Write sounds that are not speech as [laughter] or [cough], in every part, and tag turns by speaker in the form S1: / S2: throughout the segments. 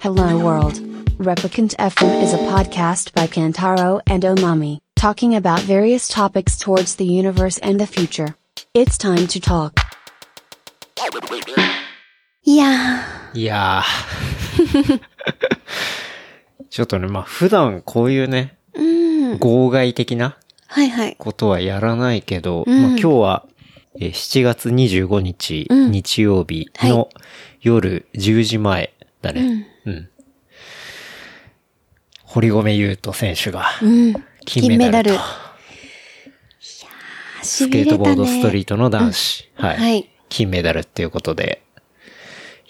S1: Hello World. Replicant FM is a podcast by Kantaro and Omami, talking about various topics towards the universe and the future. It's time to talk.
S2: いや
S3: いやー。 [laughs] ちょっとね、まあ普段こういうね、
S2: ー、うん。
S3: 号外的な
S2: はいはい。
S3: ことはやらないけど、
S2: うん
S3: まあ今日は、えー7月25日、
S2: うん
S3: 日曜日の夜10時前だね。うん。堀米雄斗選手が
S2: うん。
S3: 金メダルと、
S2: ス
S3: スケートボードストリートの男子、はい、
S2: はい
S3: 金メダルっていうことで。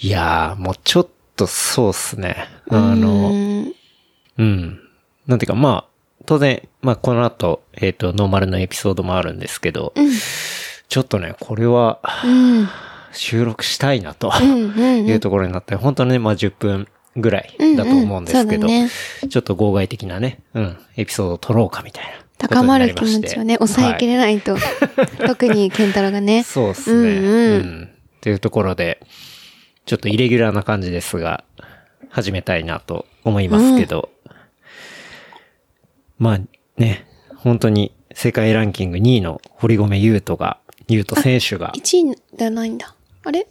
S3: いやー、もうちょっとそうっすね。あの、
S2: うん。
S3: うん。なんていうか、まあ、当然、まあ、この後、えっ、と、ノーマルのエピソードもあるんですけど、ちょっとね、これは、
S2: うん。
S3: 収録したいなと、
S2: うん。うん。
S3: いうところになって、本当にね、まあ、10分ぐらいだと思うんですけど、
S2: うんうんそ
S3: ちょっと号外的なね、うん、エピソードを撮ろうかみたいなこと
S2: 高
S3: にな
S2: まる
S3: り
S2: 気
S3: まし
S2: 持
S3: て。
S2: ちをね、抑えきれないと。 [laughs] 特に健太郎がね。
S3: そうですね。
S2: う
S3: うんん、
S2: うん
S3: っていうところで、ちょっとイレギュラーな感じですが、始めたいなと思いますけど、まあね、本当に世界ランキング2位の堀米優斗が、優斗選手が、
S2: 1位ではないんだ。あれ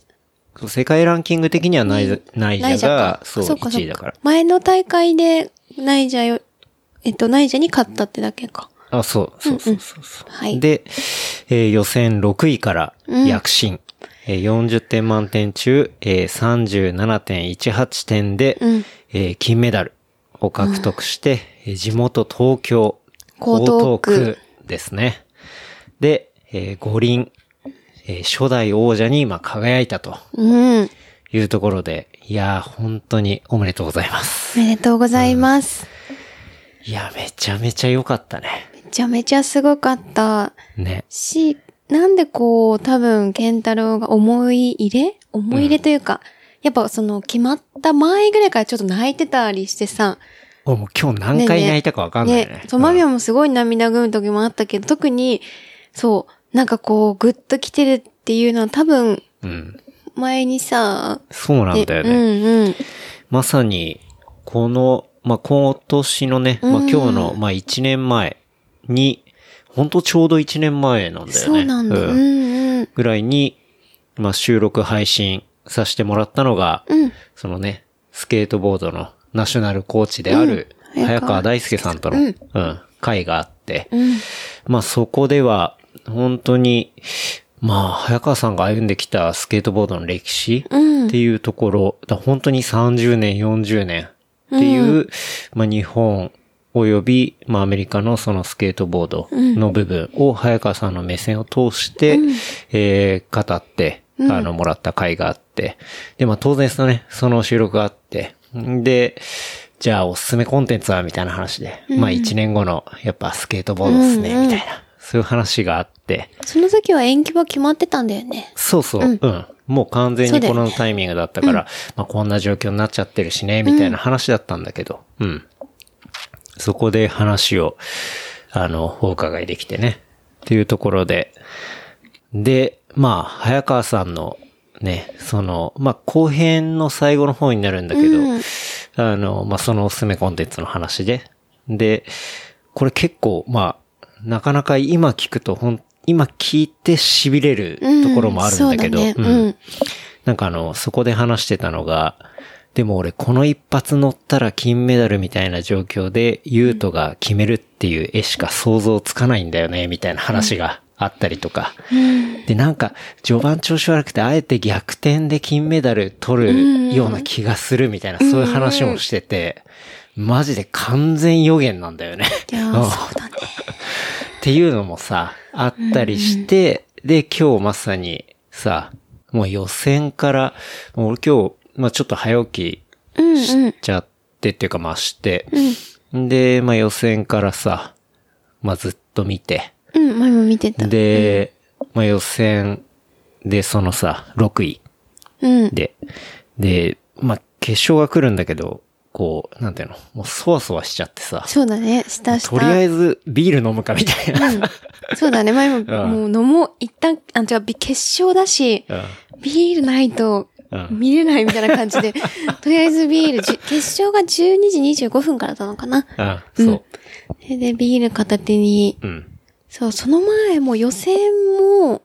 S3: 世界ランキング的にはナイジャナイジャが、そう、
S2: そか
S3: 1位だから
S2: そ。前の大会で、ナイジャよ、えっと、ナイジャに勝ったってだけか。
S3: あ、そう、そうそうそうそう、
S2: はい
S3: で、えー予選6位から躍進。えー40点満点中、えー37.18点で、
S2: うん
S3: えー金メダルを獲得して、えー地元東京、
S2: 江東区
S3: ですね。で、えー五輪、えー初代王者に今輝いたと
S2: うん。
S3: いうところで、いやー、本当におめでとうございます。
S2: おめでとうございます。
S3: いや、めちゃめちゃ良かったね。
S2: めちゃめちゃすごかった。
S3: ね。
S2: し、なんでこう、多分、ケンタロウが思い入れ思い入れというか、やっぱその、決まった前ぐらいからちょっと泣いてたりしてさ、
S3: 俺もう今日何回泣いたかわかんないね。
S2: ね、そう、マミオもすごい涙ぐむ時もあったけど、特に、そう、なんかこう、グッと来てるっていうのは多分、
S3: うん。
S2: 前にさ、
S3: そうなんだよね。
S2: うんうん。
S3: まさに、この、まあ、今年のね、まあ、
S2: うん
S3: 今日の、まあ、1年前に、本当ちょうど1年前なんだよね。
S2: そうなんだ。うんうん。
S3: ぐらいに、まあ、収録配信させてもらったのが、
S2: うん。
S3: そのね、スケートボードのナショナルコーチである、
S2: うん
S3: 早川大輔さんとの、
S2: う
S3: うんん、会があって、
S2: うん。
S3: まあそこでは、本当に、まあ、早川さんが歩んできたスケートボードの歴史
S2: うん
S3: っていうところ、だから本当に30年、40年っていう、まあ日本及び、まあアメリカのそのスケートボードの部分を早川さんの目線を通して、えー語って、あの、もらった回があって、で、まあ当然そのね、その収録があって、で、じゃあおすすめコンテンツはみたいな話で、まあ1年後のやっぱスケートボードですね、みたいな、そういう話があって、
S2: その時は延期は決まってたんだよね。
S3: そうそう、うん、もう完全にこのタイミングだったから、まあこんな状況になっちゃってるしね、みたいな話だったんだけど、うん。そこで話を、あの、お伺いできてね。っていうところで。で、まあ、早川さんの、ね、その、まあ、後編の最後の方になるんだけど、
S2: うん
S3: あの、まあ、そのおすすめコンテンツの話で。で、これ結構、まあ、なかなか今聞くと、ほん、今聞いて痺れるところもあるんだけど、
S2: うんそうだねうん
S3: なんかあの、そこで話してたのが、でも俺この一発乗ったら金メダルみたいな状況で、ユートが決めるっていう絵しか想像つかないんだよね、みたいな話があったりとか。で、なんか、序盤調子悪くて、あえて逆転で金メダル取るような気がするみたいな、そういう話もしてて、マジで完全予言なんだよね。
S2: いや
S3: う
S2: ー、
S3: ん
S2: そうだね。
S3: [laughs] っていうのもさ、あったりして、で、今日まさにさ、もう予選から、もう俺今日、まあちょっと早起
S2: うん
S3: き
S2: うん
S3: し。ちゃってっていうかまあして、で、まあ予選からさ、まあずっと見て、
S2: うん、前も見てた。
S3: で、まあ予選でそのさ、6位
S2: うん。
S3: で、で、まあ決勝が来るんだけど、こう、なんていうの、もうそわそわしちゃってさ、
S2: そうだね。下下。
S3: とりあえずビール飲むかみたいな。
S2: そうだね。前も、
S3: ん
S2: もう飲もう。一旦、あ、違う、び決勝だし、
S3: うん
S2: ビールないと
S3: うん。
S2: 見れないみたいな感
S3: [laughs]
S2: じで、とりあえずビール、じ決勝が12時25分からだったのかな。
S3: あ、そう。
S2: それでビール片手に、
S3: うん。
S2: そう、その前も予選も、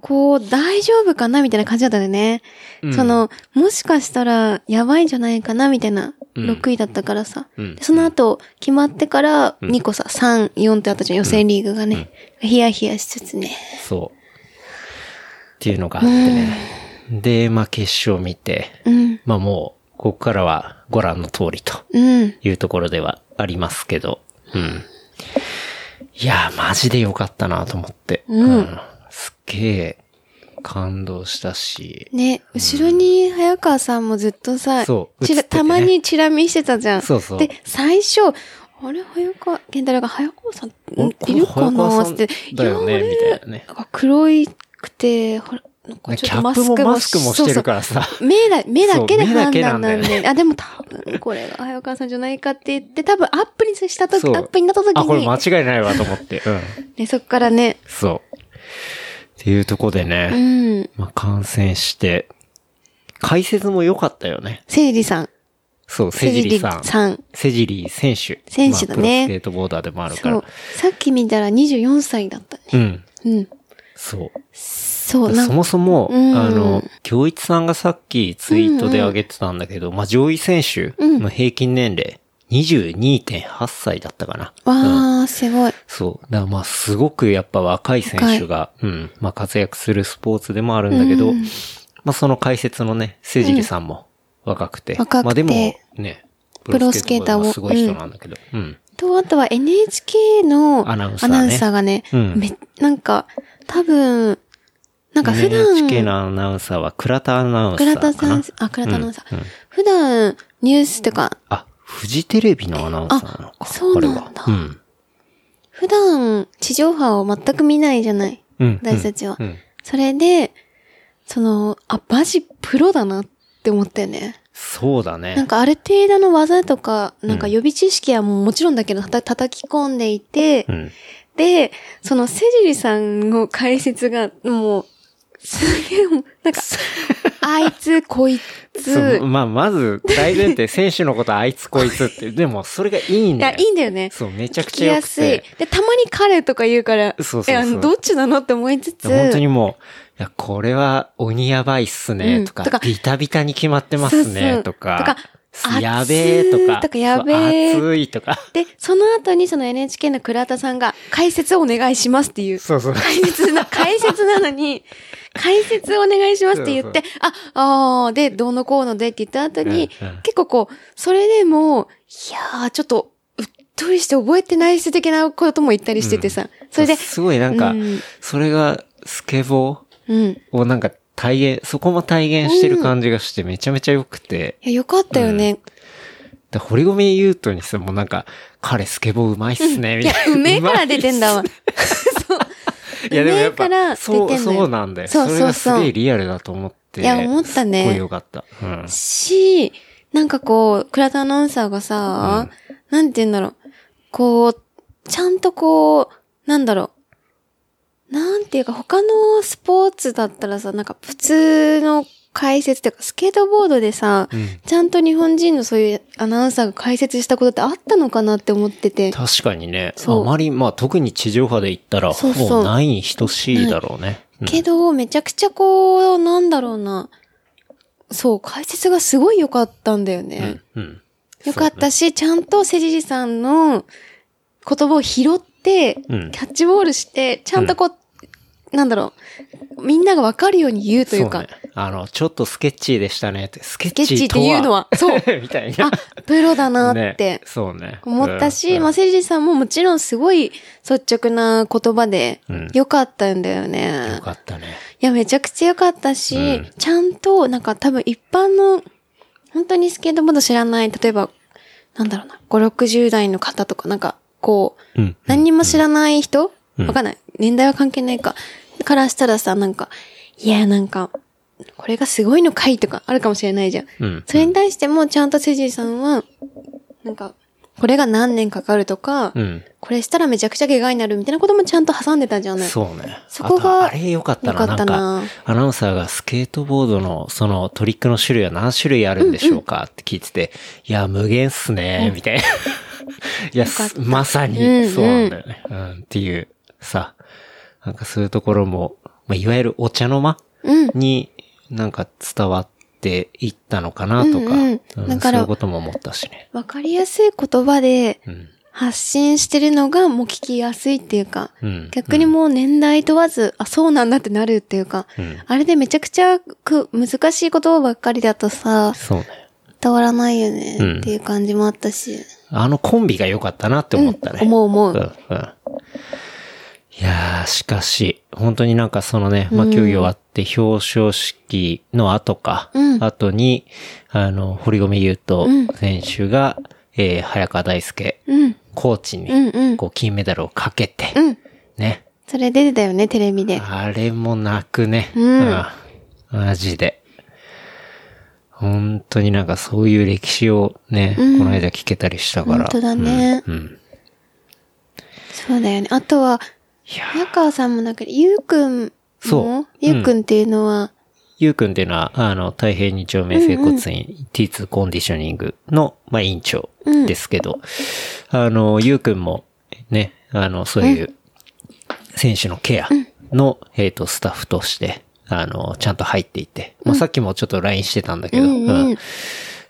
S2: こう、大丈夫かなみたいな感じだったんだよね。
S3: うん
S2: その、もしかしたら、やばいんじゃないかなみたいな、
S3: うん
S2: 6位だったからさ。
S3: うん
S2: でその後、決まってから、
S3: ん
S2: 2個さ、3、4ってあったじゃん、予選リーグがね。ヒヤヒヤしつつね。
S3: そう。っていうのがあってね。で、まあ決勝見て、
S2: うん。
S3: まあもう、ここからはご覧の通りと
S2: うん。
S3: いうところではありますけど、うん。いやー、マジで良かったなと思って。
S2: うん
S3: すっげえ感動したし、
S2: ね、後ろに早川さんもずっとさ、
S3: そう
S2: ち
S3: 映っ
S2: ら
S3: ててね
S2: たまにチラ見してたじゃん。
S3: そうそう
S2: で、最初、あれ、早川、健太郎が早川さん
S3: おこれ
S2: いるか
S3: 早川
S2: な
S3: さ
S2: っ
S3: ん
S2: て。
S3: だよね
S2: いや
S3: みたいなね
S2: んか黒いくて、ほら、なんか
S3: キ
S2: ちょっ
S3: ャ
S2: と
S3: ッ
S2: マ
S3: プ
S2: ス
S3: も
S2: クも
S3: マスクもしてるからさ。
S2: そうそう目だ、目だけで
S3: そう目
S2: 判
S3: だけな
S2: 断
S3: んだ
S2: な
S3: よ
S2: ん
S3: ね
S2: [laughs] で。あ、でも多分これが早川さんじゃないかって言って、多分アップにしたとき、
S3: そう
S2: アップになったとき
S3: あ、これ
S2: に
S3: 間、違いないわと思って。うん。
S2: ね、そっからね、
S3: そう。っていうとこでね、
S2: うん、
S3: まあ、感染して、解説も良かったよね。
S2: セジリさん、
S3: そう、セジリさん。
S2: さん。
S3: セジリ選手。
S2: 選手だ
S3: まあプロ
S2: ね
S3: スケートボーダーでもあるか
S2: そ
S3: ら
S2: う。。さっき見たら24歳だったね。
S3: うん。
S2: うん。
S3: そう。
S2: そう、なん
S3: そもそも、
S2: うん
S3: あの、京一さんがさっきツイートで上げてたんだけど、まあ、上位選手の平均年齢、22.8歳だったかな。
S2: わー、すごい。
S3: そう。だからまあすごくやっぱ若い選手が、うん、まあ活躍するスポーツでもあるんだけど、まあその解説のね、セジリさんも若くて。
S2: 若くて
S3: まあでもね、
S2: プロスケーターを
S3: プロスケボでもすごい人なんだけど。うん。
S2: と、あとは NHK の
S3: ア
S2: ア
S3: ナ
S2: ナ
S3: ウ
S2: ウ
S3: ン
S2: ン
S3: サ
S2: サ
S3: ーね
S2: ーがね、
S3: うん
S2: めなんか、多分、なんか普
S3: NHK
S2: 段、
S3: のアナウンサーは倉田アナウンサー
S2: 倉
S3: かな。
S2: 田さん、あ、倉田アナウンサー。
S3: うんうん
S2: 普段、ニュースとか、
S3: あ、フジテレビのアナウンサーなのか。
S2: あそうなんだ
S3: これはうん。
S2: 普段、地上波を全く見ないじゃない。
S3: うん。
S2: 私たちは。
S3: うん。
S2: それで、その、あ、マジプロだなって思ったよね。
S3: そうだね。
S2: なんかある程度の技とか、なんか予備知識はもうもちろんだけど、たた叩き込んでいて、
S3: うん。
S2: で、そのセジリさんの解説が、もう、すげえ、もうなんか、あいつ、こいつ
S3: [laughs] そう、まあ、まず、大前提、選手のことはあいつこいつって、でも、それがいいん
S2: い
S3: だ
S2: や、
S3: よ。
S2: いいんだよね。
S3: そう、めちゃく
S2: 聞
S3: ち
S2: き
S3: ゃ良
S2: や
S3: く
S2: すい
S3: て。。
S2: で、たまに彼とか言うから、
S3: そうそうそう
S2: えあのどっちなのって思いつつ、
S3: 本当にもう、いや、これは鬼やばいっす
S2: う
S3: ね、
S2: ん
S3: とか、
S2: とか
S3: ビタビタに決まってます
S2: そうそ
S3: ね、
S2: う
S3: と
S2: と
S3: か
S2: か、
S3: すやべえとか、
S2: 熱いとかやべえ
S3: そう熱いとか、 [laughs]
S2: で、その後にその NHK の倉田さんが、解説をお願いしますっていう。
S3: そうそう。
S2: 解説
S3: [laughs]
S2: な、解説なのに、解説お願いしますって言って、あ、あーで、どうのこうのでって言った後に、
S3: うんうん
S2: 結構こう、それでも、いやー、ちょっと、うっとりして覚えてないし的なことも言ったりしててさ、それで、
S3: すごいなんか
S2: うん、
S3: それが、スケボ
S2: うん。い
S3: ーをなんか体現、そこも体現してる感じがして、めちゃめちゃ良くて、
S2: や、よかったよね。
S3: で、堀米優斗にさ、もうなんか、彼スケボーう [laughs] まいっすね、み
S2: いや
S3: た、いな。
S2: うめえから出てんだわ。
S3: いや、でもやっ
S2: うめえから
S3: ぱ、
S2: 出てんの
S3: そ
S2: よ
S3: う、そうなんだよ。
S2: そう
S3: そ
S2: そうそう
S3: れがすげえリアルだと思って。
S2: いや思ったね
S3: すっごいよかった。うん。
S2: し、なんかこう、倉田アナウンサーがさ、なんて言うんだろう。こう、ちゃんとこう、なんだろう。なんていうか、他のスポーツだったらさ、なんか普通の解説っていうか、スケートボードでさ、
S3: うん
S2: ちゃんと日本人のそういうアナウンサーが解説したことってあったのかなって思ってて。
S3: 確かにね。あ
S2: そう
S3: まり、まあ特に地上波で言ったら、
S2: そうそ
S3: ほ
S2: う
S3: ぼないに等しいだろうね。うん
S2: けど、めちゃくちゃこう、なんだろうな。そう、解説がすごい良かったんだよね。
S3: うん。
S2: よかったし、ちゃんとセジリさんの言葉を拾って、
S3: うん
S2: キャッチボールして、ちゃんとこう、なんだろう、みんながわかるように言うと
S3: そう
S2: い
S3: ね
S2: うか、
S3: そうねあの、ちょっとスケッチーでしたねって、スケッ
S2: スケッチ
S3: チー
S2: ーっ
S3: と
S2: て
S3: は。
S2: いうのは、そう、
S3: [laughs] みたいな
S2: あ。、プロだなっ
S3: ね
S2: て
S3: そうね。
S2: 思ったし、
S3: うん
S2: まあ、セジリさんももちろんすごい率直な言葉で
S3: うん、
S2: よかったんだよね。
S3: よかったね。
S2: いや、めちゃくちゃ良かったし、
S3: うん
S2: ちゃんと、なんか多分一般の、本当にスケートボード知らない、例えば、なんだろうな、5、60代の方とか、なんか、こう、
S3: うん。
S2: 何にも知らない人
S3: うん
S2: わかんない。年代は関係ないか。からしたらさ、なんか、いや、なんか、これがすごいのかいとかあるかもしれないじゃん。
S3: うん
S2: それに対しても、ちゃんとセジーさんは、なんか、これが何年かかるとか、
S3: うん。
S2: これしたらめちゃくちゃ怪我になるみたいなこともちゃんと挟んでたんじゃない
S3: そうね。
S2: そこが
S3: あとあれ良かったな。
S2: 良かったな
S3: なんか、アナウンサーがスケートボードのそのトリックの種類は何種類あるんでしょうかって聞いてて、いや、無限っすね、みたいな。い [laughs] や、すまさ
S2: うんう
S3: に、
S2: ん
S3: そうなんだよね。うん、っていう、さ、なんかそういうところも、まあ、いわゆるお茶の間
S2: うん。
S3: になんか伝わっていったのかなとか、
S2: うんうん
S3: うん
S2: だ
S3: そ
S2: か
S3: う
S2: ら
S3: いうことも思ったしね。
S2: わかりやすい言葉で
S3: うん。
S2: 発信してるのがもう聞きやすいっていうか、
S3: うん。
S2: 逆にもう年代問わず、あ、そうなんだってなるっていうか、
S3: うん。
S2: あれでめちゃくちゃく難しい言葉ばっかりだとさ、
S3: そうね。
S2: 伝わらないよね
S3: うん
S2: っていう感じもあったし。
S3: あのコンビが良かったなって思ったね。
S2: うん思う思
S3: うん
S2: う。
S3: うんいやー、しかし、本当になんかそのね、まあ、競技終わって表彰式の後か、
S2: うん
S3: 後に、あの、堀米優斗
S2: うん
S3: 選手が、えー早川大輔
S2: うん。
S3: コーチ
S2: うん
S3: に、
S2: うん。
S3: こう、金メダルをかけて、
S2: うん。
S3: ね。
S2: それ出てたよね、テレビで。
S3: あれも泣くね。
S2: うん
S3: マジで。本当になんかそういう歴史をね、この間聞けたりしたから。
S2: 本当だね
S3: うん。うん
S2: そうだよね。あとは、
S3: いやー
S2: 早川さんもなんか、ゆうくんも
S3: そう
S2: ゆうくんっていう
S3: [laughs]
S2: のは、
S3: ゆうくんっていうのは、あの、太平二丁目整骨院、T2 コンディショニングの、まあ、委員長ですけど、あの、ゆうくんも、ね、あの、そういう、選手のケアの、えっと、スタッフとして、あの、ちゃんと入っていて、まあ、さっきもちょっと LINE してたんだけど、
S2: うんうん
S3: うん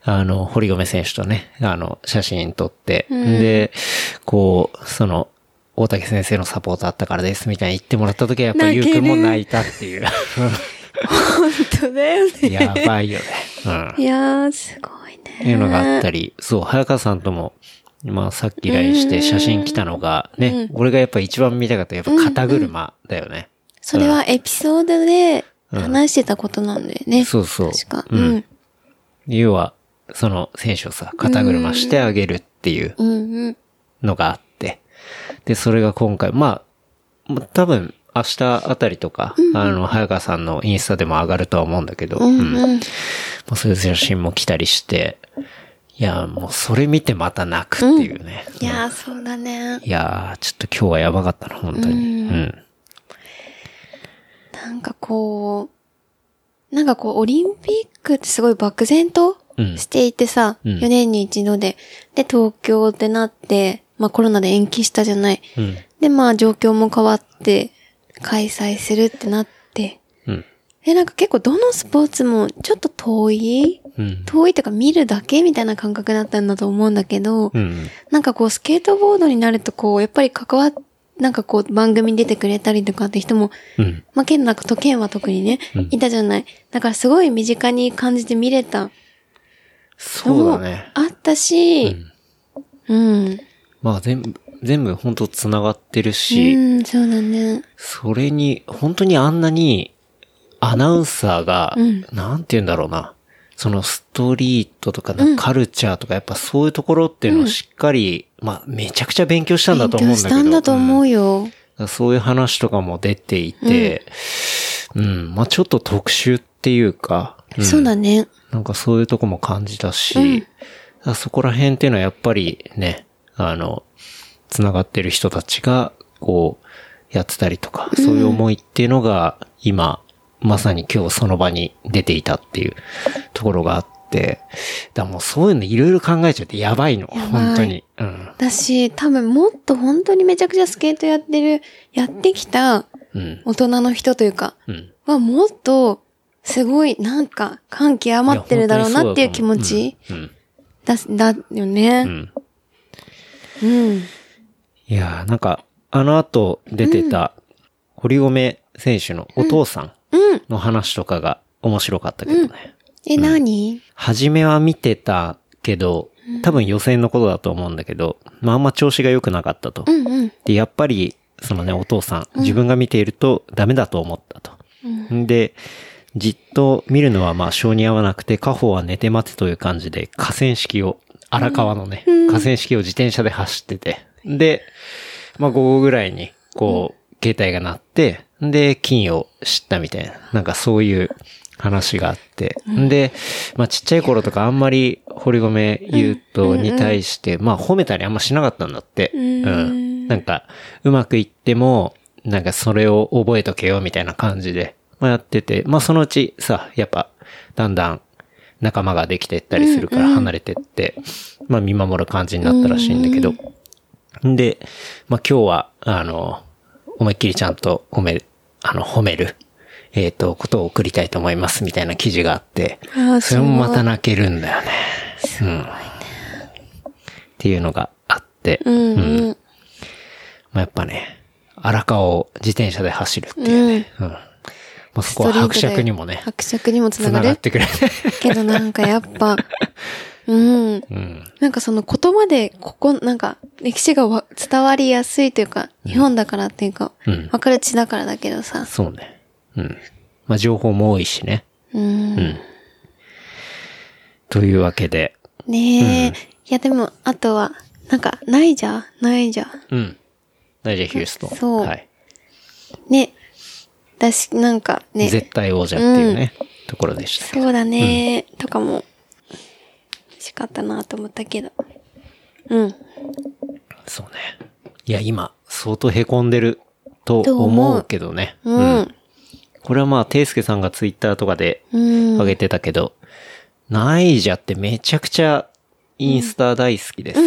S3: あの、堀米選手とね、あの、写真撮って、で、こう、その、大竹先生のサポートあったからです、みたいに言ってもらった時は、やっぱりゆうくんも泣いたって
S2: [laughs]
S3: いう。
S2: 本当だよね。
S3: やばいよね。うん。
S2: いやー、すごいね。
S3: っていうのがあったり、そう、早川さんとも、まあさっき LINE して写真来たのが、ね、俺がやっぱ一番見たかったやっぱ肩車だよね。
S2: それはエピソードで話してたことなんだよね。
S3: そうそう
S2: 確か。
S3: う
S2: うんん。
S3: 要は、その選手をさ、肩車してあげるっていう
S2: うんうん。
S3: のがあって、で、それが今回、まあ、まあ多分明日あたりとか、あの、早川さんのインスタでも上がるとは思うんだけど、うん
S2: うん。
S3: まあ、そういう写真も来たりして、いや、もうそれ見てまた泣くっていうね。
S2: いやー、そうだね。
S3: いやー、ちょっと今日はやばかったな、本当に。うん。
S2: なんかこう、なんかこう、オリンピックってすごい漠然と
S3: うん
S2: していてさ、
S3: うん
S2: 4年に一度で、で、東京ってなって、まあコロナで延期したじゃない。
S3: うん。
S2: で、まあ状況も変わって、開催するってなって、
S3: うん。
S2: え、なんか結構どのスポーツもちょっと遠い
S3: うん。
S2: 遠いとか見るだけみたいな感覚だったんだと思うんだけど、
S3: うん。
S2: なんかこうスケートボードになるとこう、やっぱり関わっ、なんかこう番組に出てくれたりとかって人も
S3: うん。
S2: まあ、県なくと県は特にね、いたじゃない。だからすごい身近に感じて見れたの
S3: そうだ
S2: も
S3: ね。
S2: あったし、うん。
S3: まあ全部、全部本当繋がってる
S2: う
S3: し、
S2: ん、そうだね。
S3: それに、本当にあんなに、アナウンサーが、
S2: うん
S3: なんて言うんだろうな。そのストリートとか、カルチャーとか、やっぱそういうところっていうのをしっかり、まあめちゃくちゃ勉強したんだと思うんだけど。
S2: したんだと思うよ。
S3: そういう話とかも出ていて、うん、まあちょっと特殊っていうか、うん
S2: そうだね。
S3: なんかそういうとこも感じたし、あそこら辺っていうのはやっぱりね、あの、つながってる人たちが、こう、やってたりとか、そういう思いっていうのが、今、まさに今日その場に出ていたっていうところがあって、だからもうそういうのいろいろ考えちゃってやばいの、
S2: ばい
S3: 本当に。うん。
S2: だし、多分もっと本当にめちゃくちゃスケートやってる、やってきた
S3: うん。
S2: 大人の人というか、
S3: うん。
S2: はもっと、すごい、なんか、感極まってるだろうなっていう気持ち
S3: うん。
S2: だ、だよ
S3: う
S2: ね。
S3: ん。
S2: うん。
S3: いやー、なんか、あの後出てた、堀米選手のお父さ
S2: うん。
S3: んの話とかが面白かったけどね。
S2: え、何
S3: 初めは見てたけど、多分予選のことだと思うんだけど、まああんま調子が良くなかったと
S2: う。んうん。
S3: で、やっぱり、そのね、お父さん、自分が見ているとダメだと思ったと。で、じっと見るのはまあ性に合わなくて、家宝は寝て待てという感じで、河川敷を、荒川のね、河川敷を自転車で走ってて。で、まあ午後ぐらいに、こう、携帯が鳴って、で、金を知ったみたいな、なんかそういう話があって。で、まあちっちゃい頃とかあんまり堀米優斗に対して、まあ褒めたりあんましなかったんだって。
S2: ん
S3: うんなんか、うまくいっても、なんかそれを覚えとけよみたいな感じで、まあやってて、まあそのうちさ、やっぱ、だんだん仲間ができてったりするから離れてって、まあ見守る感じになったらしいんだけど、で、まあ、今日は、あの、思いっきりちゃんと褒め、あの、褒める、えっ、と、ことを送りたいと思います、みたいな記事があって、
S2: ああ、
S3: そ
S2: そ
S3: れ
S2: う。
S3: もまた泣けるんだよね。うん。っていうのがあって、
S2: うん、
S3: ま
S2: うん。
S3: あ、やっぱね、荒川を自転車で走るっていうね。うん。まあ、そこは伯爵にもね、
S2: 伯爵にもつな
S3: 繋
S2: が
S3: が
S2: る
S3: って [laughs] くれる。
S2: けどなんかやっ
S3: [laughs]
S2: ぱ、うん。
S3: うん。
S2: なんかその言葉で、ここ、なんか、歴史がわ伝わりやすいというか、日本だからっていうか、
S3: うん
S2: わかる地だからだけどさ。
S3: そうね。うん。まあ、情報も多いしね。
S2: うん。
S3: うん。というわけで、
S2: ねえ、いやでも、あとは、なんか、ないじゃんないじゃん
S3: うん。ナイジャ・ヒューストン。
S2: そう
S3: はい。
S2: ね。だし、なんかね。
S3: 絶対王者っていうね、ところでした。
S2: そうだね、とかも、欲しかったなと思ったけど。うん。
S3: そうね。いや、今、相当凹んでると
S2: と思う
S3: 思うけどね。
S2: うん。
S3: これはまあ、ていすけさんがツイッターとかで
S2: うん。
S3: 上げてたけど、ナイジャってめちゃくちゃインスタ大好きでさ、ス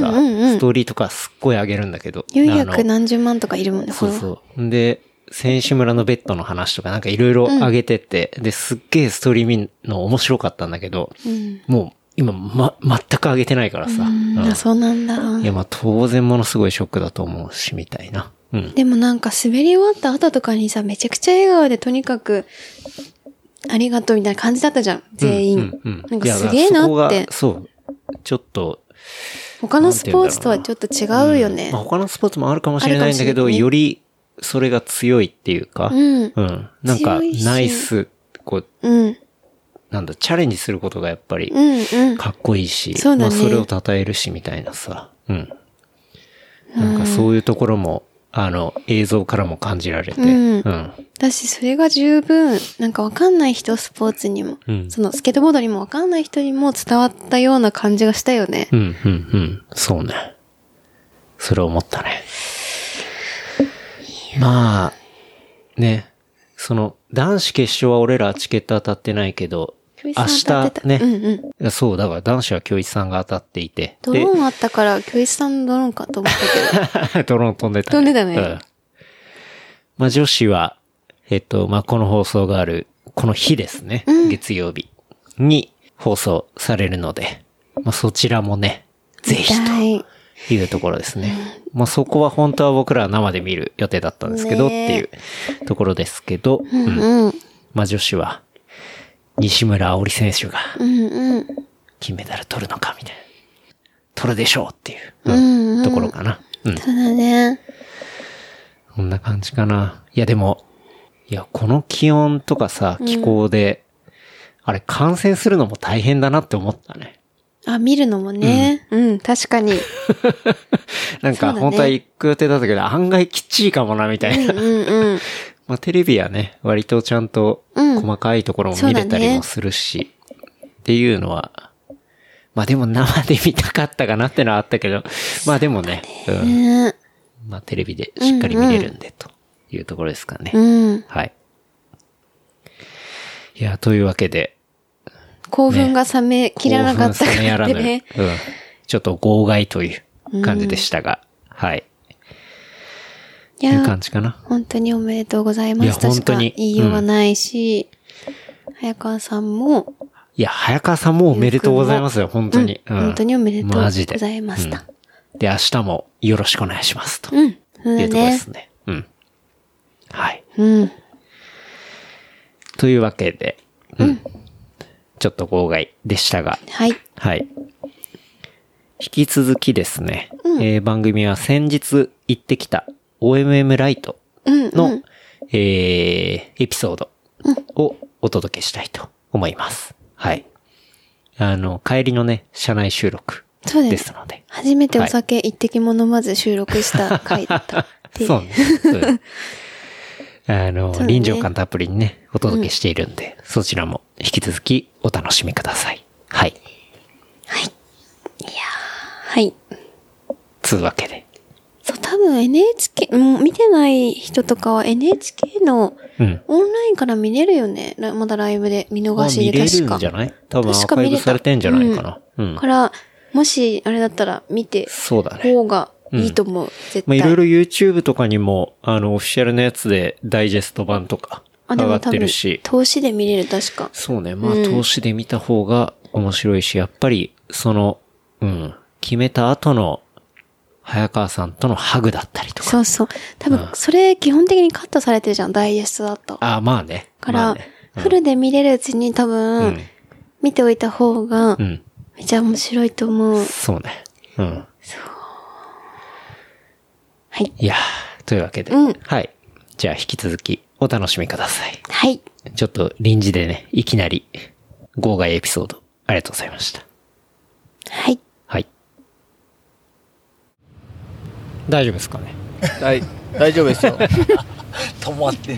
S3: トーリーとかすっごい上げるんだけど。あの
S2: 400何十万とかいるもんね、
S3: そう
S2: フォロワー
S3: そう。で、選手村のベッドの話とかなんかいろいろ上げてて、で、すっげえストーリー見るの面白かったんだけど、もう今、ま、全く上げてないからさ。
S2: うんあ、そうなんだ。
S3: いや、まあ当然ものすごいショックだと思うし、みたいな。うん。
S2: でもなんか滑り終わった後とかにさ、めちゃくちゃ笑顔でとにかく、ありがとうみたいな感じだったじゃん、全員。
S3: うん、う
S2: な
S3: ん。
S2: んかすげえ
S3: いや
S2: なって
S3: だから。そこがそう。ちょっと、
S2: 他のスポーツとはちょっと違うよね
S3: まあ。他のスポーツもあるかもしれないんだけど、
S2: あるかもしれないね
S3: よりそれが強いっていうか、
S2: うん。
S3: うん。なんか
S2: 強い、し
S3: ナイス、こう、
S2: うん。
S3: なんだ、チャレンジすることがやっぱり
S2: う、ん。うん。
S3: かっこいいし、
S2: そう
S3: ま
S2: だ
S3: あ
S2: ね
S3: それを称えるし、みたいなさ。うん。なんかそういうところも、あの、映像からも感じられて、
S2: う
S3: う
S2: ん
S3: ん。
S2: だし、それが十分、なんかわかんない人、スポーツにも、
S3: うん
S2: そのスケートボードにもわかんない人にも伝わったような感じがしたよね。
S3: うん、うん、うん。そうね。それ思ったね。まあ、ね。その、男子決勝は俺らチケット当たってないけど、
S2: 教
S3: 明
S2: 一さん当
S3: 日
S2: てた
S3: ね、
S2: うんうん。
S3: いやそう、だから男子は教一さんが当たっていて。
S2: ドローンあったから、教一さんのドローンかと思ったけど。
S3: で [laughs] ドローン飛んでた、
S2: 飛んでたね
S3: うんまあ女子は、えっと、まあこの放送がある、この日ですね。月曜日に放送されるので、まあそちらもね、ぜひと。
S2: はい。
S3: いうところですね。まあ、そこは本当は僕らは生で見る予定だったんですけど、っ
S2: ね
S3: ていうところですけど、
S2: う
S3: うん
S2: んうん。
S3: まあ、女子は、西村葵選手が
S2: うんうん。
S3: 金メダル取るのか、みたいな。取るでしょうっていう、
S2: うんうん
S3: ところかな。うん。
S2: そうだね。
S3: こんな感じかな。いや、でも、いや、この気温とかさ、気候で、あれ、感染するのも大変だなって思ったね。
S2: あ、見るのもね。うん、確かに。
S3: なん
S2: そう
S3: か、
S2: だね
S3: 本当は行く予定だったけど、案外きっちりかもな、みたいな。
S2: うんうん。
S3: まあ、テレビはね、割とちゃんと
S2: うん
S3: 細かいところも見れたりもするし、っていうのは、まあでも生で見たかったかなってのはあったけど、まあでもね、うん
S2: ね
S3: まあテレビでしっかり見れるんで、というところですかね。
S2: うん。
S3: はい。いや、というわけで、
S2: 興奮が冷めきらなかっ
S3: 興
S2: た
S3: 奮冷めや
S2: からら
S3: ぬ、
S2: ね。
S3: うん。ちょっと号外という感じでしたが、はい。
S2: い
S3: いう
S2: や
S3: 感、じかな。
S2: 本当におめでとうございま
S3: い
S2: す
S3: や
S2: としか
S3: 本当に
S2: 言いようがないし、早川さんも、
S3: いや、早川さんもおめでとうございますよ、本当に。
S2: うん本当におめでとう
S3: マジで
S2: ございました
S3: うんで、明日もよろしくお願いします、と
S2: うん、そう
S3: い
S2: だ
S3: うところで
S2: ね。
S3: すね。うん。はい。
S2: うん。
S3: というわけで、うん。ちょっと号外でしたが、
S2: はい。
S3: はい。引き続きですね、えー番組は先日行ってきた OMM ライトの、えーエピソードをお届けしたいと思います。はい。あの、帰りのね、車内収録
S2: そう
S3: で
S2: ですす。
S3: ので。
S2: 初めてお
S3: [laughs]
S2: 酒一滴も飲まず収録した回だった。 [laughs]
S3: そうね。うんあの、
S2: そうだね
S3: 臨場感たっぷりにね、お届けしているんで、そちらも引き続きお楽しみください。はい。
S2: はい。
S3: つうわけで。
S2: そう、多分 NHK、もう見てない人とかは NHK の
S3: うん。
S2: オンラインから見れるよね。らまだライブで見逃し
S3: まあ見
S2: で
S3: れ
S2: 確
S3: る
S2: か。
S3: んじゃない多分ア
S2: 確
S3: ー
S2: か
S3: カ
S2: 見
S3: イ
S2: れた
S3: ブされてんじゃないかな。うん。
S2: から、もし、あれだったら見て、
S3: そうだね。
S2: 方がいいと思う。絶
S3: まあ、
S2: 対。
S3: いろいろ YouTube とかにも、あの、オフィシャルのやつでダイジェスト版とか
S2: あ、
S3: 上
S2: で
S3: が
S2: も
S3: っ
S2: 多
S3: てる
S2: 分
S3: し、。
S2: 投資で見れる、確か。
S3: そうね。まあ、投資で見た方が面白いし、やっぱり、その、うん、決めた後の、早川さんとのハグだったりとか。
S2: そうそう。多分、それ基本的にカットされてるじゃん、ダイジェストだと。
S3: ああ、まあね。
S2: か
S3: ま
S2: ら、
S3: あね
S2: フルで見れるうちに多分、
S3: うん
S2: 見ておいた方が
S3: う、ん。
S2: めちゃ面白いと思う。
S3: そうね。うん。
S2: はい。
S3: いやーというわけで。
S2: うん
S3: はい。じゃあ、引き続き、お楽しみください。
S2: はい。
S3: ちょっと臨時でね、いきなり、号外エピソード、ありがとうございました。
S2: はい。
S3: はい。大丈夫ですかね
S4: 大大丈夫ですよ
S5: [laughs] 止まって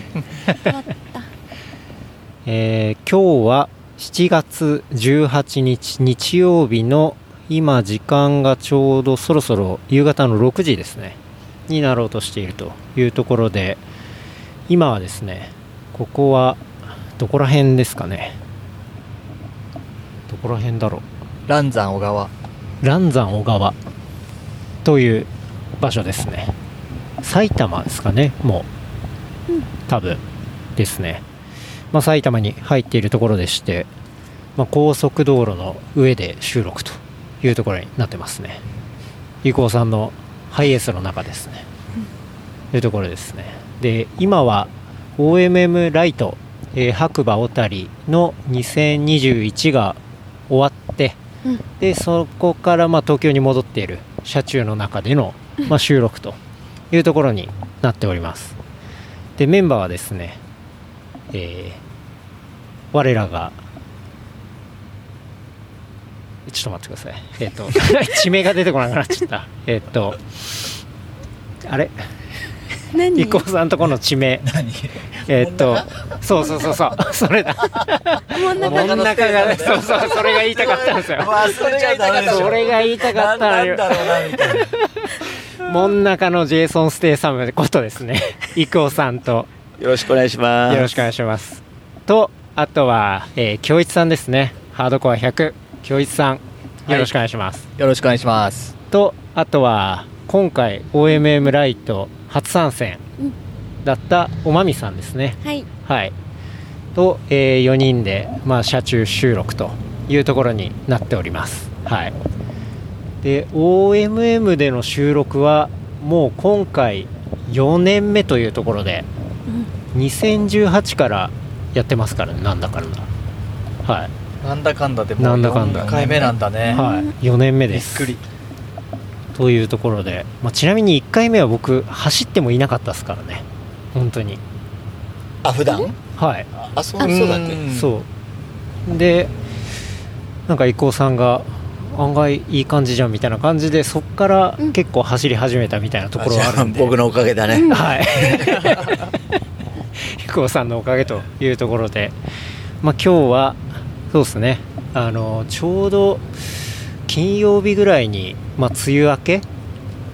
S3: えー今日は7月18日日曜日の今時間がちょうどそろそろ夕方の6時ですねになろうとしているというところで今はですねここはどこら辺ですかねどこら辺だろ
S4: 乱山小川
S3: う蘭山小川という場所ですね埼玉ですかねもう多分ですねまあ、埼玉に入っているところでして、まあ、高速道路の上で収録というところになってますね伊こうさんのハイエースの中ですね、というところですねで今は OMM ライト、えー白馬小谷の2021が終わって、
S2: うん
S3: でそこからまあ東京に戻っている車中の中での、まあ、収録というところになっておりますでメンバーはですねえー我らが、ちょっと待ってください。えっ、と、 [laughs] 地名が出てこなくなっちゃった。えっと、あれ
S2: 何
S3: 伊こうさんとこの地名。えっと、そうそうそうそう、それだ。
S2: 真ん中
S3: 真ん中がね、そうそう、それが言いたかったんですよ。
S5: 忘れちゃダメでしょ
S3: それが言いたか
S5: な
S3: っ
S5: ん
S3: たの
S5: なん
S3: よ。
S5: だろうなみたいな
S3: 真ん中のジェイソン・ステイサムことです
S5: [laughs]
S3: ね。伊こうさんと。
S4: よろしくお願いします
S3: よろしくお願いします。と、あとは、えー、京一さんですね。ハードコア100、京一さん、よろしくお願いします。
S4: よろしくお願いします
S3: と、あとは、今回、OMM ライト初参戦だったおまみさんですね。
S2: はい。
S3: はい。と、え4人で、まあ、車中収録というところになっております。はい。で、OMM での収録は、もう今回4年目というところで、2018からやってますからね、なんだかんだ。は
S5: なんだかんだでもう
S3: なんだかんだ
S5: 4回目なんだね
S3: い。はい。4年目
S5: び
S3: で
S5: っ
S3: す。
S5: くり
S3: というところで、まあ、ちなみに1回目は僕、走ってもいなかったですからね。本当に。
S5: あ普段
S3: はい。
S4: あそう
S2: あ
S4: そうだっけ
S5: ん
S3: そうでなんか伊こうさんが案外いい感じじゃんみたいな感じでそっから
S2: うん
S3: 結構走り始めたみたいなところはあるん
S5: じ
S3: で、
S5: ゃあ僕のおかげだね
S3: はい [laughs] 伊こうさんのおかげというところでまあ今日はそうですねあのちょうど金曜日ぐらいに、まあ、梅雨明け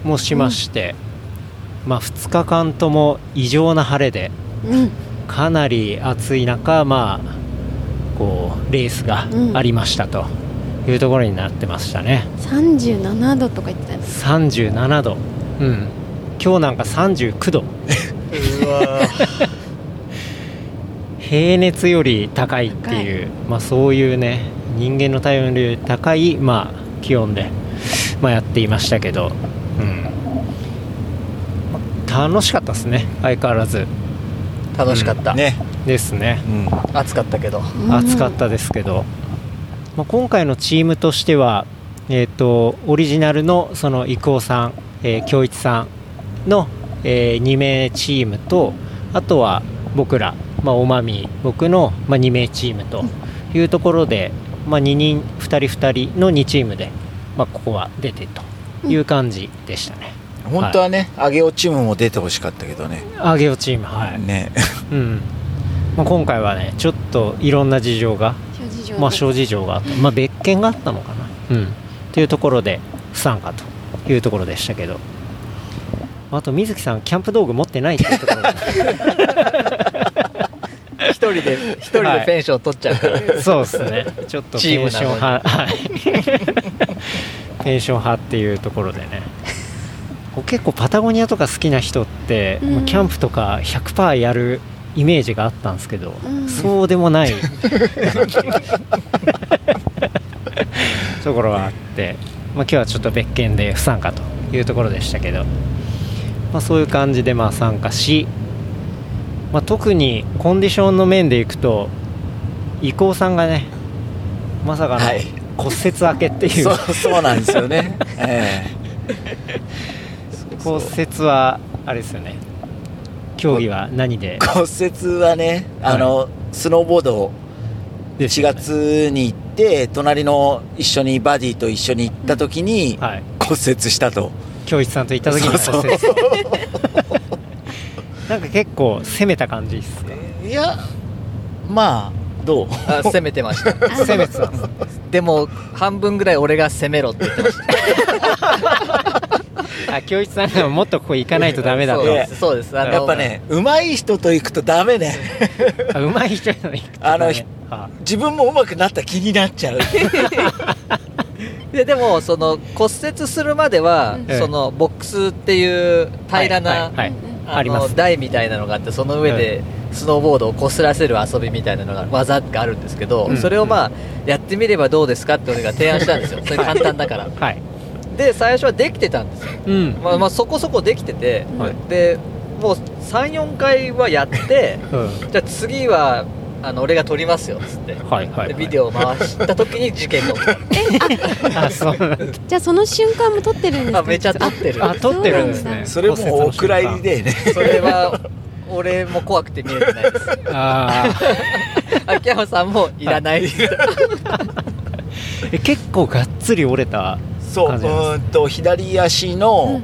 S3: もしまして、まあ2日間とも異常な晴れで
S2: うん。
S3: かなり暑い中、まあ、こうレースがありましたというところになってましたね、
S2: 37度とか言ってたんです。
S3: 37度、うん、今日なんか39度
S5: うわー
S3: 平熱より高いっていう、まあ、そういうね人間の体温より高い、まあ、気温で、まあ、やっていましたけど、うんまあ楽しかったですね相変わらず
S4: 楽しかった、
S5: ね
S3: ですね
S5: うん
S4: 暑かったけど
S3: 暑かったですけど、まあ、今回のチームとしては、えー、とオリジナルのその伊藤さん、えー京一さんの、え2名チームとあとは僕ら、まあ、おまみ僕の、まあ、2名チームというところで、まあ、2人2人2人の2チームで、まあ、ここは出てという感じでしたね。
S5: お本当はね、上げ落チームも出てほしかったけどね。
S3: 上げ落チーム、はい。
S5: ね。
S3: うん。まあ、今回はね、ちょっといろんな事情が、
S2: 諸事情で
S3: まあ、諸事情があった。まあ、別件があったのかな。うん。というところで、不参加というところでしたけど。あと、水木さん、キャンプ道具持ってないっていうところが
S4: 一人で、一人でペンション取っちゃうから。
S3: [laughs] そうですね。ちょっと
S4: チー
S3: ペ
S4: ム
S3: ン
S4: な
S3: ション
S4: のに
S3: 派、はい。ペンション派っていうところでね。こう結構パタゴニアとか好きな人って、
S2: うん
S3: まあキャンプとか100%やるイメージがあったんですけど、
S2: うん
S3: そうでもない [laughs] ところがあって、まあ、今日はちょっと別件で不参加というところでしたけど、まあ、そういう感じでまあ参加し、まあ、特にコンディションの面でいくと伊藤さんがねまさかの
S5: はい
S3: 骨折明けっていう、
S5: [laughs] そう、そうなんですよ [laughs] ね。え
S3: 骨折はあれですよね競技は何で
S5: え骨折はね、あの、スノーボードを
S3: です
S5: 4
S3: よね
S5: 月に行って、隣の一緒にバディと一緒に行った時に、
S3: はい
S5: 骨折したと。
S3: 教室さんと行った時に
S5: そう
S3: 骨折 [laughs] なんか結構攻めた感じっすね
S5: いや、まあ、どう
S4: あ攻めてました。
S2: あ
S3: 攻めてたんです
S4: でも、半分ぐらい俺が攻めろって言ってました。
S3: あ教室さんがもっとここ行かないとダメだと
S4: そうですそうです。あの
S5: [laughs] やっぱ。ね、上手い人と行くとダメね。 [laughs]
S3: あ上手い人の行くとダメ
S5: あのひ
S3: あ
S5: 自分も上手くなった気になっちゃう。
S4: で、でも、その、骨折するまでは
S2: うん、
S3: ええ
S4: その、ボックスっていう平らな、
S3: はいはいはい
S2: うん
S4: あ
S3: ありま
S4: の
S3: す
S4: 台みたいなのがあってその上でスノーボードをこすらせる遊びみたいなのが技があるんですけど、
S3: うん
S4: それをまあやってみればどうですかって俺が提案したんですよそれ簡単だから
S3: はい
S4: で最初はできてたんですよ、
S3: うん
S4: まあ、まあそこそこできてて、
S3: はい
S4: でもう34回はやって
S3: うん
S4: じゃあ次はあの俺が撮りますよっつって、
S3: はいはいはい
S4: でビデオを回した時に事件が起き
S3: あそうなんだ
S2: じゃあその瞬間も撮ってるんです
S3: [laughs]
S4: た
S2: か
S4: あめちゃ撮ってる
S3: あ撮ってるんですね
S5: それもうお蔵入りでね。
S4: それは俺も怖くて見れてないです
S3: [laughs] ああ
S4: 秋山さんもいらないです
S3: え結構がっつり折れた
S5: そう、う
S3: 感じなん
S5: ーんと、左足の、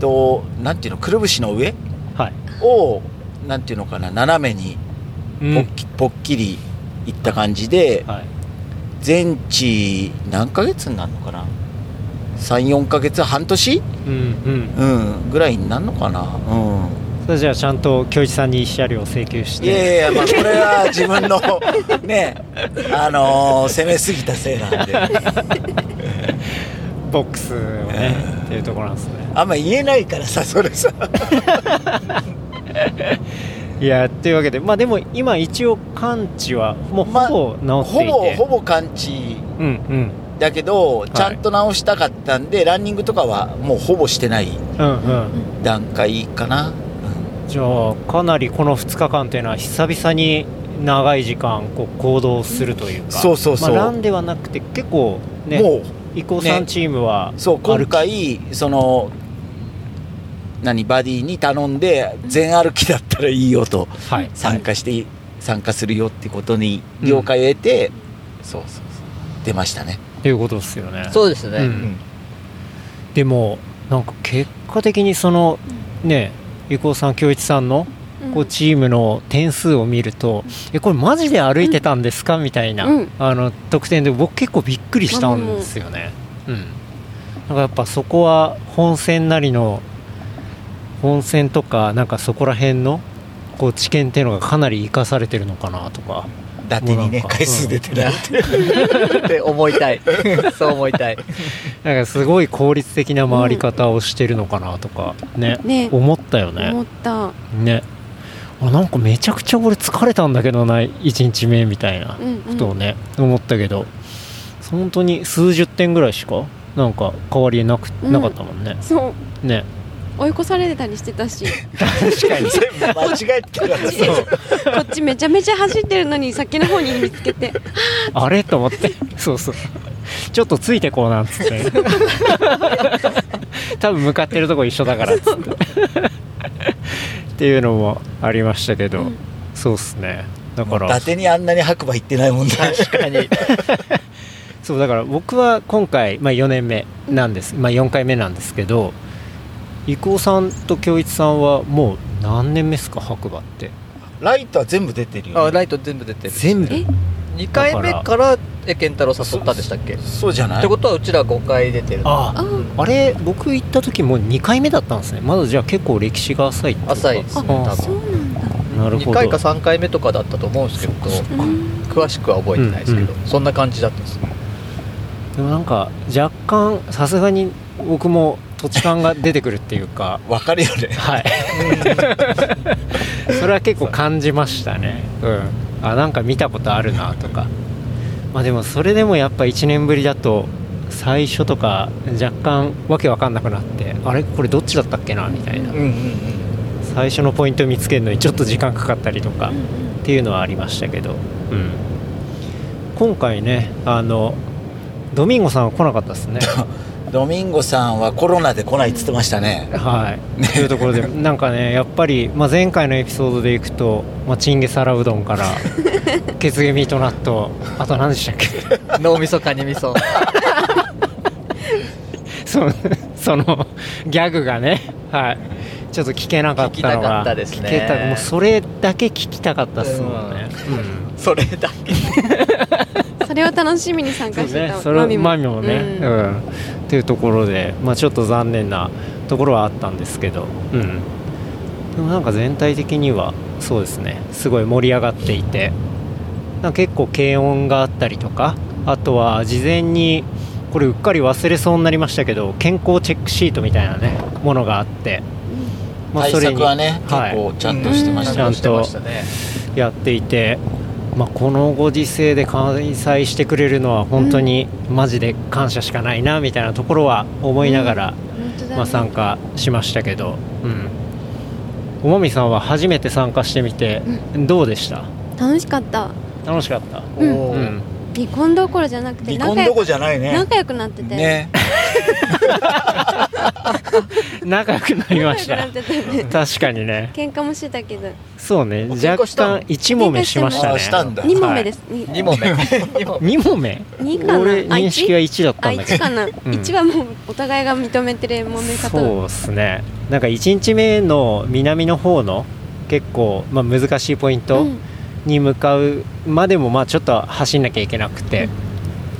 S5: と、なんていうの、くるぶしの上
S3: はい、
S5: を、なんていうのかな、斜めにぽっき、ぽっきりいった感じで、
S3: はい、
S5: 全治何ヶ月になるのかな3、4ヶ月、半年
S3: うんうん
S5: うん、ぐらいになるのかなうん。
S3: それじゃあちゃんと教一さんに慰謝料請求し
S5: いや
S3: て
S5: いやいや、まあ、これは自分
S3: [laughs]
S5: のね、あのー攻めすぎたせいなんで、
S3: ボックスをねっていうところなんですね
S5: あんま言えないからさ、それさ、
S3: いやというわけでまあでも今一応完治はもう
S5: まあ
S3: ほぼ治っ
S5: ほ
S3: ていて、
S5: ぼ、ほぼ完治
S3: うんうん
S5: だけど、
S3: い
S5: ちゃんと直したかったんで、ランニングとかはもうほぼしてない
S3: うんうん
S5: 段階かな。
S3: じゃあかなりこの2日間というのは久々に長い時間こう行動するというか
S5: そうそうそう
S3: まあ、ランではなくて結構ね
S5: も
S3: 伊藤さんチームは、
S5: う、そう、今回、その、何、バディに頼んで、全歩きだったらいいよと、
S3: はい、
S5: 参加して、参加するよってことに了解を得て、そうそうそう、出ましたね。
S3: ということですよね
S4: そうですね、
S3: うん
S4: うん
S3: でもなんか結果的にそのね伊藤さん京一さんの
S2: うん
S3: こうチームの点数を見ると、えこれマジで歩いてたんですかみたいな、
S2: うん
S3: あの得点で僕結構びっくりしたんですよね。うん、なんかやっぱそこは本戦なりの本戦とかなんかそこら辺のこう知見っていうのがかなり生かされてるのかなとか。
S5: 伊達に
S3: もうな
S5: ね
S3: んか
S5: 回数出てない
S4: って思いたい [laughs] そう思いたい
S3: なんかすごい効率的な回り方をしてるのかなとかね、
S2: ね
S3: 思ったよね。
S2: 思った
S3: ねあなんかめちゃくちゃ俺疲れたんだけどな1日目みたいな
S2: うんう
S3: こ
S2: ん
S3: とをね、思ったけど本当に数十点ぐらいしかなんか変わりなく、
S2: うん
S3: なかったもんね
S2: そう
S3: ね
S2: 追い越されてたりしてたし [laughs]
S5: 確かに [laughs] 全部間違えてたからそう
S2: こっちめちゃめちゃ走ってるのに先の方に見つけ
S3: [laughs]
S2: て
S3: あれと思ってそうそうちょっとついてこうなんつって
S4: [laughs]
S3: 多分向かってるとこ一緒だからっつってっていうのもありましたけど、
S2: うん
S3: そうっすねだから
S5: 伊達にあんなに白馬行ってないもんね
S4: 確か
S3: [laughs]
S4: に
S3: そうだから僕は今回、まあ、4年目なんです、まあ、4回目なんですけど郁夫さんと京一さんはもう何年目ですか白馬って
S5: ライトは全部出てるよ、
S4: あ
S5: ね、
S4: ライト全部出てる
S3: 全部
S2: え
S4: 2回目からえ健太郎誘ったんでしたっけっ
S5: そうじゃない
S4: てことはうちら5回出てる
S3: あ
S2: あー
S3: あれ僕行った時もう2回目だったんですねまだじゃあ結構歴史が浅いってことか
S4: 浅いですね
S3: あ
S4: 多
S2: そ
S4: 分
S2: うなんだ。
S3: なるほど
S4: 2回か3回目とかだったと思うんですけど
S2: うん
S4: 詳しくは覚えてないですけど、
S3: う
S4: そんな感じだったんです
S3: でもなんか若干さすがに僕も土地勘が出てくるっていうか
S5: わかるよね
S4: [laughs]
S3: はいそれは結構感じましたねうんあなんか見たことあるなとかまあでもそれでもやっぱ1年ぶりだと最初とか若干わけわかんなくなってあれこれどっちだったっけなみたいな
S4: うんうん
S3: 最初のポイント見つけるのにちょっと時間かかったりとかっていうのはありましたけど、うん、今回ねあのドミンゴさんは来なかったですね
S5: ドミンゴさんはコロナで来ないっつってましたね
S3: はいというところでなんかねやっぱり、まあ、前回のエピソードでいくと、まあ、チンゲサラうどん
S4: [laughs]
S3: からケツゲミートナットあと何でしたっけ [laughs]
S4: うん脳みそかにみそ
S3: そのそのギャグがねはいちょっと聞けなかったのが
S4: 聞きたかったですね
S3: 聞けたもうそれだけ聞きたかったっすもんね、うん
S4: [laughs] それだけ
S2: それを楽しみに参
S3: そ
S2: 加
S3: う
S2: して
S3: ね
S2: た。、
S3: それ
S2: マミも
S3: マミもね、
S2: うん
S3: うん、っていうところで、まあ、ちょっと残念なところはあったんですけど、うん、でもなんか全体的にはそうですねすごい盛り上がっていてなんか結構軽音があったりとかあとは事前にこれうっかり忘れそうになりましたけど健康チェックシートみたいなねものがあって、
S5: 対
S3: それに
S5: 策はね、
S3: はい
S5: 結構ちゃんとしてまし
S4: ち
S5: た、
S4: ゃんとしてましたね
S3: やっていて、まあ、このご時世で開催してくれるのは本当にマジで感謝しかないなみたいなところは思いながら、
S2: 本当だね
S3: まあ、参加しましたけど、うん、おもみさんは初めて参加してみてどうでした
S2: 楽しかった。
S3: 楽しかった、
S4: お
S2: うん
S3: う
S4: おー
S3: ん、
S2: 離婚どころじゃなくて
S5: 離
S2: 仲
S5: 婚ど
S2: 良
S5: こ
S2: く
S5: じゃないね
S2: 仲良くなってて。
S5: ね
S3: 仲良くなりま
S2: 仲良
S3: し
S2: くな
S3: た
S2: ってたよね。
S3: 確かにね
S2: 喧嘩もしてたけど。
S3: そうね
S4: 喧
S3: 若
S4: 嘩したの
S3: 干一問目しました
S5: あ
S3: ね
S5: したんだ
S2: 二問目です。二
S4: 2問目 [laughs] 二
S3: 2問
S4: 問目
S3: 目
S2: 二かな。
S3: 俺
S2: あ
S3: 認識は1だった
S2: あ、
S3: んだけ
S2: 一
S3: ど
S2: かな。
S3: ん
S2: 一はもうお互いが認めてる揉め方だ。
S3: そうですねなんか1日目の南の方の結構、まあ、難しいポイント
S2: うん
S3: に向かうまでもまあちょっと走んなきゃいけなくて、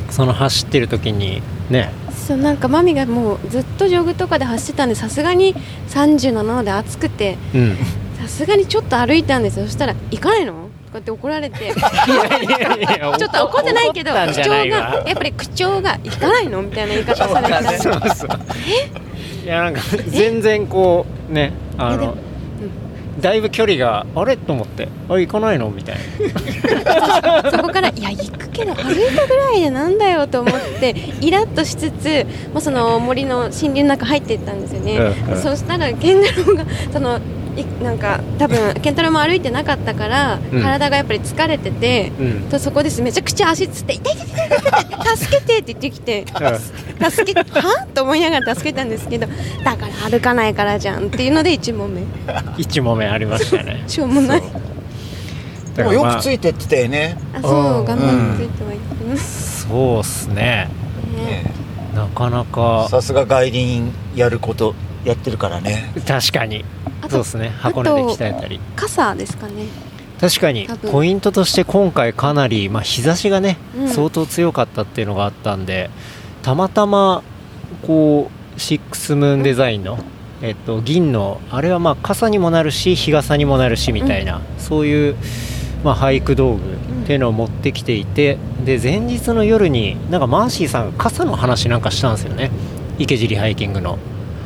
S3: その走ってる時にね
S2: そうなんかマミがもうずっとジョグとかで走ってたんでさすがに37度で暑くて [laughs]
S3: うん
S2: さすがにちょっと歩いたんですよそしたら「行かないの?」とかって怒られて
S3: いやいやいや
S2: ちょっと怒ってないけど
S3: [laughs] 怒ったん
S2: 口
S3: じゃ
S2: 調
S3: な
S2: が
S3: いわ
S2: やっぱり口調が「行かないの?」みたいな言い方された
S3: そうそういやなんか全然こうねあ
S2: いや
S3: の、だいぶ距離があれと思ってあ行かないのみたい
S2: そこから「いや行くけど歩いたぐらいでなんだよ」と思ってイラッとしつつ、まあ、その森の森林の中入っていったんですよね、
S3: うんうん
S2: そしたらケンガロウがそのいなんか多分ケンタロウも歩いてなかったから、
S3: うん
S2: 体がやっぱり疲れてて。
S3: な、うん、
S2: とそこですめちゃくちゃ足つって「痛い痛い痛い痛い助けて」って言ってきて「助けては?」と思いながら助けたんですけど「だから歩かないからじゃん」っていうので1問目
S3: 1問目ありました
S2: [laughs]
S3: ね
S2: しょうもない
S5: でもよくついてってたよね、
S2: あそう画
S5: う
S2: 面
S5: ん
S2: ついてはいってます
S3: そうっすね
S2: ね
S5: ね
S3: なかなか
S5: さすが外輪やることやってるからね
S3: 確かにそ
S2: あ
S3: う
S2: と
S3: ですね箱根で鍛えたり
S2: 傘ですかね
S3: 確かに
S2: 多分
S3: ポイントとして今回かなり、まあ、日差しがね、
S2: うん
S3: 相当強かったっていうのがあったんでたまたまこうシックスムーンデザインの、えっと、銀のあれはまあ傘にもなるし日傘にもなるしみたいな、そういう、まあ、俳句道具っていうのを持ってきていてで前日の夜になんかマーシーさんが傘の話なんかしたんですよね池尻ハイキングの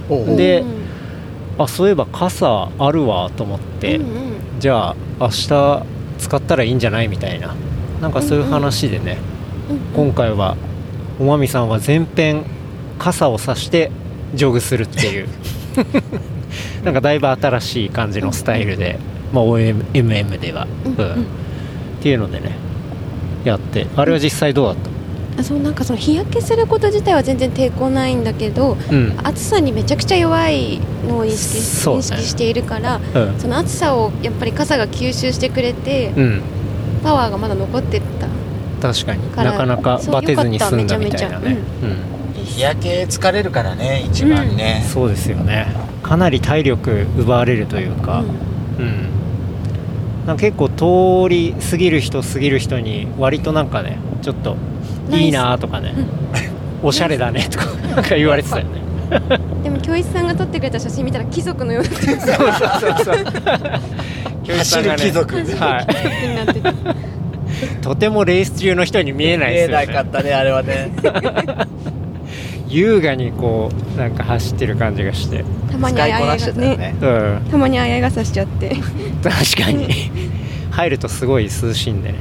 S4: おう
S3: で
S2: うん
S3: あそういえば傘あるわと思って、
S2: うんうん
S3: じゃあ明日使ったらいいんじゃないみたいななんかそういう話でね、
S2: うん
S3: 今回はおまみさんは全編傘を差してジョグするって
S2: [laughs]
S3: いうなんかだいぶ新しい感じのスタイルで、まあ、OMM では、うんっていうのでねやってあれは実際どうだっ
S2: あそうなんかその日焼けすること自体は全然抵抗ないんだけど
S3: たうん、
S2: 暑さにめちゃくちゃ弱いのを意識し
S3: そうね
S2: 認識しているから
S3: うん
S2: その暑さをやっぱり傘が吸収してくれて
S3: うん、
S2: パワーがまだ残ってた
S3: 確かに
S2: から
S3: なかなか
S2: そう
S3: バテずに済んだみたいなね
S2: よかっ
S3: うん
S5: 日焼け疲れるからね一番ね、
S3: そうですよねかなり体力奪われるというか、うん、なんか結構通り過ぎる人過ぎる人に割となんかねちょっと
S2: ナイス
S3: いいなとかね、 [laughs] おしゃれだねとかなんか言われてたよね
S6: でも教一さんが撮ってくれた写真見たら貴族のような気
S3: そうそう [laughs] そうそう教授さんがね
S5: 走る貴族
S3: は
S6: になってて
S3: い、とてもレース中の人に見えない
S4: 見
S3: で
S4: え
S3: すよ
S4: なか
S3: ね
S4: ったね、あれは [laughs] ね。
S3: 優雅にこうなんか走ってる感じがして
S6: たまにあ
S4: 使い
S6: や
S4: こ
S6: や
S4: なして
S6: が
S4: たよ
S6: ね
S4: ね。
S3: うん
S6: たまにあややがさしちゃって
S3: [laughs] 確かに入るとすごい涼しいんでね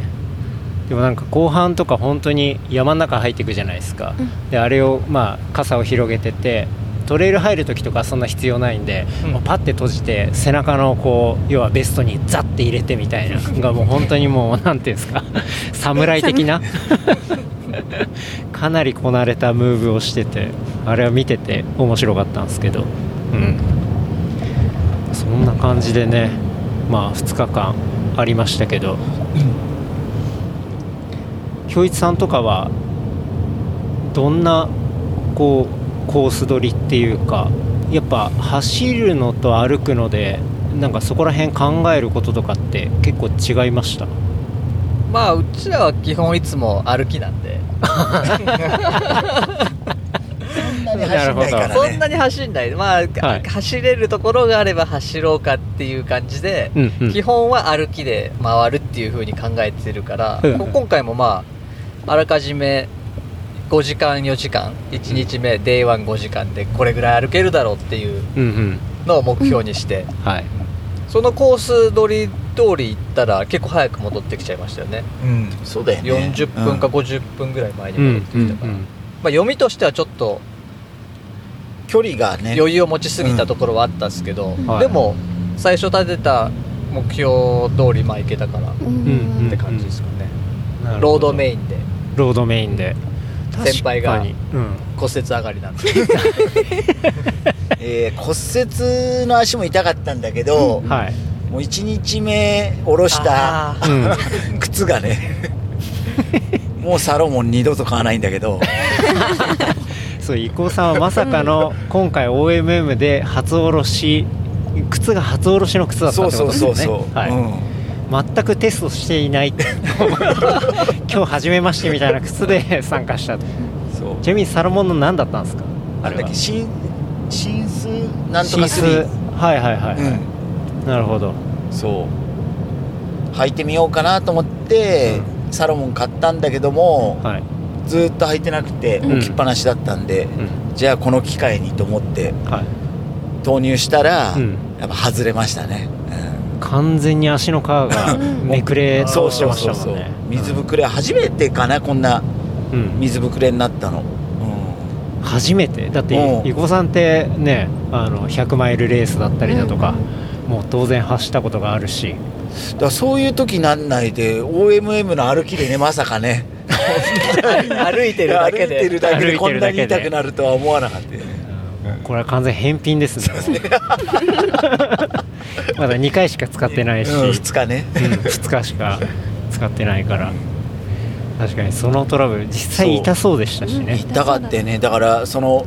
S3: でもなんか後半とか本当に山の中入っていくじゃないですか、であれをまあ傘を広げててトレイル入る時とかそんな必要ないんで、
S4: うん
S3: もうパッて閉じて背中のこう要はベストにザッて入れてみたいながもう本当にもう
S4: [laughs]
S3: なんていうんですか侍的なかなりこなれたムーブをしててあれは見てて面白かったんですけどうんそんな感じでねまあ2日間ありましたけどひょういちさんとかはどんなこうコース取りっていうかやっぱ走るのと歩くのでなんかそこら辺考えることとかって結構違いました
S4: まあ、うちらは基本いつも歩きなんで、
S3: なるほど
S5: からね
S4: そんなに走んない。まあ、
S3: はい
S4: 走れるところがあれば走ろうかっていう感じで、
S3: うんうん
S4: 基本は歩きで回るっていう風に考えてるから、
S3: うん
S4: こ今回もまああらかじめ5時間4時間1日目 Day15 時間でこれぐらい歩けるだろうっていう
S3: うんうん
S4: のを目標にして、
S3: はい
S4: そのコース取り通り行ったら結構早く戻ってきちゃいましたよね
S5: うんそうだよね
S4: 40分か
S5: うん
S4: 50分ぐらい前に
S3: うん
S4: 戻って
S3: うん
S4: きたから、まあ、読みとしてはちょっと
S5: 距離がね
S4: 余裕を持ちすぎたところはあったんですけど、
S3: はい
S4: でも最初立てた目標通りまあ行けたからっ
S3: うんうん
S4: て感じですかね、
S3: なる
S4: ロ
S3: ほ
S4: ー
S3: ど
S4: ドメインで
S3: ロードメインで
S4: 先輩が
S3: 確かにうん
S4: 骨折上がりなん
S3: [laughs]
S4: で
S5: えー骨折の足も痛かったんだけど、
S3: はい
S5: もう1日目下ろした
S4: あ
S3: う
S4: ー
S3: ん
S5: 靴がねもうサロモン二度と買わないんだけど
S3: そう伊藤さんはまさかの今回 OMM で初おろし靴が初おろしの靴だった
S5: そ
S3: っ
S5: う
S3: てこ
S5: そ
S3: とで
S5: う
S3: す
S5: そ
S3: よ
S5: う
S3: ね
S5: そう、
S3: はい
S5: うん
S3: 全くテストしていない今日初めましてみたいな靴で参加
S5: [laughs]
S3: したと
S5: そう
S3: ちなみにサロモンの何だったんですかあ
S5: なん
S3: れ
S5: だっ
S3: は
S5: け新新数なんと
S3: シー
S5: か
S3: ス
S5: スリー
S3: はいはいはい、はい
S5: うん
S3: なるほど
S5: そう履いてみようかなと思って、サロモン買ったんだけども
S3: はい、
S5: ずーっと履いてなくて
S3: ん
S5: 置きっぱなしだったんで、
S3: うん
S5: じゃあこの機会にと思って
S3: はい
S5: 投入したら、
S3: うん、
S5: やっぱ外れましたね、
S3: 完全に足の皮がめくれ
S4: そ
S3: 倒
S4: う
S3: してましたもんね
S5: 水ぶくれ初めてかなこんな
S3: うん
S5: 水ぶくれになったの、
S3: 初めてだって
S5: うん
S3: 伊子さんってねあの100マイルレースだったりだとか、もう当然走ったことがあるし
S5: だからそういう時なんないで OMM の歩きでねまさかね
S4: 歩いてるだ
S5: 歩い
S4: けで
S5: てるだけ
S3: 歩いてるだけで
S5: でこんなに痛くなるとは思わなかったよね
S3: これは完全返品です
S5: [laughs]
S3: ねまだ2回しか使ってないし、
S5: うん、2日ね
S3: うん2日しか使ってないから確かにそのトラブル実際痛そうでしたしね
S5: 痛かってねだからその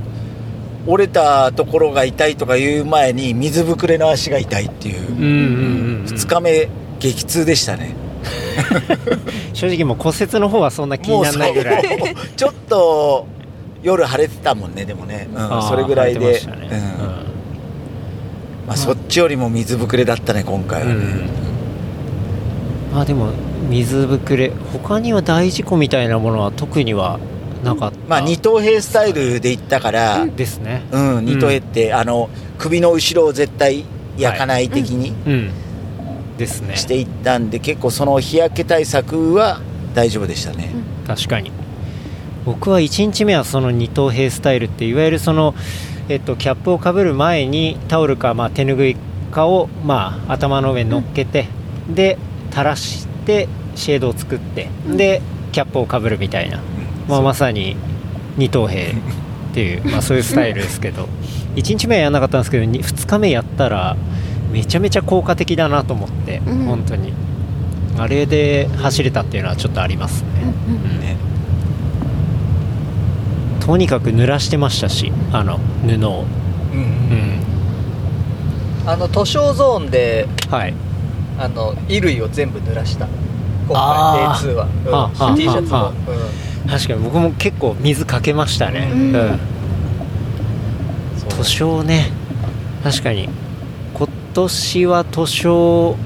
S5: 折れたところが痛いとか言う前に水ぶくれの足が痛いっていううん
S3: うんうん
S5: 2日目激痛でしたね
S3: 正直もう骨折の方はそんな気にならないぐらい
S5: もうそうちょっと夜晴れてたもんねでもね、うん
S3: [laughs] あー
S5: それぐらい
S3: 腫れ
S5: で
S3: てましたね
S5: うんまあ、そっちよりも水ぶくれだったね今回
S3: う
S5: は
S3: ん
S5: ね、
S3: まあでも水ぶくれ他には大事故みたいなものは特にはなかった
S5: まあ二等兵スタイルで行ったから、うん
S3: ですね
S5: 二等兵って、あの首の後ろを絶対焼かない的に
S3: うんですね
S5: していったんで、結構その日焼け対策は大丈夫でしたね、
S3: 確かに僕は1日目はその二等兵スタイルっていわゆるその、えっと、キャップをかぶる前にタオルか、まあ、手拭いかを、まあ、頭の上に乗っけて、で垂らしてシェードを作って、でキャップをかぶるみたいな、まあ、まさに二等兵っていう、まあ、そういうスタイルですけ [laughs] ど1日目はやらなかったんですけど 2, 日目やったらめちゃめちゃ効果的だなと思って、
S2: うん
S3: 本当にあれで走れたっていうのはちょっとありますね。
S5: ね
S3: とにかく濡らしてましたしあの布を、
S4: うんうんあの図書ゾーンで
S3: はい。
S4: あの衣類を全部濡らした今
S3: あ
S4: 回
S3: ー
S4: D2 は、うん
S3: はあはあ
S4: T シャツも、
S3: はあ確かに僕も結構水かけましたね。うん。
S4: うんそう
S3: 図書ね。確かに。今年は図書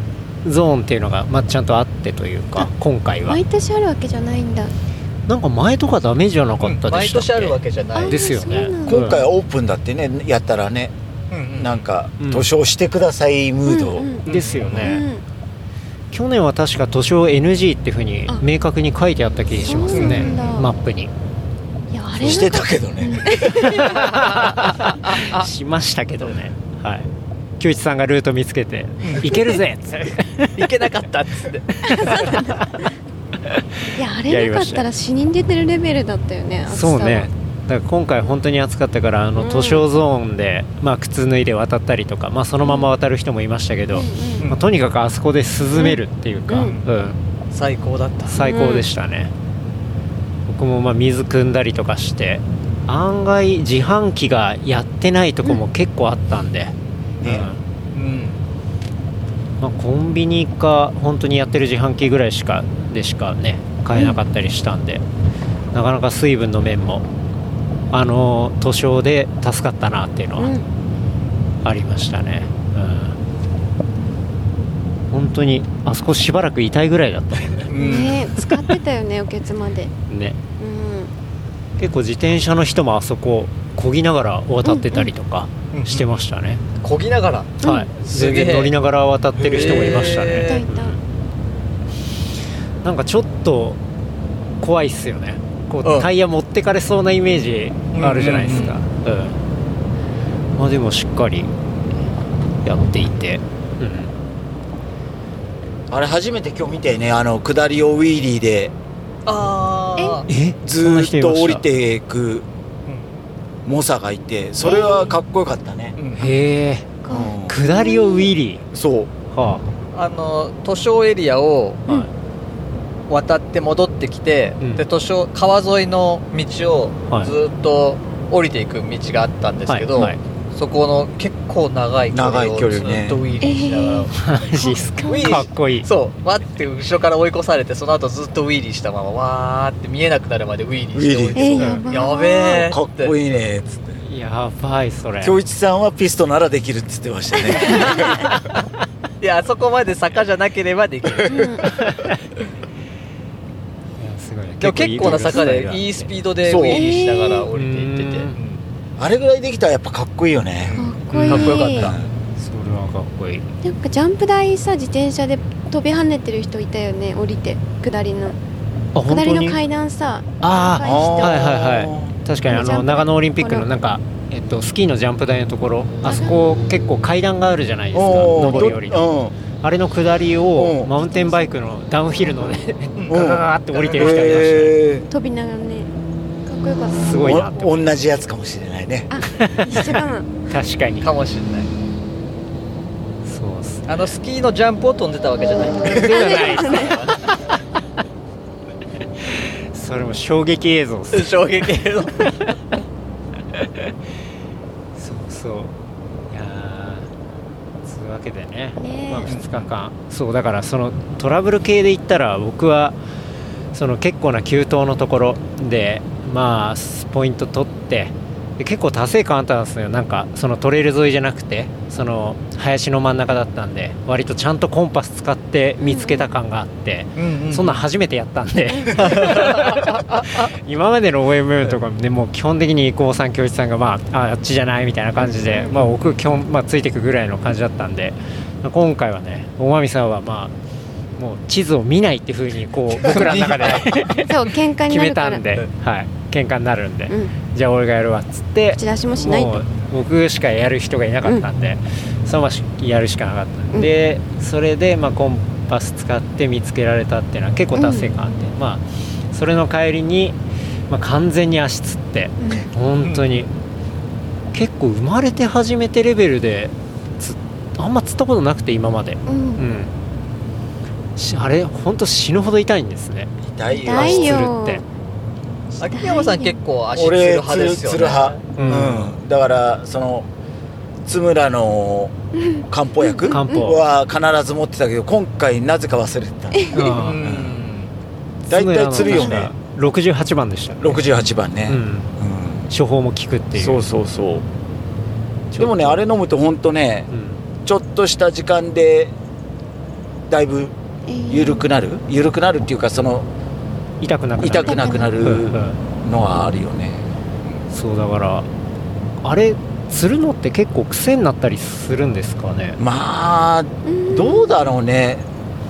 S3: ゾーンっていうのが、まあ、ちゃんとあってというか、今回は。
S2: 毎年あるわけじゃないんだ。
S3: なんか前とかダメじゃなかったで
S4: うん毎
S3: したっけ
S4: 年あるわけじゃない
S3: ですよね
S2: あそうなん。だ
S5: 今回はオープンだってねやったらね
S4: うんうん
S5: なんか
S3: うん
S5: 図書してくださいムードを、
S2: うんうん
S3: うんですよ
S2: う
S3: ね。
S2: ん。
S3: 去年は確か図書 NG っていうふうに明確に書いてあった気がします
S2: そうな
S3: ね
S2: んだ
S3: マップに
S2: いや、あれ
S5: し
S2: な
S5: て
S2: んか
S5: たけどね、
S3: しましたけどねはい久一さんがルート見つけて「行け
S2: [laughs]
S3: るぜ!」っつって
S4: 行けなかったっつって
S2: いや、あれなかったら死人出てるレベルだったよね。暑さ
S3: そ
S2: は
S3: うね。だから今回本当に暑かったからあの図書ゾーンで、まあ、靴脱いで渡ったりとか、まあ、そのまま渡る人もいましたけど、
S2: うん
S3: まあ、とにかくあそこで涼めるっていうか、
S2: う
S3: うんん
S4: 最高だった
S3: 最高でしたね、僕もまあ水汲んだりとかして案外自販機がやってないとこも結構あったんで、うん
S5: ね
S4: うん
S3: まあ、コンビニか本当にやってる自販機ぐらいしかでしかね買えなかったりしたんで、なかなか水分の面もあの図書で助かったなっていうの
S2: うん。う
S3: は
S2: ん
S3: ありましたね、うん、本当にあそこしばらく痛いぐらいだったもんね
S2: ね使ってたよね、おけつま
S3: [laughs]
S2: で。
S3: ね
S2: うん。
S3: 結構自転車の人もあそこ漕ぎながら渡ってたりとかしてましたね、
S4: こぎながら
S3: はい
S4: す
S3: 全
S4: げえ
S3: 然乗りながら渡ってる人もいました
S4: へ
S3: ね
S4: え
S2: いたいた。
S3: なんかちょっと怖いっすよねこう、
S4: うん
S3: タイヤ持ってかれそうなイメージあるじゃないですかうんまあでもしっかりやっていて、うん
S5: あれ初めて今日見てねあの下りをウィーリーで
S4: ああ
S3: え
S5: ずーっと降りていく猛者がいてそれはかっこよかったね、
S3: へえ
S2: か
S5: うん
S3: 下りをウィリ
S5: そう
S3: ーは
S4: あの図書エリアを
S3: あ、はい
S4: 渡って戻ってきて、
S3: うん
S4: で図書川沿いの道
S3: は
S4: を
S3: い
S4: ずっと降りていく道があったんですけど、
S3: はいはい
S4: そこの結構長い距離
S5: 長い
S4: を
S5: 距
S4: ず
S5: 離ね
S4: っとウィーリーしながら、
S3: マジっすか
S4: ウィリー
S3: かっこいい
S4: そうわって後ろから追い越されてその後ずっとウィーリーしたままわーって見えなくなるまでウィーリーして
S5: ウィー
S4: 追い
S5: リ
S4: て
S5: ー
S2: えーやばい
S4: やべえ
S5: かっこ
S4: い
S5: いいねっつって
S3: やばいそれ
S5: 恭一さんはピストならできるっつってましたね
S4: いやあそこまで坂じゃなければできる
S3: いやすごい
S4: でも結構な坂でいいスピードでウィーリーしながら降りていってて、
S3: そう
S5: [laughs] あれぐらいできたらやっぱかっこいいよね
S2: っこいい。
S4: かっこよかった
S3: それはかっこいい
S2: なんかジャンプ台さ自転車で飛び跳ねてる人いたよね降りて下りの
S3: あ
S2: 下
S3: 本
S2: り
S3: 当に
S2: の階段さ
S3: ああ
S2: あー
S3: はいはいはい確かにあ
S2: ジャン
S3: の
S2: プ
S3: 長野オリンピックのなんか、えっと、スキーのジャンプ台のところあそこ結構階段があるじゃないですか
S5: お
S3: 上り下りの
S5: お
S3: あれの下り
S5: う
S3: を
S5: ん
S3: マウンテンバイクのダウンヒルのね
S5: ん
S3: ガガガガって降りてる人いましたね
S5: え
S2: 飛びながらねかっこよかった
S3: すごいなって
S5: お同じやつかもしれないね
S2: 一番
S3: 確かに
S4: かもしれない
S3: そうっす
S4: あのスキーのジャンプを飛んでたわけじゃない
S3: ではない
S6: [laughs]
S3: っすねそれも衝撃映像っす
S4: 衝撃の
S3: そうそういやーつうわけでね
S2: ねえ
S3: まあ、2日間そうだからそのトラブル系で言ったら僕はその結構な急騰のところでまあスポイント取ってで結構達成感あったんですよなんかそのトレイル沿いじゃなくてその林の真ん中だったんで割とちゃんとコンパス使って見つけた感があって、そんなん初めてやったん [laughs] で今までの OMM とかねもう基本的に高さん教一さんがまあああっちじゃないみたいな感じで、まあ、僕基本、まあ、ついていくぐらいの感じだったんでまあ今回はね大まみさんはまあもう地図を見ないっていうふうに [laughs] こう僕らの中で
S2: そう喧嘩
S3: 決
S2: にな
S3: め
S2: るか
S3: た
S2: ら
S3: んで、はい、喧嘩になるんで、
S2: うん
S3: じゃあ俺がやるわっつって
S2: 口出しもしない
S3: も
S2: と
S3: う僕しかやる人がいなかったんで、そのままやるしかなかったんで,、それでまあコンパス使って見つけられたっていうのは結構達成感あって、まあそれの帰りに、まあ、完全に足つって本当に、結構生まれて初めてレベルでつあんま釣ったことなくて今まで、
S2: うんうん
S3: うん、しあれ本当死ぬほど痛いんですね
S5: 痛いよ
S2: 痛いよ
S3: 足つるって
S4: 秋山さん結構足つる
S5: 俺
S4: 派
S5: つる
S4: です
S5: つ
S4: よね
S5: る派、
S3: うん
S5: うんだからその津村の漢方薬
S3: 漢方
S5: は必ず持ってたけど今回なぜか忘れてた
S4: う
S3: うん
S4: ん
S5: 大体釣るよね。
S3: 68番でしたね。
S5: 68番ね、
S3: うん。
S5: う
S3: 処方も効くってい
S5: ん
S3: う。
S5: そうそうそうでもねあれ飲むと本当ね
S3: うん
S5: ちょっとした時間でだいぶ緩くなる緩くなるっていうかその
S3: 痛くなくなる。
S5: 痛くなくなる
S3: うんうん
S5: のはあるよね
S3: そうだからあれ釣るのって結構癖になったりするんですかね
S5: まあどうだろうね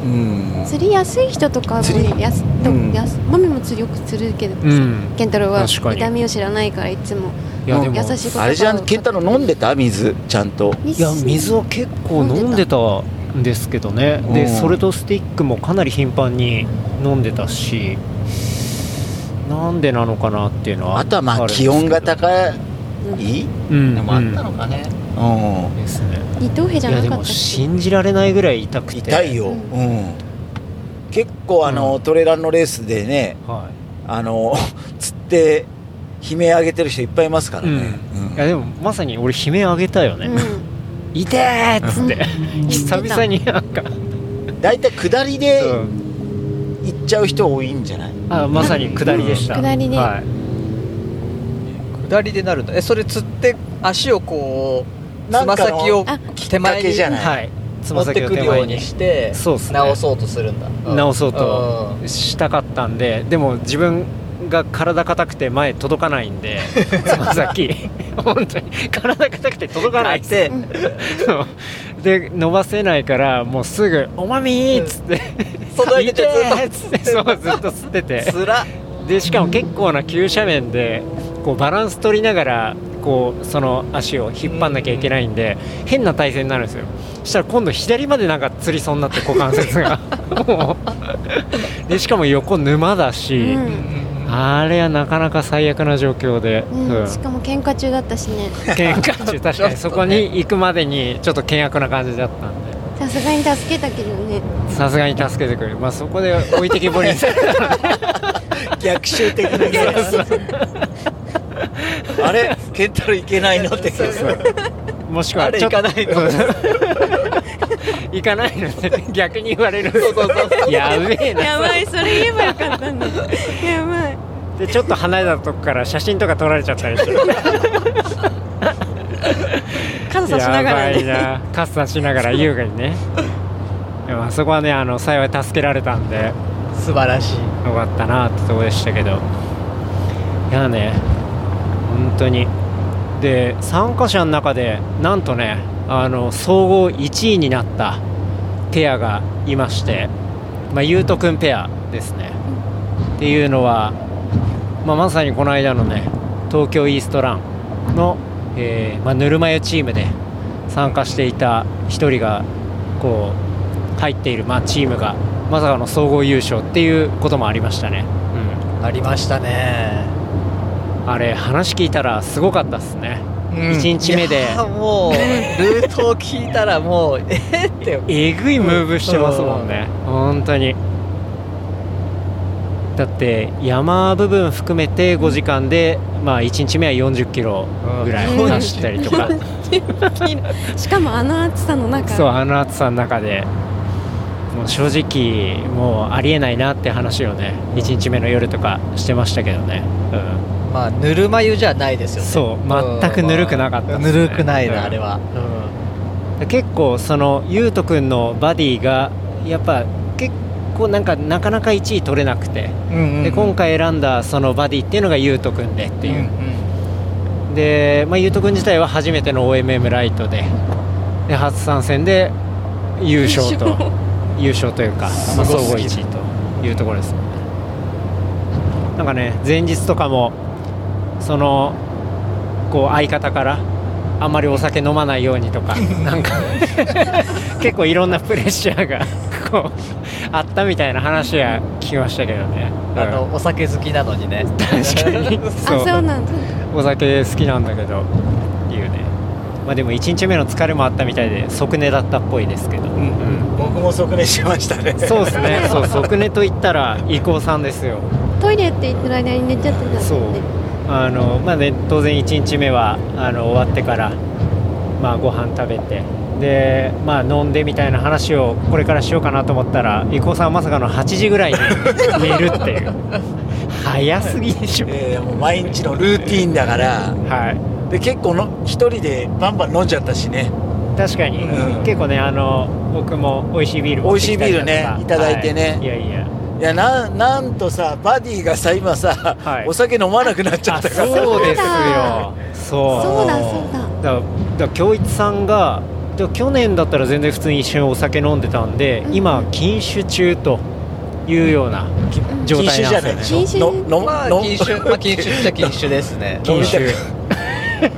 S5: うん
S2: 釣りやすい人とかも
S5: 釣り
S2: やすと
S5: うん
S2: やすマミも釣りよく釣るけどさ、
S3: うん
S2: ケンタロウは
S3: 確かに
S2: 痛みを知らないからいつも
S3: いや
S5: うん
S3: でも
S2: 優しい言葉を
S5: あれじゃん健太郎飲んでた水ちゃんと
S3: いや水を結構飲んでたんですけどね
S5: うん
S3: でそれとスティックもかなり頻繁に飲んでたしなんでなのかなっていうのは
S5: あとはまあ
S3: るんです
S5: 気
S3: けど
S5: 温が高い、
S3: うん
S4: でもあったのかね
S5: うん
S3: うんですね
S2: 二等兵じ
S3: い
S2: ゃ
S3: や
S2: な
S3: で
S2: かっ
S3: も
S2: たっけ
S3: 信じられないぐらい痛くて
S5: 痛い
S2: う
S5: よ、うんん結構あの、
S3: うん
S5: トレランのレースでね
S3: は
S5: あの [laughs] 釣って悲鳴上げてる人いっぱいいますからね、
S3: いいやでもまさに俺悲鳴あげたよね
S2: うん
S3: 「痛え!」っつって [laughs]
S2: うん
S3: 久々になんか
S5: 大体下りで行っちゃう人多いんじゃない、
S3: あまさに下りでした、
S2: うん下りね
S3: はい、
S4: 下りでなるんだえそれ釣って足をこう
S5: な
S4: つ
S5: んか
S4: ま
S5: の
S4: 先を
S2: あ
S4: 手前
S5: きっかけ
S4: に
S5: じゃない
S3: はい、つ
S4: 持
S3: ま
S4: って
S3: 先を
S4: くる
S3: 手
S4: よ
S3: 前
S4: うに
S3: に
S4: して
S3: そうっすね
S4: 直そうとするんだん
S3: 直そうと
S4: うん
S3: したかったんででも自分が体硬くて前届かないんでつま先本当に体硬くて届かないっ
S4: 硬い
S3: てそうで伸ばせないからもうすぐ「おまみ!」っつ [laughs] って「
S4: 外に出て
S3: 痛えっつってそうずっと吸ってて
S4: [laughs] つら
S3: でしかも結構な急斜面でこうバランス取りながらこうその足を引っ張んなきゃいけないんで、変な体勢になるんですよそしたら今度左までなんか釣りそうになって股関節
S2: [laughs]
S3: がもうでしかも横沼だし、
S2: うん
S3: あれはなかなか最悪な状況で、
S2: うん
S3: うん
S2: しかも喧嘩中だったしね
S3: 喧嘩中確かにそこに行くまでにちょっと険悪な感じだったんで
S2: さすがに助けたけどね
S3: さすがに助けてくれる、まあ、そこで置いてきぼりにされたので
S5: 逆襲的なやつあれ健太郎いけないのって
S4: そうそう
S3: もしくは
S4: あれ
S3: ちょっと
S4: 行かないの
S3: [laughs] 行かないので逆に言われる
S4: そうそうそう
S3: やべえな
S6: やばいそれ言えばよかったんだやば
S3: で
S6: い
S3: ちょっと離れたとこから写真とか撮られちゃったりして
S2: 傘差しな
S3: や
S2: がら
S3: ばい
S2: ね
S3: なカッサしながら優雅にねでもあそこはねあの幸い助けられたんでよ
S4: 素晴らしい
S3: かったなってとこでしたけどいやね本当にで参加者の中でなんとねあの総合1位になったペアがいまして、まあ、ゆうとくんペアですねっていうのは、まあ、まさにこの間のね東京イーストランの、えーまあ、ぬるま湯チームで参加していた1人がこう入っている、まあ、チームがまさかの総合優勝っていうこともありましたね、
S4: ありましたね
S3: うん、あれ話聞いたらすごかったっすね
S4: 一
S3: 一日目で
S4: もうルートを聞いたらもうえーって
S3: えぐいムーブしてますもんね、本当にだって山部分含めて5時間で、まあ、1日目は40キロぐらい
S2: うん
S3: 走ったり
S2: [laughs]
S3: とか、
S6: しかもあの暑さの中
S3: そうあの暑さの中でもう正直もうありえないなって話をね1日目の夜とかしてましたけどね、うん
S4: まあぬるま湯じゃないですよね
S3: そう全くぬるくなかったっすね
S4: ぬるくない
S3: う
S4: な、
S3: ん
S4: あれは、
S3: で結構そのゆうとくんのバディがやっぱ結構なんかなかなか1位取れなくて
S4: うんうんうん
S3: で今回選んだそのバディっていうのがゆうとくんでっていう、
S4: ん
S3: で、まあ、ゆうとくん自体は初めての OMM ライトでで初参戦で優勝と優勝というか、まあ、
S4: す
S3: 総
S4: ごす
S3: 合
S4: ぎる
S3: 1位というところですもんねなんかね前日とかもそのこう相方からあんまりお酒飲まないようにとか
S4: [laughs]
S3: なんか結構いろんなプレッシャーがこうあったみたいな話は聞きましたけどね
S4: うんあのお酒好きなのにね
S3: 確かに
S6: あそうなんだ
S3: お酒好きなんだけどっていうねまあでも1日目の疲れもあったみたいで即寝だったっぽいですけど、
S5: 僕も即寝しましたね
S3: そうです [laughs] ねそう即寝と言ったら伊藤さんですよ
S6: トイレって言ってる間に寝ちゃってたんだ
S3: そう
S6: ね
S3: あのまあね当然1日目はあの終わってからまあ、ご飯食べてで、まあ、飲んでみたいな話をこれからしようかなと思ったら伊藤さんはまさかの8時ぐらいに寝るって [laughs] いう早すぎでしょ
S5: えーもう毎日のルーティンだから
S3: はい
S5: で結構の一人でバンバン飲んじゃったしね
S3: 確かに、
S5: うん
S3: 結構ねあの僕も美味しいビール持ってきたりだとか
S5: 美味しいビールねいただいてね
S3: はいいやいや
S5: いやななんとさバディがさ今さ、
S3: はい
S5: お酒飲まなくなっちゃったから
S3: そうです
S6: だ
S3: よそう
S6: そうだそうだ。
S3: だだ京一さんがで去年だったら全然普通に一緒にお酒飲んでたんで、
S6: うん
S3: 今禁酒中というような状態なんで
S5: 禁
S3: すよね
S5: 酒じゃないの
S4: まあ
S5: の
S4: 禁酒、まあ、禁酒っちゃ禁酒ですね
S5: 禁酒
S3: 飲み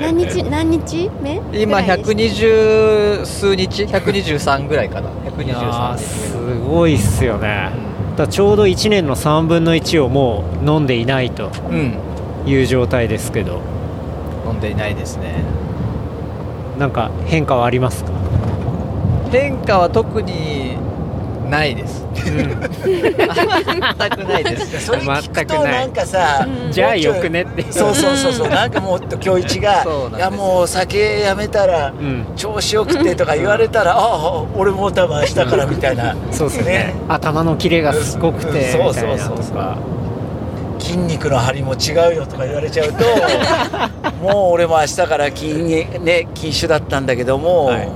S6: 何日、何日目
S4: 今
S6: ぐらいです
S4: 120数日123ぐらいかない
S3: や
S4: 123
S3: ー
S4: です
S3: すごいっすよねだからちょうど1年の3分の1をもう飲んでいないと
S4: うん
S3: いう状態ですけど
S4: 飲んでいないですね
S3: なんか変化はありますか、
S4: 変化は特にないです [laughs] 全くないで
S3: [laughs]
S4: す
S5: それ聞く
S3: 全く
S5: と
S3: ない
S5: なんかさ、
S7: うん
S3: じゃあよくねっていう
S5: そうそうそうそうなんかもっと今日一が
S4: そうな
S5: 「
S4: んです
S5: いやもう酒やめたら
S3: [laughs] うん
S5: 調子よくて」とか言われたら「ああ俺も多分明日から」みたいな
S3: そうですね
S5: [laughs]
S3: 頭のキレがすごくてみたい
S5: うん
S3: な
S5: そうそうそう
S3: とか
S5: 筋肉の張りも違うよとか言われちゃうともう俺も明日から禁,、ね、禁酒だったんだけども、
S3: はい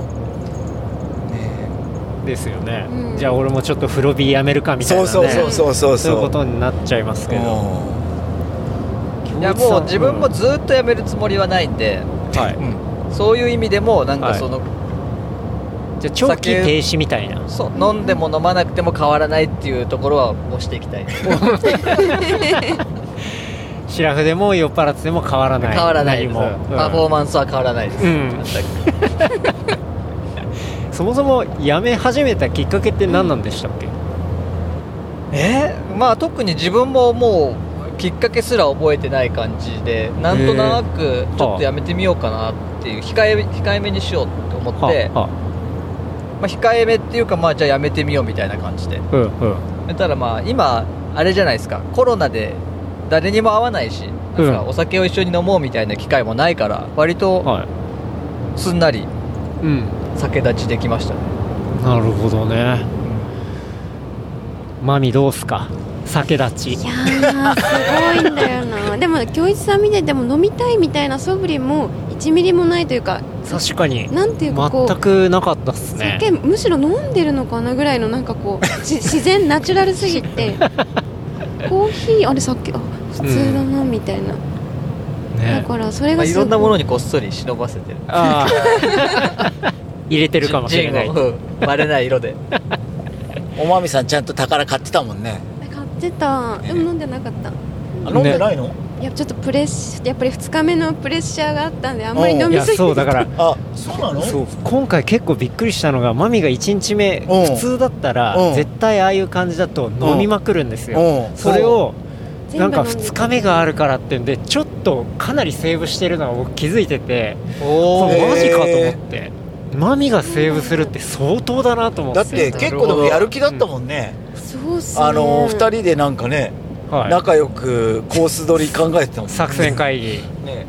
S3: ですよね、
S7: うん
S3: じゃあ俺もちょっと風呂火やめるかみたいな、
S5: そう
S3: ね、
S5: そうそうそうそう
S3: そういう
S5: そ
S3: こ
S5: う
S3: とになっちゃいますけど、
S4: いやもう自分もずっとやめるつもりはないんで、
S3: はい
S4: うんそういう意味でもなんかその、
S3: じゃあ長期停止みたいな
S4: そう飲んでも飲まなくても変わらないっていうところは押していきたいです
S3: シラフでも酔っ払ってても変わらない
S4: 変わらないです、
S3: 何も、うん
S4: パフォーマンスは変わらないです、
S3: うんそもそもやめ始めたきっかけって何なんでしたっけ、
S4: えーまあ特に自分ももうきっかけすら覚えてない感じでなんとなくちょっとやめてみようかなっていう控え控えめにしようって思って、
S3: は
S4: まあ、控えめっていうかまあじゃあやめてみようみたいな感じで
S3: あうんうん
S4: やったらまあ今あれじゃないですかコロナで誰にも会わないしなんすか
S3: うん
S4: お酒を一緒に飲もうみたいな機会もないから割と
S3: はい
S4: すんなり
S3: うん
S4: 酒立ちできましたね
S3: なるほどねマミどうすか酒立ち
S6: いやー、すごいんだよな。 [laughs] でも、京一さん見てても飲みたいみたいな素振りも1ミリもないというか、
S3: 確かに
S6: なんていうかこう
S3: 全、くなかったっすね
S6: 酒むしろ飲んでるのかなぐらいのなんかこうじ自然ナチュラルすぎてコーヒーあれ酒あ普通だなみたいな、だ
S3: ね
S6: からそれ
S4: ま
S6: が
S4: あ、い
S6: す
S4: ろ
S6: ごい
S4: んなものにこっそり忍ばせてる
S3: ああ [laughs] 入れてるかもしれない
S4: ジンをうんバレない色で
S5: おまみさんちゃんと宝買ってたもんね
S6: 買ってたでも飲んでなかった
S5: あ飲んでないの、
S6: いやちょっとプレッシやっぱり2日目のプレッシャーがあったんであんまり飲
S3: い
S6: み
S3: や
S6: すぎ
S3: そうだから
S5: あそうなの
S3: そう今回結構びっくりしたのがマミが1日目
S5: うん
S3: 普通だったら
S5: うん
S3: 絶対ああいう感じだと飲みまくるんですよ
S5: うん
S3: それを
S6: 全部
S3: な
S6: 飲
S3: ん
S6: でた
S3: か2日目があるからってんでちょっとかなりセーブしてるのが僕気づいてて
S4: [laughs] お
S3: そう
S5: ー
S3: マジかと思ってマミがセーブするって相当だなと思って
S5: だって結構でもやる気だったもんね、
S6: そうっすね
S5: あの2人でなんかね、
S3: はい
S5: 仲良くコース取り考えてたもんね
S3: 作戦会議
S5: ね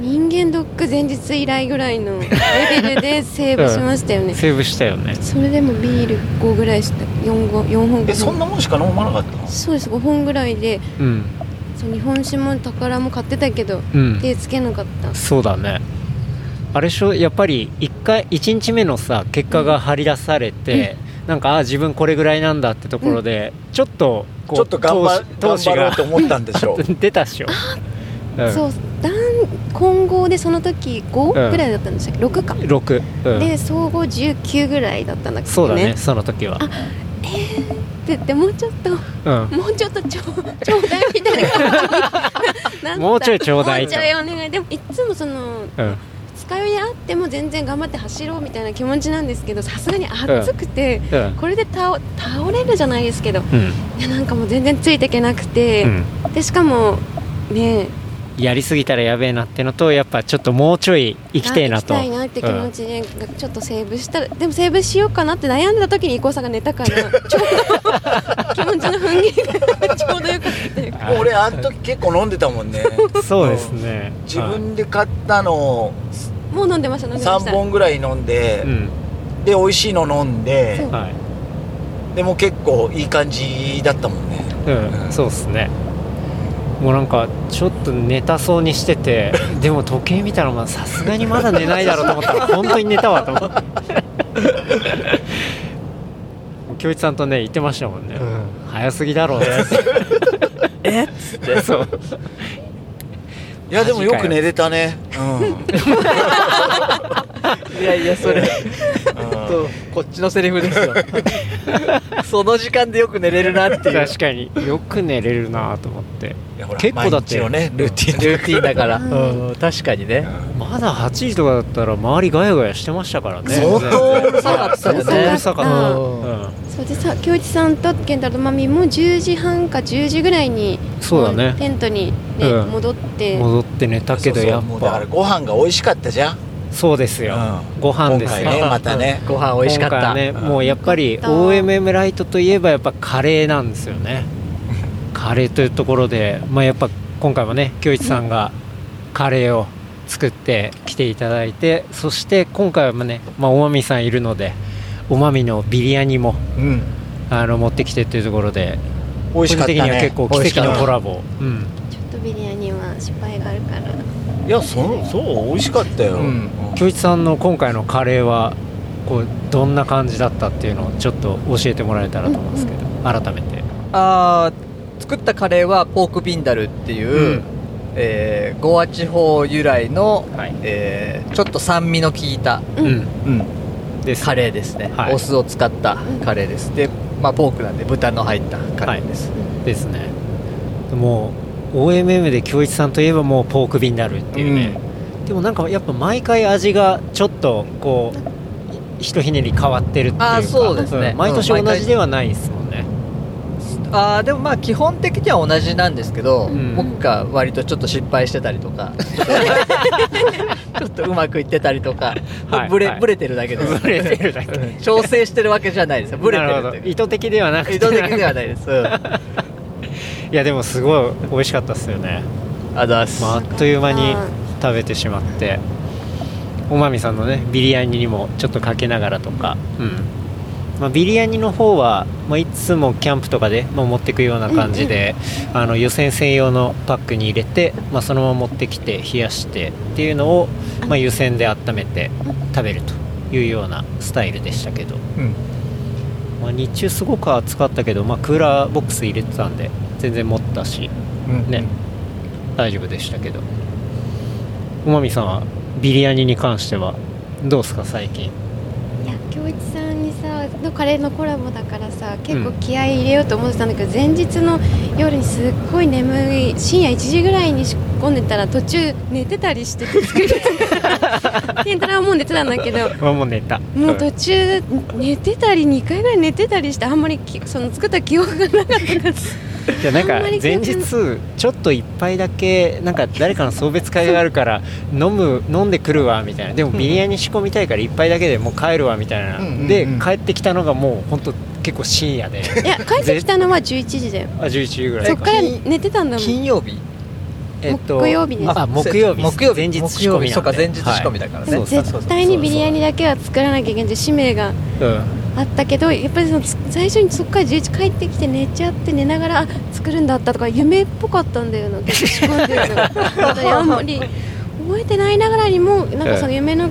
S6: 人間ドック前日以来ぐらいのレベルでセーブしましたよね、
S3: [laughs] セーブしたよね
S6: それでもビール5ぐらいした4本4本ぐ
S5: え
S6: らい
S5: そんなもんしか飲まなかったの
S6: そうです5本ぐらいで
S3: うん
S6: そう日本酒も宝も買ってたけど
S3: うん
S6: 手つけなかった
S3: そうだねあれでしょやっぱり1回1日目のさ結果が張り出されて、なんかあー自分これぐらいなんだってところで、ちょっとこう
S5: ちょっと頑張
S3: 投
S5: 頑
S3: 資
S5: 張ろうと思ったんでしょ
S3: 投資が [laughs] 出たっしょ、うん、
S6: そうだん混合でその時
S3: うん
S6: 5ぐらいだったんでしたっけ6か
S3: 6、うん、
S6: で総合19ぐらいだったんだっけ
S3: そうだ
S6: [laughs]
S3: ねその時は
S6: ででもうちょっと
S3: うん
S6: もうちょっとちょちょうだいみたいな感
S3: [laughs]
S6: じになった
S3: もうちょいちょうだい
S6: もうちょいお願いでもいつもその
S3: うん
S6: 二日酔いであっても全然頑張って走ろうみたいな気持ちなんですけどさすがに暑くて、
S3: うん
S6: これで倒倒れるじゃないですけど
S3: うん、
S6: いやなんかもう全然ついていけなくて、
S3: うん
S6: でしかもね
S3: やりすぎたらやべえなってのとやっぱちょっともうちょい生きてえなと
S6: あ行きたいなって気持ちで、ちょっとセーブしたらでもセーブしようかなって悩んでた時に伊藤さんが寝たからちょうど気持ちの踏ん切りがちょうどよかったよ
S3: はい
S5: 俺あの時結構飲んでたもんね
S3: うんそうですね
S5: 自分で買ったのを
S6: もう飲んでました飲んでました
S5: 3本ぐらい飲んで、
S3: うん。
S5: で美味しいの飲んで
S3: はい。
S5: でも結構いい感じだったもんね
S3: うん、そうっすねもうなんかちょっと寝たそうにして [laughs] てでも時計見たらまあさすがにまだ寝ないだろうと思ったら本当に寝たわと思って京一さんとね言ってましたもんね、早すぎだろうね [laughs] えっつってそう
S5: いやでもよく寝れたねうん
S4: いやいや、それ、と、こっちのセリフですよ。その時間でよく寝れるなっていう。
S8: 確かによく寝れるなと思って
S5: いやほら
S3: 結構だって
S5: 毎日のねルーティン
S4: ルーティンだから。うん、確かにね。
S3: まだ8時とかだったら周りガヤガヤしてましたからね
S5: 相当うるさかった
S3: 相
S5: よ
S3: 当うる
S5: ね
S3: さかった、
S4: うん
S3: うん
S6: そうでさ京一さんと健太郎とまみも10時半か10時ぐらいに
S3: そうだね
S6: テントに、ね
S3: うん
S6: 戻って
S3: 戻って寝たけど
S5: そうそう
S3: やっ
S5: もうだか
S3: ぱ
S5: らご飯が美味しかったじゃん
S3: そうですよ、
S5: う
S3: ご飯ですよ、
S5: 今回ねまたね
S4: ご飯美味しかっ
S3: 今
S4: た。
S3: 回はね、もうやっぱり
S6: よかった
S3: OMM ライトといえばやっぱカレーなんですよねカレーというところで、まあ、やっぱ今回もね京一さんがカレーを作ってきていただいてそして今回はね、まあ、おまみさんいるのでおまみのビリヤニも
S5: うん
S3: あの持ってきてというところで
S5: 美味しか
S3: 個人
S5: った
S3: 的には結
S5: ね
S3: 構奇跡のコラボ、うん、
S6: ちょっとビリヤニは失敗があるから
S5: いやそそう美味しかったよ
S4: うん
S3: 京一さんの今回のカレーはこうどんな感じだったっていうのをちょっと教えてもらえたらと思うんですけど、改めて
S4: あー作ったカレーはポークビンダルってい
S3: う
S4: う、
S3: ん
S4: えーゴア地方由来の、
S3: はい
S4: えーちょっと酸味の効いた
S3: うん、
S5: うん
S3: です
S4: カレーですね、
S3: はい
S4: お酢を使ったカレーですで、まあ、ポークなんで豚の入ったカレーです、
S3: ですねもう OMM で京一さんといえばもうポークビになるっていうね、でもなんかやっぱ毎回味がちょっとこうひとひねり変わってるっていうか
S4: あーそうですね
S3: ん毎年
S4: うん毎
S3: 同
S4: 回
S3: じではないですもんね、
S4: あーでもまあ基本的には同じなんですけど、
S3: ん
S4: 僕が割とちょっと失敗してたり
S3: [laughs]
S4: とかちょっとうまくいってたりとか、
S3: はい
S4: ブレ
S3: はい
S4: ブレてるだけです
S3: ブレてるだけ
S4: うん調整してるわけじゃないです [laughs] ブレて
S3: な
S4: る
S3: る
S4: っ
S3: ほど
S4: てい
S3: 意図的ではなく
S4: [laughs] う
S3: て
S4: 意図的ではないです、うん、ありがとう
S3: [laughs] いやでもすごい美味しかったですよね、
S4: ございます、
S3: まあ、あっという間に食べてしまっておまみさんのねビリヤニにもちょっとかけながらとか、うんまあ、ビリヤニの方は、まあ、いつもキャンプとかで、まあ、持ってくような感じで、あの予選専用のパックに入れて、まあ、そのまま持ってきて冷やしてっていうのを、まあ、湯煎で温めて食べるというようなスタイルでしたけど、
S4: うん
S3: まあ、日中すごく暑かったけど、まあ、クーラーボックス入れてたんで全然持ったし
S4: うん
S3: ね、大丈夫でしたけどおまみさんはビリヤニに関してはどうですか最近
S6: いや京一さんにさのカレーのコラボだからさ結構気合い入れようと思ってたんだけど、前日の夜にすっごい眠い深夜1時ぐらいに仕込んでたら途中寝てたりしてて作り健太郎はもう寝てたんだけど
S3: はもう寝た
S6: もう途中寝てたり2回ぐらい寝てたりしてあんまりきその作った記憶がなかったから
S3: じゃあなんか
S6: あんまり
S3: 前日ちょっと一杯だけなんか誰かの送別会があるから飲む飲んでくるわみたいなでもビリヤニ仕込みたいから一杯だけでもう帰るわみたいな、
S5: うんうんうん
S3: で帰ってきたのがもう本当結構深夜で
S6: いや帰ってきたのは11時だよ
S3: あ11時ぐら
S6: そ
S3: い
S6: っから寝てたんだもん
S4: 金曜日
S3: えっと
S6: 木曜日です
S3: あ木曜日
S4: 木曜日
S3: 前日仕
S4: 木曜
S3: 込みなんで
S4: 日そうか前日仕込みだからね、
S3: はいそうそうそう
S6: 絶対にビリヤニだけは作らなきゃいけないっていう使命が
S3: うん
S6: あったけどやっぱりそのつ最初にそこから11帰ってきて寝ちゃって寝ながらあ作るんだったとか夢っぽかったん
S3: [laughs]
S6: だよな結構仕込んでるの本当にあんまり覚えてないながらにもなんかその夢の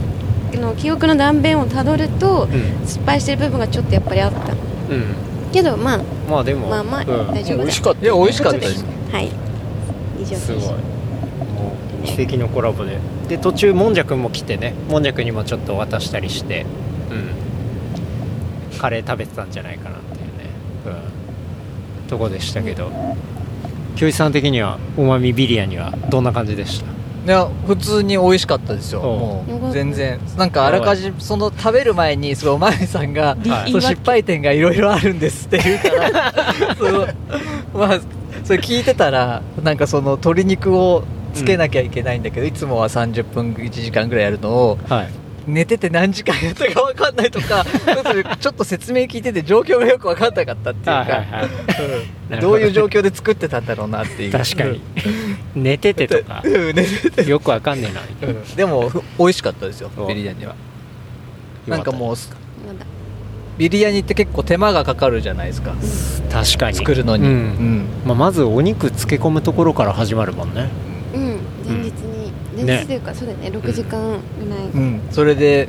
S6: の記憶の断片をたどると失敗してる部分がちょっとやっぱりあった
S3: うん、
S6: けどまあ
S3: うん、まあでも
S6: まあまあ
S3: うん
S6: 大丈
S5: 美
S6: 夫だ
S5: 味しかった
S4: いや美味しかったです
S6: はい以上です
S3: すごいもう奇跡のコラボでで途中もんじゃくんも来てねもんじゃくんにもちょっと渡したりしてうんカレー食べてたんじゃないかなっていうねうんとこでしたけど教一さん的にはおまみビリヤにはどんな感じでした
S4: いや普通に美味しかったですよ
S3: おう
S4: も
S6: よかっ
S4: う
S6: た
S4: 全然なんかあらかじその食べる前にすごいおまみさん
S6: [laughs]
S4: が、そう失敗点がいろいろあるんですって言うからそのまあそれ聞いてたらなんかその鶏肉をつけなきゃいけないんだけど、いつもは30分1時間ぐらいやるのを
S3: はい
S4: 寝てて何時間やったか分かんないとか [laughs] ちょっと説明聞いてて状況がよく分かんなかったってい
S3: は
S4: う
S3: いは
S4: か
S3: いはい
S4: うん
S3: なる
S4: ど
S3: ほど
S4: ういう状況で作ってたんだろうなっていう
S3: [laughs] 確かに寝ててとか
S4: うん [laughs] うんね
S3: よくわかんねえな
S4: うんでもふ美味しかったですよ
S3: お
S4: ビリヤニはなんかもうす
S2: まだ
S4: ビリヤニって結構手間がかかるじゃないですか
S3: 確かに
S4: 作るのに、
S3: う
S4: うんん
S3: まあまずお肉漬け込むところから始まるもんね
S2: うん前日に
S3: ん
S2: 前日というか、そうだよね6時間ぐらい、
S4: うんそれで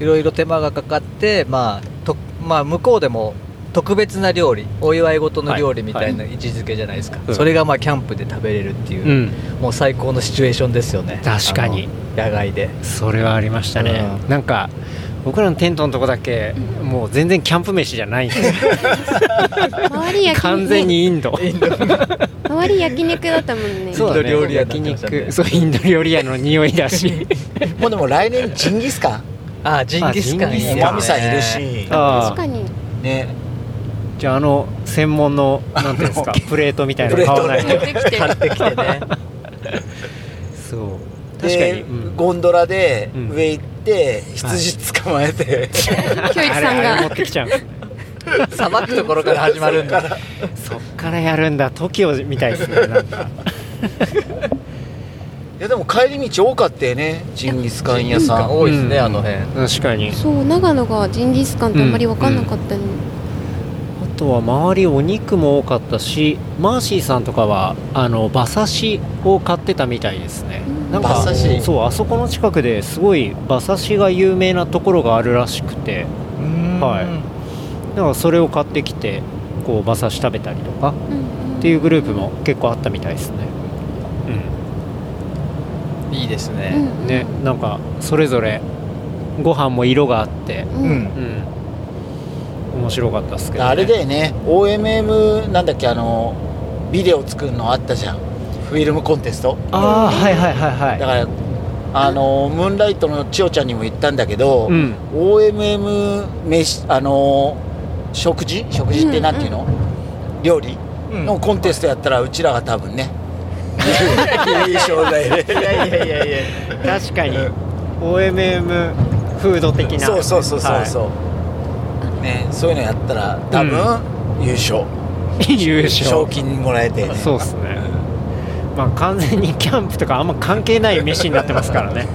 S4: いろいろ手間がかかって、まあ、とまあ向こうでも特別な料理お祝い事の料理みたいな位置づけじゃないですか、
S3: うん
S4: それがまあキャンプで食べれるっていうう、
S3: ん
S4: もう最高のシチュエーションですよね
S3: 確かに
S4: あの野外で
S3: それはありましたね
S4: う
S3: なんか僕らのテントのとこだけもう全然キャンプ飯じゃないんですよ
S2: 周り焼き
S3: 完全にインド
S2: 周り焼肉だったもんね
S4: そうだね
S3: インド料理屋
S4: 焼
S3: 焼
S4: 肉
S3: 肉そうインド料理屋の匂いだし
S5: もうでも来年ジンギスカン
S4: あジンギスカンいい
S3: あジンギスカン
S4: ね
S5: おまみさんいるし
S3: あ
S2: 確かに
S5: ね
S3: じゃああの専門のなんていうんですかプレートみたいなの買わない
S5: プレ
S3: と
S5: ー
S2: 出てきて
S4: 買ってきてね
S3: そう確かに
S5: で
S3: うん
S5: ゴンドラで
S3: うん
S5: 上行って羊捕まえて
S2: 教育
S3: あれ
S2: さん
S3: あれ持
S2: が
S3: ってきちゃう
S4: さばくところから始まるんだ
S3: そっからやるんだ TOKIO みたいですねなんか
S5: いやでも帰り道多かったよねジンギスカン屋さん
S4: 多いですね、
S3: うん
S4: あの辺
S3: 確かに
S2: そう長野がジンギスカンってあんまり分かんなかったの、
S3: あとは周りお肉も多かったしマーシーさんとかはあの馬刺しを買ってたみたいですねなんか
S5: 馬刺し
S3: そうあそこの近くですごい馬刺しが有名なところがあるらしくてはだからそれを買ってきてこう馬刺し食べたりとか
S2: うんう
S3: っ
S2: ん
S3: ていうグループも結構あったみたいですね
S4: いいいです
S2: う
S4: ね、
S2: ん
S3: う
S2: うんん
S3: ねなんかそれぞれご飯も色があって
S2: うん
S3: うん面白かったっすけど、ね、
S5: あれだよね OMM なんだっけあのビデオ作るのあったじゃんフィルムコンテスト
S3: ああはいはいはい
S5: だ
S3: は
S5: からあのムーンライトの千代ちゃんにも言ったんだけど、
S3: いうん
S5: OMM 飯あの食事食事ってなんていうの、料理
S4: うん
S5: のコンテストやったらうちらが多分ね [laughs] いい商材で
S4: いやいやいやいや
S3: 確かに OMM フード的な
S5: そうそうそうそう
S3: は
S5: そう、ねそういうのやったら多分優勝、
S3: い優
S5: 賞
S3: 勝
S5: 金もらえて、ね、
S3: そうっすねまあ完全にキャンプとかあんま関係ない飯になってますからね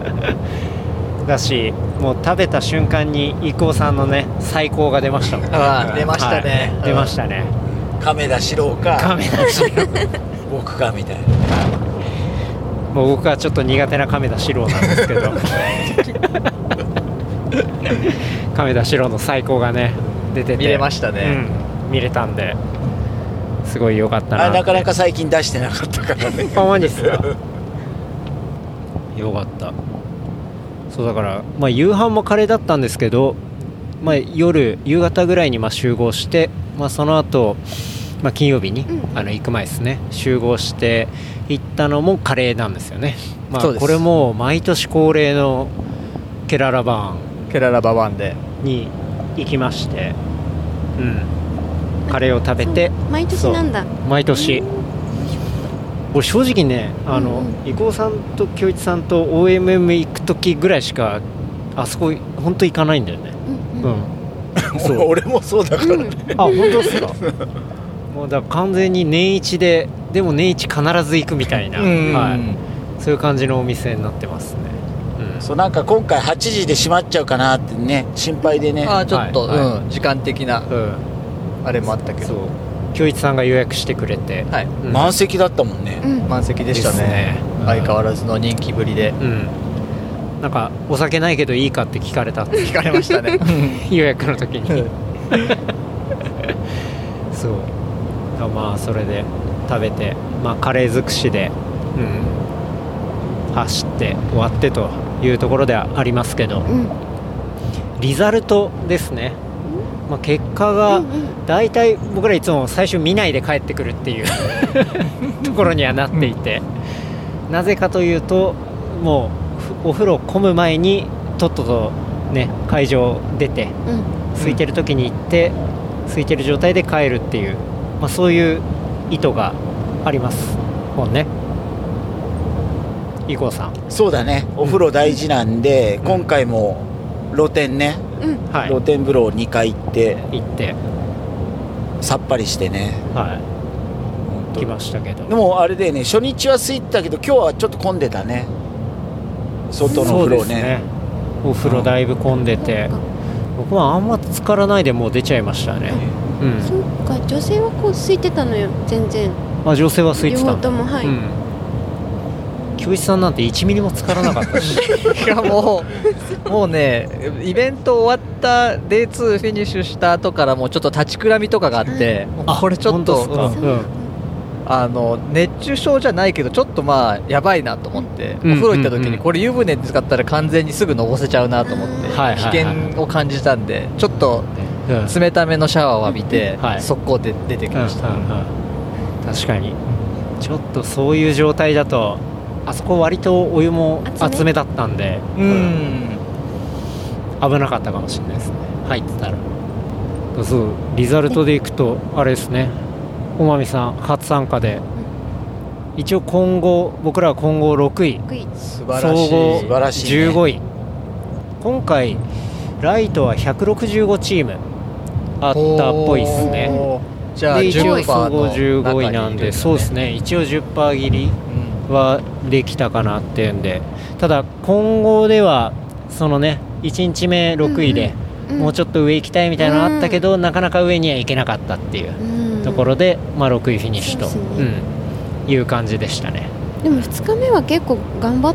S3: [laughs] だしもう食べた瞬間に伊藤さんのね最高が出ましたもん
S4: あー出ましたね
S3: はい出ましたね
S5: 亀田四郎
S3: カ
S5: か
S3: メラ四郎
S5: 僕かみたいな
S3: もう僕はちょっと苦手な亀田四郎なんですけ
S4: [laughs]
S3: ど亀田四郎の最高がね出てて
S4: 見れましたね、
S3: うん、見れたんですごい良かったな
S5: あれなかなか最近出してなかったからね
S3: ほんまです [laughs] かよかったそうだから、まあ、夕飯もカレーだったんですけど、まあ、夜夕方ぐらいにまあ集合して、まあ、その後、まあ金曜日に、
S2: うん
S3: あの行く前ですね集合して行ったのもカレーなんですよね、まあ、
S4: そうです
S3: これも毎年恒例のケララバ
S4: ケララバワンで
S3: ーンに行きまして、うん、カレーを食べて
S2: そう毎年なんだ
S3: 毎年俺正直ねあの、
S2: うん
S3: 伊藤さんと京一さんと OMM 行く時ぐらいしかあそこ本当行かないんだよね
S2: うん
S3: う
S2: うん
S3: ん、
S5: [laughs]
S3: そう
S5: 俺もそうだから、
S2: うん
S3: あ本当ですか [laughs] もうだから完全に年一ででも年一必ず行くみたいな、はい、そういう感じのお店になってますね、うん、
S5: そうなんか今回8時で閉まっちゃうかなってね心配でね
S4: ああちょっと、
S3: はいは
S4: うん、時間的な
S3: うん、
S4: あれもあったけ
S3: そう
S4: ど
S3: 京一さんが予約してくれて、
S4: はい
S3: うん
S5: 満席だったもんね、
S2: うん
S4: 満席でしたね
S3: ですねうん
S4: 相変わらずの人気ぶりで
S3: うんなんかお酒ないけどいいかって聞かれたって
S4: 聞かれ
S3: [laughs]
S4: ましたね
S3: 予約の時 [laughs] にそうだまあそれで食べてまあカレー尽くしで、うん、走って終わってというところではありますけど
S2: うん
S3: リザルトですね、まあ、結果
S2: う
S3: が
S2: んうん
S3: 大体僕らいつも最初見ないで帰ってくるっていうところにはなっていて、なぜかというともうお風呂混む前にとっととね会場出て
S2: うん
S3: 空いてる時に行って空いてる状態で帰るっていう、まあ、そういう意図がありますもんねイコさん。
S5: そうだねお風呂大事なんで、今回も露天ね、
S3: はい。
S5: 露天風呂2回行って
S3: 行って、
S5: さっぱりしてね
S3: はい。来ましたけど
S5: で。もあれだよね初日は空いてたけど今日はちょっと混んでたね外の
S3: そう
S5: 風
S3: で
S5: 呂
S3: す
S5: ね
S3: ね。お風呂だいぶ混んでて、僕はあんま浸からないでもう出ちゃいましたね。うん。
S2: そうか女性はこう空いてたのよ全然
S3: まあ女性は空い
S2: 両
S3: てた
S2: 方
S3: んだ
S2: ともはい、
S3: うん。教一さんなんて1ミリも浸からなかったし。
S4: いやもう、もうね、イベント終わった、デイ2フィニッシュした後からもうちょっと立ちくらみとかがあって、もうこれちょっ
S3: 本当
S4: と
S3: っす、か
S2: そう
S4: あの、熱中症じゃないけど、ちょっとまあ、やばいなと思って、
S3: うん
S4: お風呂行った時
S3: うんう
S4: に、
S3: ん
S4: これ湯船に使ったら完全にすぐのぼせちゃうなと思って、
S3: はいはいはい
S4: 危険を感じたんで、ちょっと
S3: うん。うん
S4: 冷ためのシャワーを浴びて、
S3: はい
S4: 速攻で出てきました。
S3: 確かにちょっとそういう状態だとあそこ割とお湯も
S2: 厚め
S3: 厚めだったんで、
S4: うん。
S3: 危なかったかもしれないですね入ってたらそうリザルトでいくとあれですねおまみさん初参加で一応今後僕らは今後6位
S2: 低い
S5: 素
S3: 総合
S5: 素晴らしい、ね、
S3: 15位、今回ライトは165チームあったっぽいですね
S4: おー。じゃあ、
S3: で一応総合
S4: 10%の
S3: 15位なんで、そうです
S4: ね。
S3: ね一応10%切り
S4: うん
S3: はできたかなっていうんでただ今後ではそのね1日目6位でもうちょっと上行きたいみたいなのあったけど、なかなか上には行けなかったっていう
S2: うん
S3: ところで、まあ、6位フィニッシュと
S2: そうで
S3: う、
S2: すね
S3: ん、いう感じでしたね
S2: でも2日目は結構頑張っ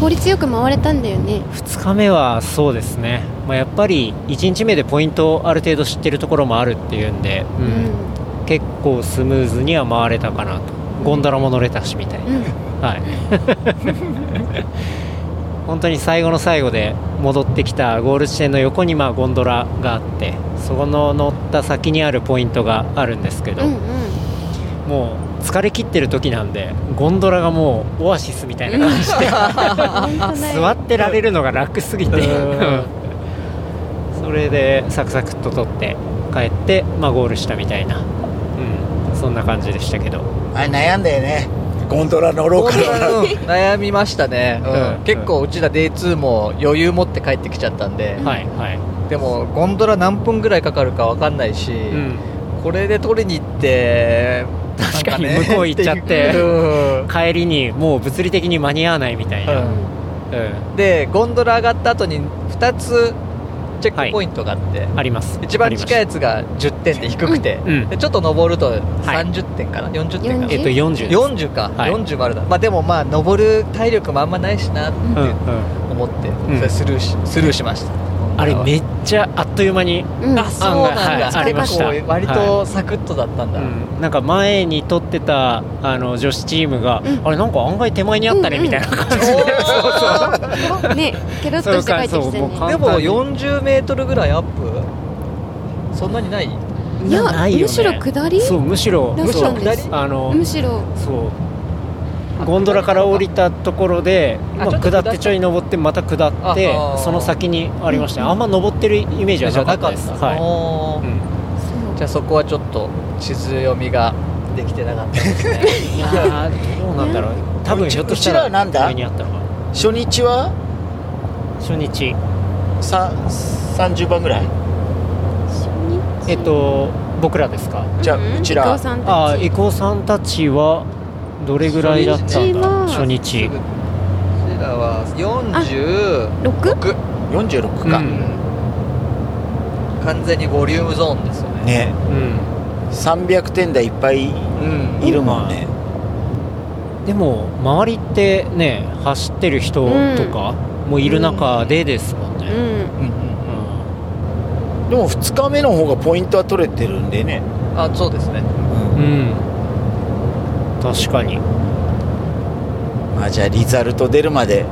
S2: 効率よく回れたんだよね
S3: 2日目はそうですね、まあ、やっぱり1日目でポイントをある程度知ってるところもあるっていうんで、う
S2: うん
S3: 結構スムーズには回れたかなとゴンドラも乗れたしみたいな。
S2: うん
S3: はい、
S2: [laughs]
S3: 本当に最後の最後で戻ってきたゴール地点の横にまあゴンドラがあってそこの乗った先にあるポイントがあるんですけど、
S2: うん
S3: もう疲れ切ってる時なんでゴンドラがもうオアシスみたいな感じで、
S2: うん
S3: 座ってられるのが楽すぎて、それでサクサクっと取って帰って、まあ、ゴールしたみたいな、うん、そんな感じでしたけど。
S5: あれ悩んだよねゴンドラ乗ろうかな
S4: うん悩みましたね、うん
S3: うん
S4: 結構うちら Day2 も余裕持って帰ってきちゃったんで、
S3: はいはい
S4: でもゴンドラ何分ぐらいかかるか分かんないし、
S3: うん
S4: これで取りに行って
S3: 確かに
S4: なんね
S3: 向こう行っちゃって
S4: ていう
S3: 帰りにもう物理的に間に合わないみたいな、うん
S4: うんでゴンドラ上がった後に2つチェックポイントがあって、
S3: あります
S4: 一番近い
S3: い、
S4: やつが10点で低くて、
S3: うん
S4: でちょっと登ると30点かな、40点かな
S3: えっと40です
S4: 40か、
S3: はい
S4: 40もあるな、まあ、でもまあ登る体力もあんまないしなって
S3: うんうん、
S4: 思って、
S3: ん
S4: それスルーしスルーしました
S3: あれめっちゃあっという間に、
S2: うん
S4: あそうなん
S3: 案外は
S4: だ、
S3: いありました
S4: 結構割とサクッとだったん
S3: う
S4: だ、
S3: ん、なんか前に撮ってたあの女子チームが、
S2: うん
S3: あれなんか案外手前にあったね、
S2: うんう
S3: み
S2: ん
S3: たいな [laughs] 感じで、
S2: ねケロッとして帰ってきたよ
S3: そうかそうもう
S2: ね
S3: か
S4: でも40メートルぐらいアップそんなにない
S2: い
S3: [laughs] な
S2: や
S3: いよね
S2: むしろ下り
S3: そうむしろ
S2: だったん
S4: むしろ
S2: で
S4: 下
S2: す
S4: り
S3: あの、
S2: むしろ
S3: そうゴンドラから降りたところで、ま
S4: あち
S3: あ、
S4: ょっと
S3: 下ってちょい登ってまた下って
S4: あはー
S3: その先にありましたねあんま登ってるイメージはなかったです
S4: じゃなかった
S3: は
S4: お
S3: い、うん
S2: そ
S4: ー
S2: う
S4: じゃあそこはちょっと地図読みができてなかったですね
S3: いやーどうなんだろう多分ひょっとした
S5: うちらは
S3: ら
S5: なんだ
S3: 上にあったのかな
S5: 初日は
S3: 初日
S5: さ30番ぐらい
S3: えっと僕らですか
S5: じゃあ
S2: ん
S5: うち
S2: 伊
S5: ら
S2: 藤さんたち
S3: ああ伊藤さんたちはどれぐらいだったんだ初
S2: 初
S3: 日
S4: うちらは40
S2: 6?
S5: 46
S3: う
S5: か、
S3: ん
S4: 完全にボリュームゾーンですよね
S5: ね
S3: うん
S5: 300点台いっぱい
S4: うん
S5: いるもんね、
S3: でも周りってね走ってる人とかもいる中でですもん
S2: う
S3: ね、
S2: ん
S4: うん
S3: う
S5: で
S4: うん
S5: も2日目の方がポイントは取れてるんでね、
S4: あそうですね
S3: ん、うん確かに
S5: まあじゃあリザルト出るまで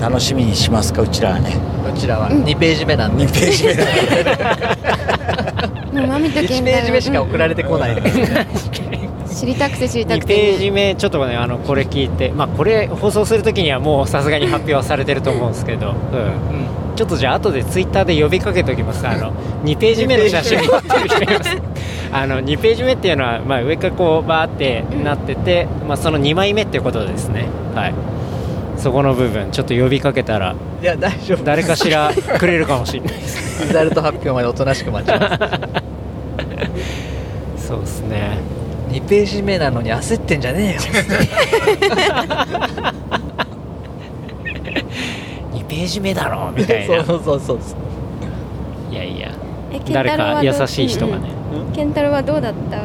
S5: 楽しみにしますかうちらはね
S4: うちらは2ページ目なんで、
S5: 2ページ目だ
S3: [laughs]
S2: もうマミと
S4: 1
S2: ケン
S4: ペ
S2: タ
S4: ージ目しか送られてこない、
S2: 知りたくて知りた
S3: 2
S2: く
S3: ペー
S2: て
S3: ジ目ちょっとねあのこれ聞いてまあこれ放送するときにはもうさすがに発表はされてると思うんですけど、うん、ちょっとじゃあ後でツイッターで呼びかけておきますあの2ページ目の写真を撮ってる人いますあの2ページ目っていうのは、まあ、上からこうバーってなってて、まあ、その2枚目っていうことですねはいそこの部分ちょっと呼びかけたら
S4: いや大丈夫
S3: 誰かしらくれるかもしれない
S4: リザルト発表までおとなしく待ちます
S3: そうですね
S4: 2ページ目なのに焦ってんじゃねえよ
S3: 2ページ目だろみたいな
S4: [laughs] そうそうそうそう
S3: いやいや
S2: えケンタロ
S3: 誰
S2: ウは
S3: か
S2: ど
S3: 優しい人がね、
S2: うんケンタロウはどうだった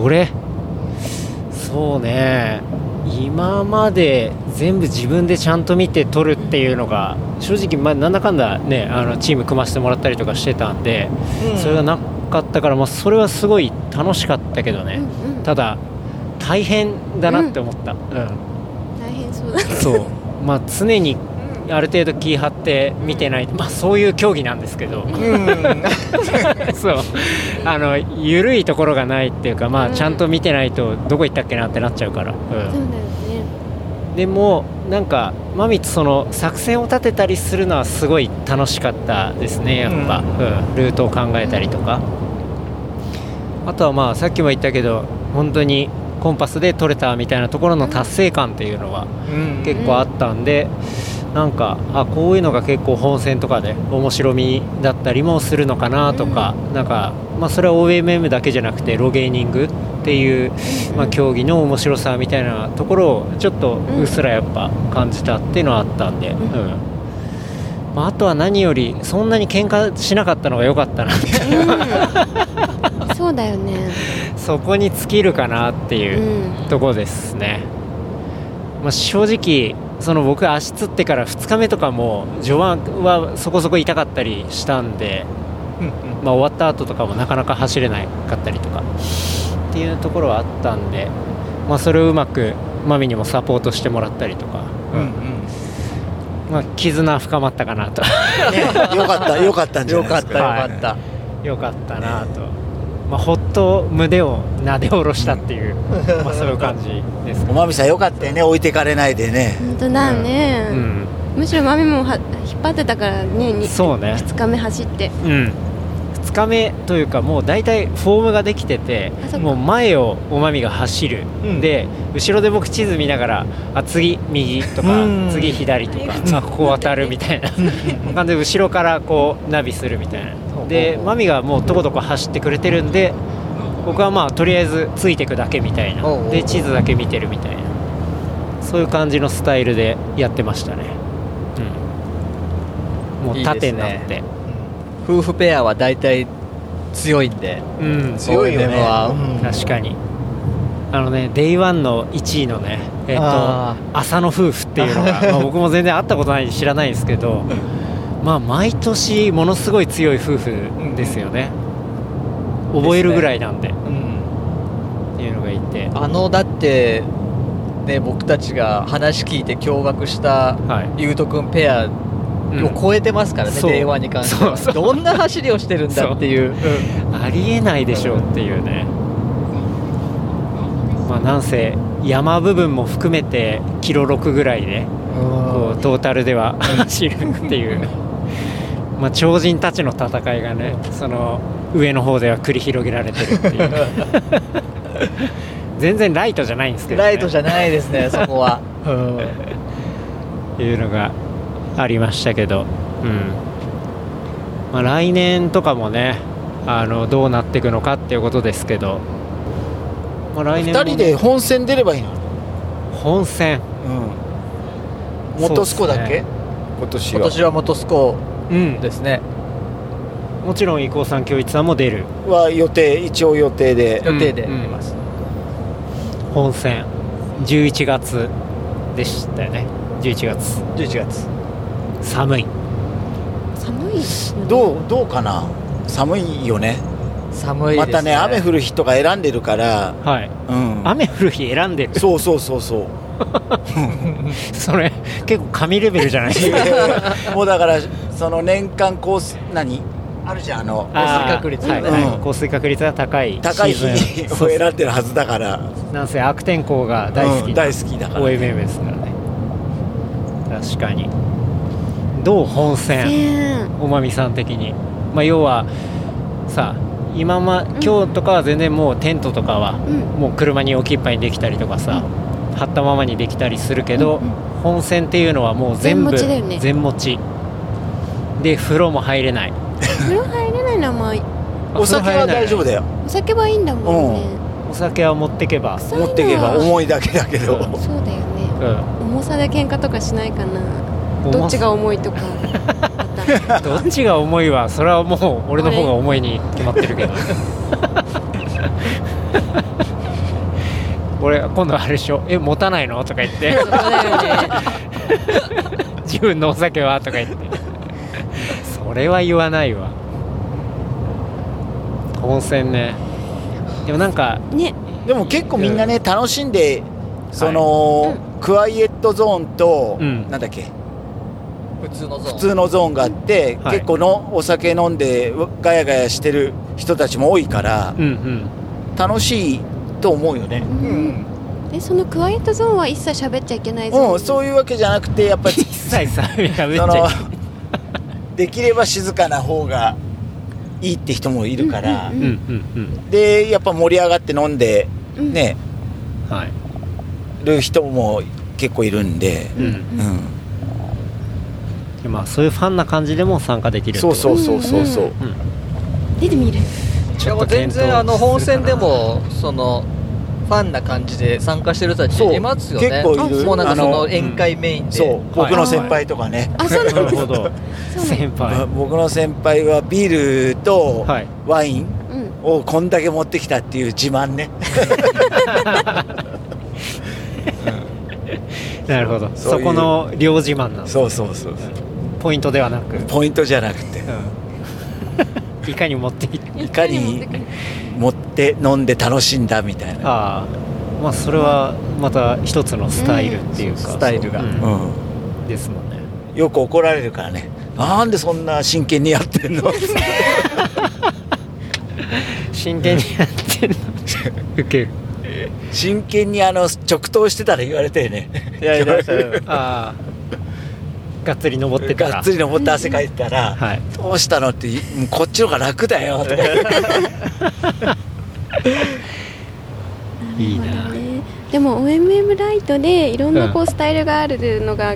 S3: 俺そうね今まで全部自分でちゃんと見て撮るっていうのが正直、まあ、なんだかんだねあのチーム組ませてもらったりとかしてたんで、
S4: うん
S3: それがなかったから、まあ、それはすごい楽しかったけどね、
S2: うんうん
S3: ただ大変だなって思った、うん
S2: 大変そうだ
S3: そうまあ常にある程度気張って見てない、まあ、そういう競技なんですけど、
S4: うん
S3: [laughs] そうあの緩いところがないっていうか、まあ、
S2: うん
S3: ちゃんと見てないとどこ行ったっけなってなっちゃうから、うん
S2: そうだよね
S3: でもなんかマミツその作戦を立てたりするのはすごい楽しかったですねやっぱ、うんルートを考えたりとか、あとはまあさっきも言ったけど本当にコンパスで取れたみたいなところの達成感っていうのは
S4: うん
S3: 結構あったんで、なんかあこういうのが結構本戦とかで面白みだったりもするのかなとか、なんか、まあ、それは OMM だけじゃなくてロゲーニングっていう、まあ、競技の面白さみたいなところをちょっとうっすらやっぱ感じたっていうのはあったんで、うんまあ、あとは何よりそんなに喧嘩しなかったのが良かったなって [laughs]
S2: うんそうだよね
S3: そこに尽きるかなっていうう。
S2: ん
S3: とこですね、まあ、正直その僕足つってから2日目とかも序盤はそこそこ痛かったりしたんで、
S4: うんうん
S3: まあ、終わった後とかもなかなか走れなかったりとかっていうところはあったんで、まあ、それをうまくマミにもサポートしてもらったりとか、
S4: うんうん
S3: まあ、絆深まったかなと
S5: [laughs]
S3: [laughs]
S5: よかったよかったんじゃ
S4: よ
S5: ないで
S4: かっ
S5: す
S4: たよ
S5: か
S4: かった
S3: よかったなと、まあ、ほっと胸をなで下ろしたっていう、まあ、そういう感じです
S5: お
S3: か、
S5: まみさんよかったよね置いてかれないでね
S2: 本当だね、
S3: うん、
S2: むしろ豆もは引っ張ってたからねに
S3: そうね
S2: 2日目走って
S3: うん、2日目というかもう大体フォームができてて
S2: あそっか
S3: もう前をおまみが走る、
S4: うん
S3: で後ろで僕地図見ながらあ次右とか
S4: うん
S3: 次左とか、まあ、ここ渡るみたいな [laughs] 感じで後ろからこうナビするみたいなでまみがもうとことこ走ってくれてるんで僕はまあとりあえずついてくだけみたい
S4: おうお
S3: な
S4: う
S3: で地図だけ見てるみたいなそういう感じのスタイルでやってましたね、うん、もう縦になって
S4: いいですね夫婦ペアは大体強いんで
S3: うん、
S5: 強いよね
S4: OMM はうん
S3: 確かにあのね Day1 の1位のね、えっ
S4: あ
S3: と浅野夫婦っていうのが、まあ、僕も全然会ったことないし知らないんですけ
S4: [laughs]
S3: ど、まあ、毎年ものすごい強い夫婦ですよね、覚えるぐらいなんで
S4: うん
S3: っていうのがいて、
S4: あのだってね僕たちが話聞いて驚愕した
S3: はい
S4: ゆうとくんペア
S3: うん
S4: を超えてますからね、
S3: そう
S4: 令和に関しては
S3: そう
S4: どんな走りをしてるんだっていう
S3: ありえないでしょうっていうね、まあ、なんせ山部分も含めてキロ6ぐらいで、こうトータルでは走るっていう、まあ、超人たちの戦いがねその上の方では繰り広げられてるっていう
S4: [laughs]
S3: 全然ライトじゃないんですけど、ね、
S4: ライトじゃないですねそこは、
S3: いうのがありましたけど、うんまあ、来年とかもねあのどうなっていくのかっていうことですけど、まあ、来
S5: 二
S3: 年もね
S5: 人で本戦出ればいいの
S3: 本戦、
S5: うん元スコだっけ
S9: 今年
S4: 今
S9: は
S4: 年は元スコ
S3: うん、
S4: ですね
S3: もちろん伊光さん、京一さんも出る
S5: は予定一応予定で
S4: 予定で出ます、
S3: 本戦11月でしたよね11月
S4: 11月
S3: 寒い
S2: 寒いよね
S5: どうどうかな寒いよね
S4: 寒いで
S5: ま
S4: す、
S5: たね雨降る日とか選んでるから
S3: はい
S5: うん
S3: 雨降る日選んでる [laughs]
S5: そうそうそう [laughs] そう
S3: それ結構神レベルじゃない
S5: [laughs]
S3: ですか
S5: もうだからその年間コース何あるじゃんあの
S3: あー
S4: 降水確率
S3: はい
S5: うん
S3: はい降水確率が高い
S5: 高い
S3: シ
S5: 日
S3: ー
S5: に
S3: ズン
S5: を
S3: そうで
S5: 選んでるはずだから
S3: すなんせ悪天候が大好
S5: う
S3: き
S5: ん大好きだから
S3: OMM ですからね確かにどう本戦
S2: ね
S3: おまみさん的にまあ要はさ今ま今日とかは全然もうテントとかは
S2: えうん
S3: もう車に置きっぱいにできたりとかさ、貼ったままにできたりするけど、本線っていうのはもう全部
S2: 全持ちだよね
S3: 全持ちで風呂も入れない
S2: 風呂入れないのはまあ、
S5: お酒は大丈夫だよ
S2: お酒はいいんだもんね。
S3: お酒は持ってけば、
S2: 臭いの
S5: 持
S2: は
S5: ってけば重いだけだけど
S3: うん
S2: そうだよね。
S3: うん、
S2: 重さで喧嘩とかしないかな。どっちが重いとか。ま
S3: [laughs]
S2: た
S3: どっちが重いはそれはもう俺の方が重いに決まってるけど俺今度あれでしょ「え持たないの?」とか言って
S2: そうだよね。
S3: 「自分のお酒は?」とか言ってそれは言わないわ温泉ねでもなんか
S2: ね、
S5: でも結構みんなね楽しんでその、クワイエットゾーンと、
S3: うん
S5: なんだっけ
S4: 普通のゾーン
S5: 普通のゾーンがあって、
S3: はい
S5: 結構のお酒飲んでガヤガヤしてる人たちも多いから
S3: うんうん
S5: 楽しいと思うよね、
S4: うん
S6: えそのクワイエットゾーンは一切喋っちゃいけないゾーン
S5: うん、そういうわけじゃなくてやっ
S3: [laughs]
S5: ぱり
S3: 一切さやめち
S5: そ
S3: ゃ
S5: の
S3: い
S5: できれば静かな方がいいって人もいるから、
S3: うんうん
S5: でやっぱ盛り上がって飲んで
S6: うん
S5: ね、
S3: うんはい
S5: る人も結構いるんで、
S3: うん
S5: うん
S3: でまあそういうファンな感じでも参加できるって
S5: そ
S3: こ
S5: う
S3: と
S5: そうそうそうそう、
S6: 出てみる
S4: いやもう全然あの本戦でもそのファンな感じで参加してる人たち
S5: そう
S4: いますよね
S5: 結構いる
S4: もうなんかそ
S5: あの
S4: の宴会メインで、
S5: そう、僕の
S3: はい
S5: 先輩とかね、
S6: あそうな
S3: な
S6: の
S3: るほど
S6: そうなの
S3: 先輩
S5: 僕の先輩はビールと
S3: はい
S5: ワイン
S6: うん
S5: をこんだけ持ってきたっていう自慢ね、
S3: なるほど
S5: そう
S3: そ
S5: いう
S3: この両自慢なの
S5: そうそうそう
S3: ポイントではなく
S5: ポイントじゃなくて
S3: いかに持っていって
S5: いかに持って飲んで楽しんだみたいな、
S3: ああまあそれはまた一つのスタイルっていうか、
S5: スタイルが、
S3: うん
S5: うん
S3: ですもんね
S5: よく怒られるからねなんでそんな真剣にやってんの
S3: 真剣にやってるのウケる
S5: 真剣にあの直投してたら言われてね
S4: いやいやいや
S3: ああがっつり登ってたら
S5: [laughs] がっつり登って汗かいてたら、
S3: はい
S5: どうしたのってもうこっちの方が楽だよとか
S3: いいな
S6: ねでも OMM ライトでいろんなこうスタイルがあるのが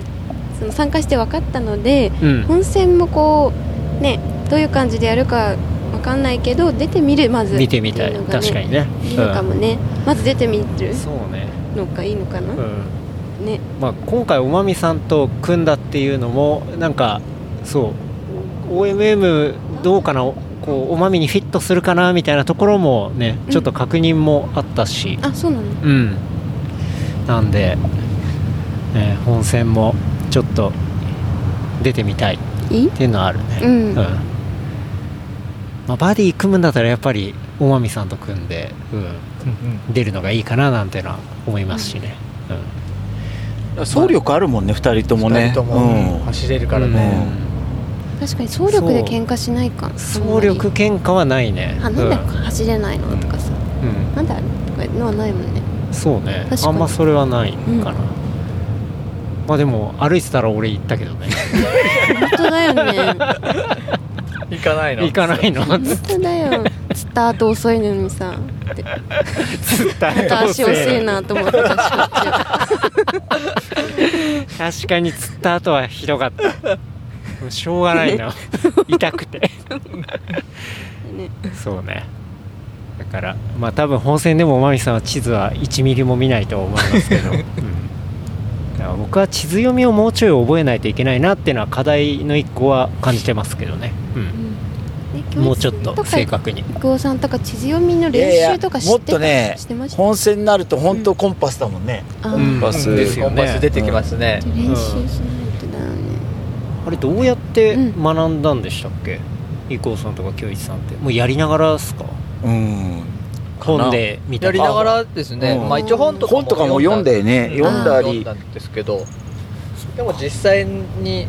S6: その参加して分かったので
S3: うん
S6: 本戦もこうねどういう感じでやるか分かんないけど出てみるまず
S3: 見てみたい
S6: ってうのがね
S3: 確かにね
S6: いいのかもねまず出てみる
S3: うん、そうね
S6: のがいいのかな
S3: うん
S6: ね
S3: まあ、今回おまみさんと組んだっていうのもなんかそう OMM どうかなこうおまみにフィットするかなみたいなところもねちょっと確認もあったし、
S6: あそうなの
S3: うんなんで、ね、本戦もちょっと出てみたいっ
S6: いい
S3: ていうのはあるね、
S6: うん
S3: うんまあ、バディ組むんだったらやっぱりおまみさんと組んで、うん、出るのがいいかななんてのは思いますしね、うん
S5: 総力あるもんね2人ともね
S10: 二人とも走れるからね、
S6: 確かに総力で喧嘩しないか
S3: 総力喧嘩はないね
S6: あんまりあなんだ、走れないのとかさ
S3: うんうん
S6: なんだあれとかいうのはないもんね
S3: そうね
S6: 確か
S3: あ
S6: に
S3: んまそれはないかな、まあでも歩いてたら俺行ったけどね
S6: 本当だよね
S4: 行かないの
S3: 行かないのっつっ
S6: 本当だよ釣った後遅いのにさって
S3: た
S6: また足遅いなと思ってたしこっちは
S3: 確かに釣った後はひどかったもうしょうがないな
S6: [laughs]
S3: 痛くて
S6: ね
S3: そうねだからまあ多分本戦でもおまみさんは地図は1ミリも見ないと思います
S6: [laughs]
S3: けど、うん、だから僕は地図読みをもうちょい覚えないといけないなっていうのは課題の一個は感じてますけどね、うん、 [laughs] もうちょっと正確に
S6: 久保さんとか地図読みの
S5: いや
S6: 練
S5: い
S6: 習
S5: や
S6: とか知
S5: も
S6: っ
S5: って
S6: た
S5: とね
S6: してました
S5: 本戦になると本当コンパスだもんね、
S6: あ
S3: う
S6: ー
S3: ん
S4: コンパス
S3: ですよね
S4: コンパス出てきますね、
S6: 練習しないとだよね
S3: あれどうやって
S6: うん
S3: 学んだんでしたっけ、伊光さんとか京一さんってもうやりながらですか
S5: うん
S3: 本で見た
S4: や
S3: り
S4: りながらですね、
S5: うん
S4: まあ一応本とかも
S5: 本とかも読んでね
S4: うん
S5: 読んだり
S4: 読んだんですけどでも実際に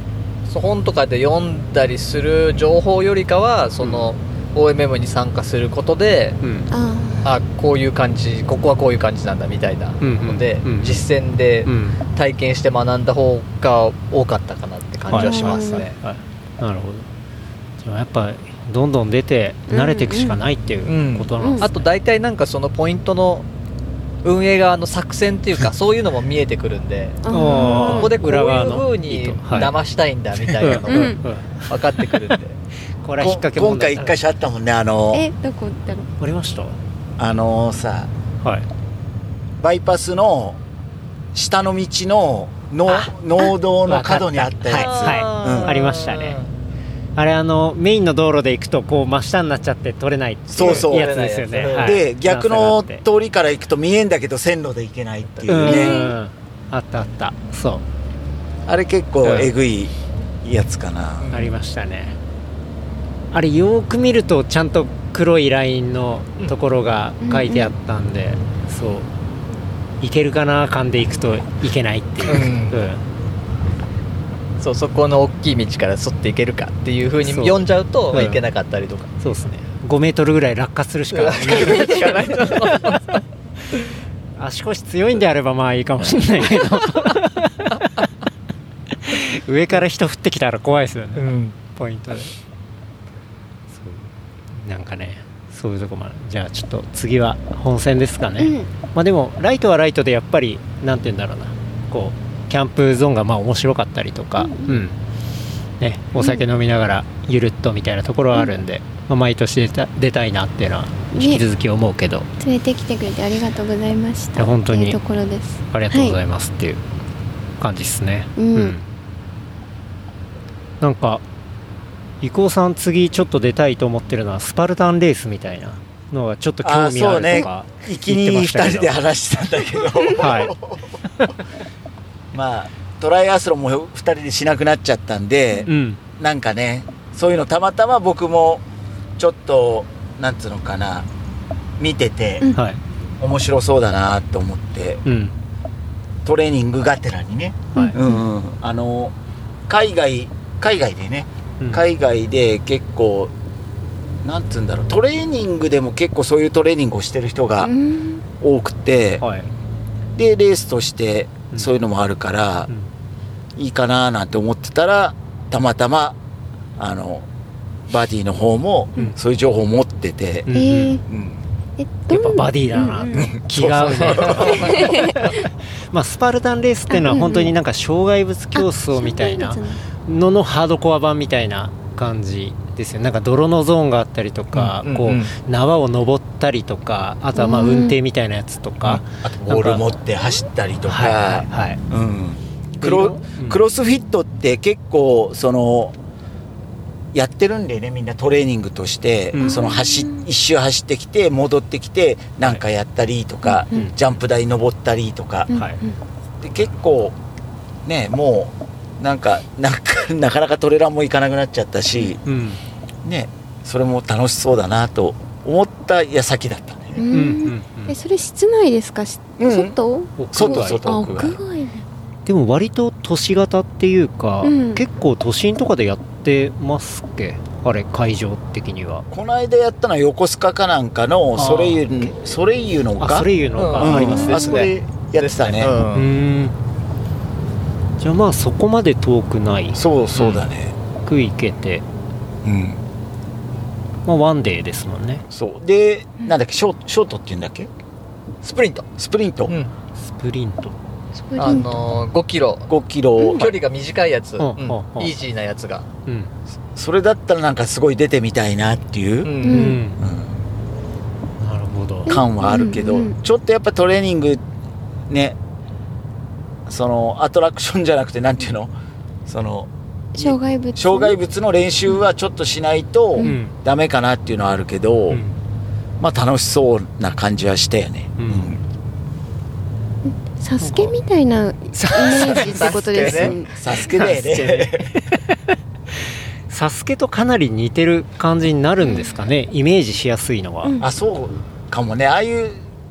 S4: そう本とかで読んだりする情報よりかはその、OMM に参加することで
S3: うん
S6: あ
S4: あこういう感じここはこういう感じなんだみたいな
S3: うんうん
S4: ので、
S3: うん
S4: 実践で
S3: うん
S4: 体験して学んだ方が多かったかなって感じはしますね、
S3: はい、なるほどじゃあやっぱどんどん出て慣れていくしかないっていうことなんですね、
S4: あと大体なんかそのポイントの運営側の作戦っていうか、そういうのも見えてくるんで、
S6: あ
S4: こ
S11: こ
S4: こでこういう
S11: い
S4: 風
S11: い
S4: に
S11: とはい
S4: 騙したいんだみたいなのが
S6: うん
S4: 分かってくるんで。
S3: これは引っ掛け問
S5: 今
S3: 題
S5: 回
S3: だな
S5: 一箇所あったもんねあの
S2: えどこだろう
S3: ありました
S5: あのさ
S3: はい
S5: バイパスの下の道のの農道の角にあったやつ、
S3: はい
S5: はいうん
S3: ありましたねあれあのメインの道路で行くとこう真下になっちゃって取れないってい
S5: そうそう
S3: やつですよね
S4: 取れないやつ
S3: はい
S5: で逆の
S3: 段差があって、
S5: 通りから行くと見えんだけど線路で行けないっていううんね、
S3: あったあったそ
S5: あれ結構えぐいやつかな、
S3: うありましたねあれよーく見るとちゃんと黒いラインのところが書いてあったんで、そう行けるかな感で行くと行けないっていう、うん
S4: そうそこの大きい道から沿っていけるかっていう風に
S3: そう
S4: 読んじゃうと、まあ
S3: うん
S4: いけなかったりとか。
S3: そうですね5メートルぐらい落下するしかない足腰強いんであればまあいいかもしれない [laughs] けど上から人降ってきたら怖いですよね、ポイントでそうなんかねそういうとこもあるじゃあちょっと次は本戦ですかね、まあでもライトはライトでやっぱりなんて言うんだろうなこうキャンプゾーンがまあ面白かったりとか、うんね、お酒飲みながらゆるっとみたいなところはあるんで、まあ、毎年出た出たいなっていうのは引き続き思うけど、
S2: 連れてきてくれてありがとうございまし
S3: いや
S2: た
S3: 本当に
S2: というところです
S3: ありがとうございますっていう感じですね、
S2: うん
S3: なんか伊藤さん次ちょっと出たいと思ってるのはスパルタンレースみたいなのがちょっと興
S5: あ
S3: 味あ
S5: そう
S3: る
S5: ね
S3: とか
S5: 行きに
S3: 言って
S5: 2
S3: ましたけど
S5: 人で話したんだけど [laughs]
S3: はい
S5: まあトライアスロンも2人でしなくなっちゃったんで、
S3: うん
S5: なんかねそういうのたまたま僕もちょっとなんつうのかな見てて、
S3: はい
S5: 面白そうだなと思って
S3: うん
S5: トレーニングがてらにね、
S3: はい
S5: うんうんあの海外海外でね
S3: うん
S5: 海外で結構なんつうんだろうトレーニングでも結構そういうトレーニングをしてる人が
S2: うん
S5: 多くて、
S3: はい
S5: でレースとして
S3: うん
S5: そういうのもあるから
S3: う、ん
S5: いいかななんて思ってたらたまたまあのバディの方も
S3: うん
S5: そういう情報を持ってて、
S3: うん
S2: えー
S5: うん
S2: え
S3: やっぱ
S2: どん
S3: バディだな、
S2: うん
S3: [laughs] 気が合うねまあスパルタンレースっていうのは本当になんか障害物競争みたいな
S2: あそう
S3: ののハードコア版みたいな感じですよなんか泥のゾーンがあったりとか、
S4: うんうん
S3: こ
S4: うん
S3: う縄を登ったりとかあとはまあ
S2: うん
S3: 運転みたいなやつとか、
S5: あとボール持って走ったりとか、
S3: はいはいはい
S5: うん、クロ
S3: うん
S5: クロスフィットって結構そのやってるんでねみんなトレーニングとして、
S3: うん
S5: その走っ一周走ってきて戻ってきてなんかやったりとか、
S3: うん
S5: ジャンプ台登ったりとか、
S3: はい
S5: で結構ねもうなんかなんか [laughs] なかなかトレランも行かなくなっちゃったし、
S3: うん
S5: ねそれも楽しそうだなと思った矢先だったんだよ
S2: うん
S5: ね。
S3: うんうんう
S2: え
S3: ん
S2: それ室内ですか、し
S5: うん
S2: 外
S3: 屋外
S5: 外外
S2: あ
S5: 奥
S2: 屋
S5: が
S2: 外ね
S3: でも割と都市型っていうか、
S2: うん
S3: 結構都心とかでやってますっけあれ会場的には
S5: この間やったのは横須賀かなんかのソレイユソレイユの
S3: あ
S5: が
S3: それいうの
S4: う
S3: が
S4: ん
S3: ありますね、
S4: ね
S5: あそこでやってたね。
S3: うーんじゃあまあそこまで遠くない
S5: そうそうだね。
S3: く行けて、
S5: うん。
S3: まあ、ワンデーですもんね
S5: そう。で、なんだっけ、ショーショートって言うんだっけ
S4: スプリント。
S5: スプリント。
S4: うん
S3: スプリント
S2: スプリ
S4: あ
S2: ント
S4: のー、5キロ。
S5: 5キロ、
S4: 距離が短いやつ。
S3: う
S4: うんん
S3: うんうん
S4: イージーなやつが。
S3: うん
S5: それだったらなんかすごい出てみたいなっていうう、
S3: うん、
S4: ん。
S5: う
S3: なるほど
S5: ん感はあるけど、
S2: うんうん
S5: ちょっとやっぱトレーニングねそのアトラクションじゃなくてなんていうのその
S2: 障害物
S5: 障害物の練習はちょっとしないと
S3: うん
S5: ダメかなっていうのはあるけど、
S3: うん
S5: まあ楽しそうな感じはしたよね、
S3: うん
S2: サスケみたいなイメ
S3: [laughs]
S2: ージってことですよね
S5: サスケだよね
S3: サスケとかなり似てる感じになるんですかねイメージしやすいのは、
S2: うん
S5: あそうかもねああいう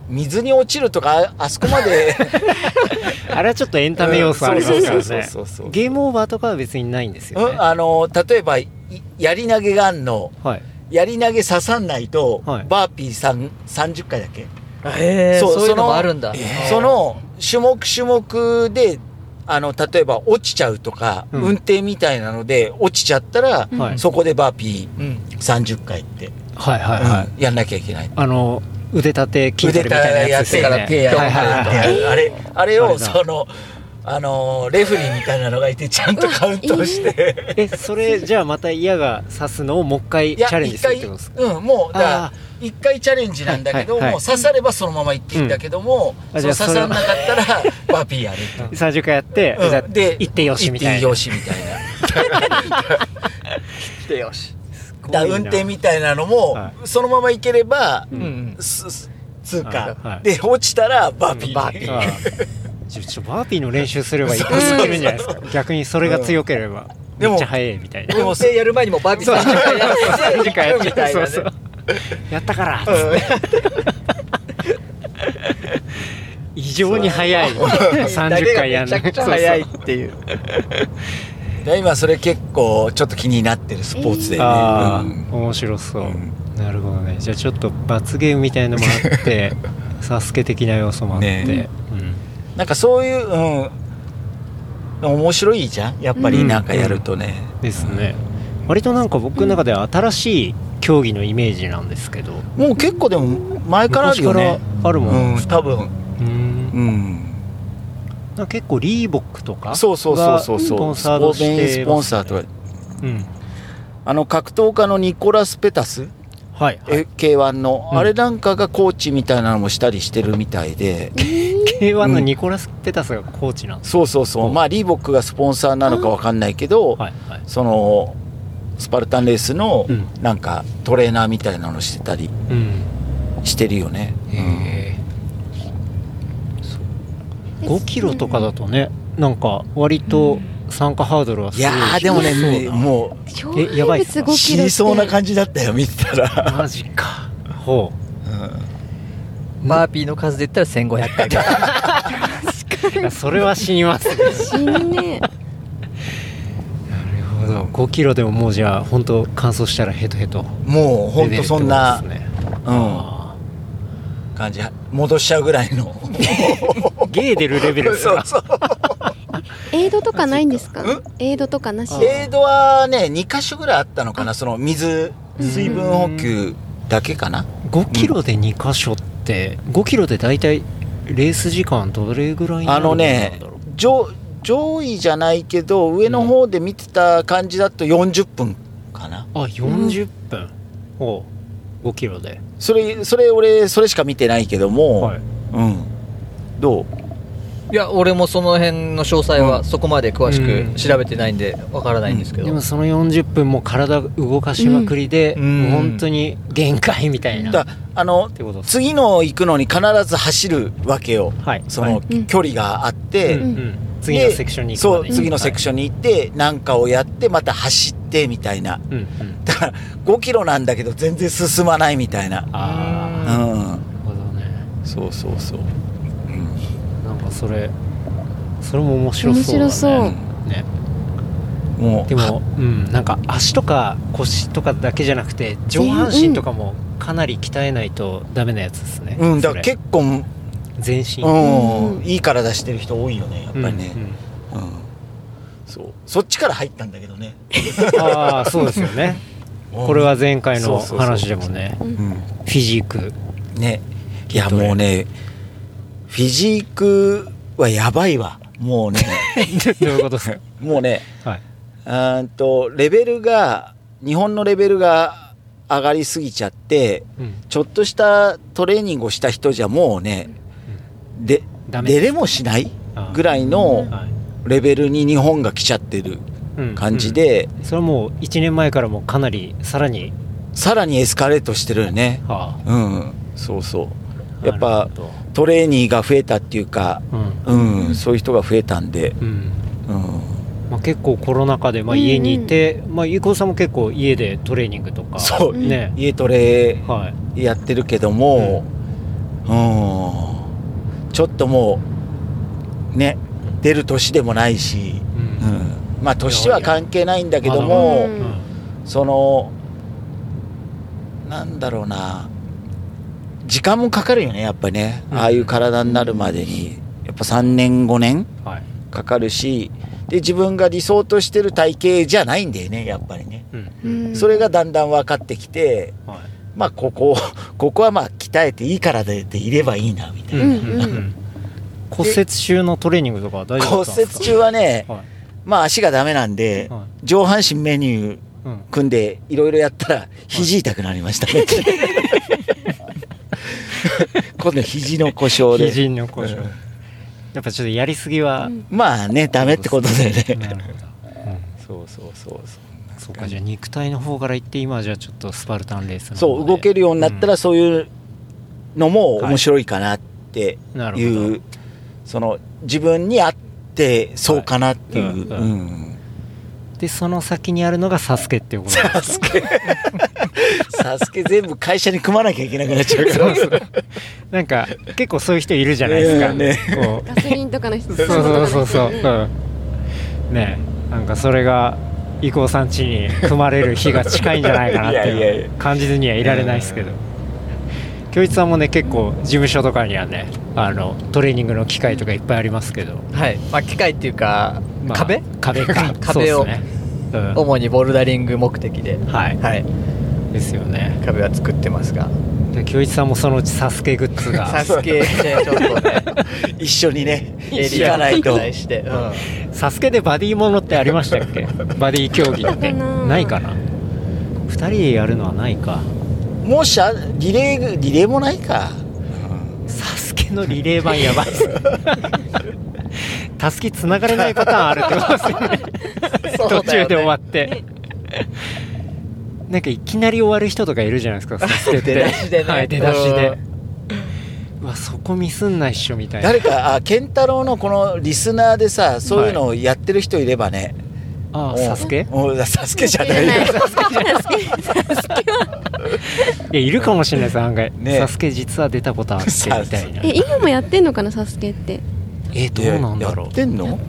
S5: 水に落ちるとかああそこまで
S3: あれはちょっとエンタメ要素ありますからね
S5: そうそうそうそう
S3: ゲームオーバーとかは別にないんですよ
S5: う
S3: ね
S5: ん、あの例えばいやり投げがあんの
S3: はい
S5: やり投げ刺さんないと、
S3: はい
S5: バーピーさん30回だっけ、
S4: へえそういうのもあるんだ。
S5: その種目種目であの例えば落ちちゃうとか、
S3: うん
S5: 運転みたいなので落ちちゃったら、
S3: はい
S5: そこでバーピ
S4: うん。
S5: ー30回って、
S3: はいはいはい、
S5: うんやんなきゃいけない
S3: あの腕立て筋トレみたいなやつです
S5: 腕
S3: よ
S5: 立てやっ
S3: ね
S5: てから手やる
S3: はいはいはい
S5: 手やるあれあれ
S3: あ
S5: を
S3: れだ
S5: そのあのーレフェリーみたいなのがいてちゃんとカウントして
S3: えそれじゃあまた矢が刺すのをもう一回
S5: い
S3: チ
S5: や
S3: ャレンジ
S5: 一
S3: するっ
S5: 回
S3: てことですか
S5: うんもうだから
S3: あ
S5: 一回チャレンジなんだけど
S3: はいはいはい
S5: もう刺さればそのままいってんだけども
S3: うんあ
S5: そう
S3: じゃ
S5: 刺
S3: あ
S5: さらなかったらバピーやる
S3: 30回やって、
S5: うん
S3: じゃあ
S5: で
S3: 行ってよしみたいな
S5: 行ってよしみた
S3: [laughs]
S5: いな
S4: してよし。
S5: だから運転みたいなのも、
S3: は
S5: そのまま行ければ、
S3: う
S4: うんん。
S5: すす通過、
S3: はいはい
S5: で落ちたらバーピー、
S4: バーピ
S3: あーちょちょバーピーの練習すればいいかもしれないじゃないですか逆にそれが強ければ、
S5: でも
S3: めっちゃ速いみたいな
S5: でも
S4: で、やる前にもうバービーさん時間や [laughs] って、時間やみたいな
S3: そう
S4: ね。
S3: そうやったからっつって異常に速い30回やん
S4: めちゃくちゃ早いっていう。
S5: で今それ結構ちょっと気になってるスポーツでね、
S3: ああ、
S5: うん
S3: 面白そう、
S5: うん
S3: なるほどねじゃあちょっと罰ゲームみたいのもあって
S5: [laughs]
S3: サスケ的な要素もあって、
S5: ね
S3: うん
S5: なんかそういう、うん、面白いじゃんやっぱ
S3: う
S5: り
S3: ん
S5: なんかやるとね、
S3: ですね割となんか僕の中では新しい競技のイメージなんですけど
S5: もう結構でも前からある
S3: 昔
S5: よ
S3: から
S5: ね
S3: あるもん
S5: うん多分
S3: うん
S5: うん
S3: なんか結構リーボックとか
S5: そうそうそうそう
S3: がス
S5: そ
S3: ポ
S5: う
S3: ンサードし
S5: スポーツ
S3: て
S5: スポンサーとか
S3: うん
S5: あの格闘家のニコラス・ペタス
S3: はい、はい、
S5: え K1 の、
S3: うん
S5: あれなんかがコーチみたいなのもしたりしてるみたいで
S3: K1 のニコラス・ペタスがコーチなんです、
S5: そうそうそうまあリーボックがスポンサーなのかわかんないけど、
S3: はいはい
S5: そのスパルタンレースの
S3: うん
S5: なんかトレーナーみたいなのしてたり
S3: うん
S5: してるよね、
S3: へえ5キロとかだとねなんか割と参加ハードルはす
S5: い
S3: ごい
S5: やーでもね
S3: 低そうだ
S5: も
S2: 障
S3: えやばい
S2: 害
S3: っす
S2: 物
S3: か
S2: 5
S5: う
S2: キ
S5: 死
S2: ロ
S5: にそうな
S2: って
S5: 感じだったよ見てたら、
S3: マジかほ
S4: バーピーの数で言ったら1500回。
S3: ういやそれは死にますね
S2: 死んね
S3: なるほど5キロでももうじゃあ本当乾燥したらヘトヘト
S5: もうほんとそんな、
S3: レベルって
S5: うん、感じ戻しちゃうぐらいの
S3: ことですねゲー出るレベルです
S5: そう
S3: か
S5: [laughs] そう
S2: エイドとかないんですかエイドとかなし
S5: エイドはね2か所ぐらいあったのかなその水水分補給だけかな
S3: 5キロで2箇所って5キロで大体レース時間どれぐらいにな
S5: あ
S3: るも
S5: の
S3: のな
S5: ね
S3: んだろう
S5: 上上位じゃないけど上の方で見てた感じだと40分かな
S3: あ40分を5キロで
S5: それそれ俺それしか見てないけども、
S3: はい
S5: うんどう
S4: いや、俺もその辺の詳細
S5: う
S4: は
S5: ん
S4: そこまで詳しく調べてないんで、わからないんですけ
S3: で
S4: ど
S3: も。その40分も体動かしまくりで、
S5: ん
S3: もう本当に限界みたいな、
S5: だ
S3: っ
S5: あの
S3: てことです
S5: 次の行くのに必ず走るわけよ
S3: はい
S5: そ
S3: は
S5: の
S3: い
S2: うん
S5: 距離があって、
S3: うんうん次のセクションに行くま
S5: そう
S3: でに
S5: 次のセクションに行って何かをやってまた走ってみたいな
S3: はいうんうん
S5: だから5キロなんだけど全然進まないみたいな
S3: ああ
S5: う
S3: なんるほどね
S5: そうそうそう、うん
S3: なんかそれそれも面白
S2: 面
S3: そうだ、ね、
S2: 白そう
S3: ね
S5: もう
S3: でも、うん、なんか足とか腰とかだけじゃなくて上半身とかもかなり鍛えないとダメなやつですね、
S5: うん、だから
S3: それ
S5: 結構、うん
S3: 全身
S5: いい体してる人多いよねやっぱりね、
S3: うんうん
S5: うんそうそっちから入ったんだけどね、
S3: ああそうですよねこれは前回の話でもね
S5: うん
S3: フィジー
S5: [laughs]
S3: ク
S5: ねいや
S3: 筋トレ
S5: もうねフィジークはやばいわもう [laughs] ね
S3: どういうことですか
S5: もうね
S3: はい、
S5: うーんとレベルが日本のレベルが上がりすぎちゃって
S3: うん
S5: ちょっとしたトレーニングをした人じゃもうねで
S3: ダメ
S5: 出れもしない
S3: あー
S5: ぐらいの
S3: はい
S5: レベルに日本が来ちゃってる
S3: うん
S5: 感じ、で、
S3: うんそれはもう1年前からもうかなりさらに、
S5: さらにエスカレートしてるよね
S3: は
S5: うんそうそうやっぱ
S3: なるほ
S5: トレーニーが増えたっていうか、
S3: どうん
S5: うん、そういう人が増えたんで、
S3: うん
S5: うん、
S3: まあ、結構コロナ禍でまあ
S2: うんうん
S3: 家にいて、まあ、ゆうこさんも結構家でトレーニングとか
S5: そう
S3: ね、
S5: 家トレ
S3: はい
S5: やってるけども、うん、ちょっともうね出る年でもないし、
S3: うん
S5: うん、まあ年は関係ないんだけど
S2: う
S5: も、
S2: ん
S5: そのなんだろうな時間もかかるよねやっぱね、
S3: うん
S5: ああいう体になるまでにやっぱ3年5年
S3: はい
S5: かかるしで自分が理想としてる体型じゃないんだよねやっぱりね、
S3: うん
S2: うん
S5: それがだんだん分かってきて
S3: はい
S5: まあここ [laughs] ここはまあ鍛えていいからででいればいいなみたいな、
S6: うんうん
S3: 骨折中のトレーニングとかは大丈夫だっ
S5: 骨
S3: たんで
S5: 折
S3: すか
S5: 中はね、
S3: はい
S5: まあ足がダメなんで、
S3: は
S5: 上半身メニュー
S3: うん
S5: 組んでいろいろやったら肘痛くなりましたね、今度肘の故障で
S3: 肘の故障やっぱちょっとやりすぎは、
S5: まあねダメってことだよね
S3: なるほど
S5: そうそうそうそう
S3: そうかじゃあ肉体の方から行って今はじゃあちょっとスパルタンレースの
S5: そう動け
S3: る
S5: るようになった
S3: う
S5: らそういうのも面白いかなって
S3: なる
S5: い
S3: ほ
S5: う、
S3: ど
S5: その自分に合ってそうかなっていう、
S3: はいうん
S5: うん
S3: でその先にあるのがサスケっていうことなんですか
S5: サスケ全部会社に組まなきゃいけなくなっちゃう [laughs] から
S3: なんか結構そういう人いるじゃないですか、
S5: うんね
S3: こう
S6: ガソリンとかの人
S3: そうそうそうそう、うん、ねえなんかそれが伊藤さん家に組まれる日が近いんじゃないかなって
S5: いやいやい
S3: いう
S5: や
S3: のを感じずにはいられないですけど京一さんもね結構事務所とかにはねあのトレーニングの機会とかいっぱいありますけど、
S4: はい。まあ、機械っていうか、
S3: まあ
S4: 壁
S3: 壁か
S4: 壁を
S3: そうですね、うん
S4: 主にボルダリング目的で、
S3: はい
S4: はい。
S3: ですよね
S4: 壁は作ってますが。
S3: で京一さんもそのうちサスケグッズが
S4: サスケでちょっとね、
S3: [laughs]
S5: 一緒にね
S4: エリ
S5: 行
S4: ア
S5: かないと
S4: 拡大して、うん。
S3: サスケでバディものってありましたっ
S4: [laughs]
S3: けバディ競技ってないかな2人でやるのはないか
S5: もしあリレーリレーもないか
S3: サスケのリレー版やばいっ
S4: [laughs]
S3: すたすきつながれないパターンあるってことですよね
S4: そうだよね
S3: 途中で終わってなんかいきなり終わる人とかいるじゃないですかサスケって
S4: 出だしでね
S3: はい出だしでうわそこミスんないっしょみたいな
S5: 誰かあ健太郎のこのリスナーでさそういうのをやってる人いればね、
S3: ああ
S5: もう
S3: サスケ
S5: もうサスケじゃないよ
S3: いやいるかもしれないです案外、
S5: ね
S3: サスケ実は出たことあってみたいな
S6: え今もやってんのかなサスケって
S3: えどうなんだろう
S5: やってんの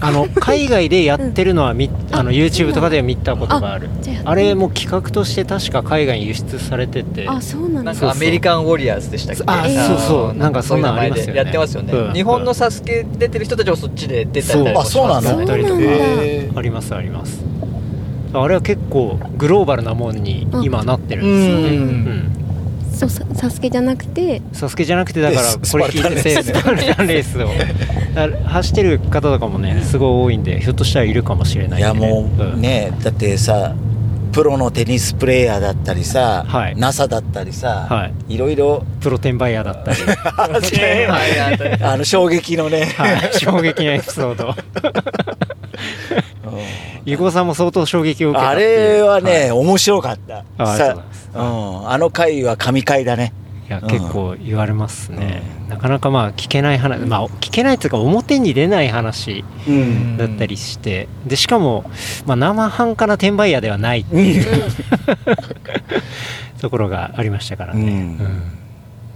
S3: あの海外でやってるのはみ、あの YouTube とかで見たことがある
S6: じゃあやって
S3: あれも企画として確か海外に輸出されてて
S6: あそうな
S4: な
S6: んだ
S4: ん
S3: そう
S4: か
S3: そう
S4: アメリカンウォリアーズでしたっけ
S3: あ
S6: そう
S3: そうなんかそんなのありますよね
S4: そういう名前でやってますよね、
S3: うん
S4: 日本のサスケ出てる人たちもそっちで出たり
S5: あそうなの
S3: だったりと
S6: そうなんだ
S3: かありますありますあれは結構グローバルなもんに今なってるんですよねうん
S6: そうササスケじゃなくて
S3: サスケじゃなくてだか
S5: で
S3: ら
S5: ス
S3: これ聞いててス
S5: ス
S3: パルタンレースをだから走ってる方とかもねすごい多いんでひょっとしたらいるかもしれない
S5: い
S3: ん
S5: や
S3: でね
S5: もうね、だってさプロのテニスプレーヤーだったりさ、
S3: はい
S5: NASA だったりさ、、
S3: はい
S5: ろいろ
S3: プロ転売ヤーだったり
S5: [laughs] あの衝撃のね、
S3: [laughs] はい、衝撃のエピソード。ゆこさんも相当衝撃を受けた
S5: あ
S3: っていう
S5: れはいね、面白かった
S3: あありがとうござい
S5: さ
S3: ます
S5: うん、あの回は神回だね
S3: いや結構言われますね、なかなかまあ聞けない話、まあ、聞けないというか表に出ない話
S5: うん
S3: だったりして、でしかも、まあ、生半可な転売屋ではないっていう、ところがありましたからね、
S5: うん
S3: うん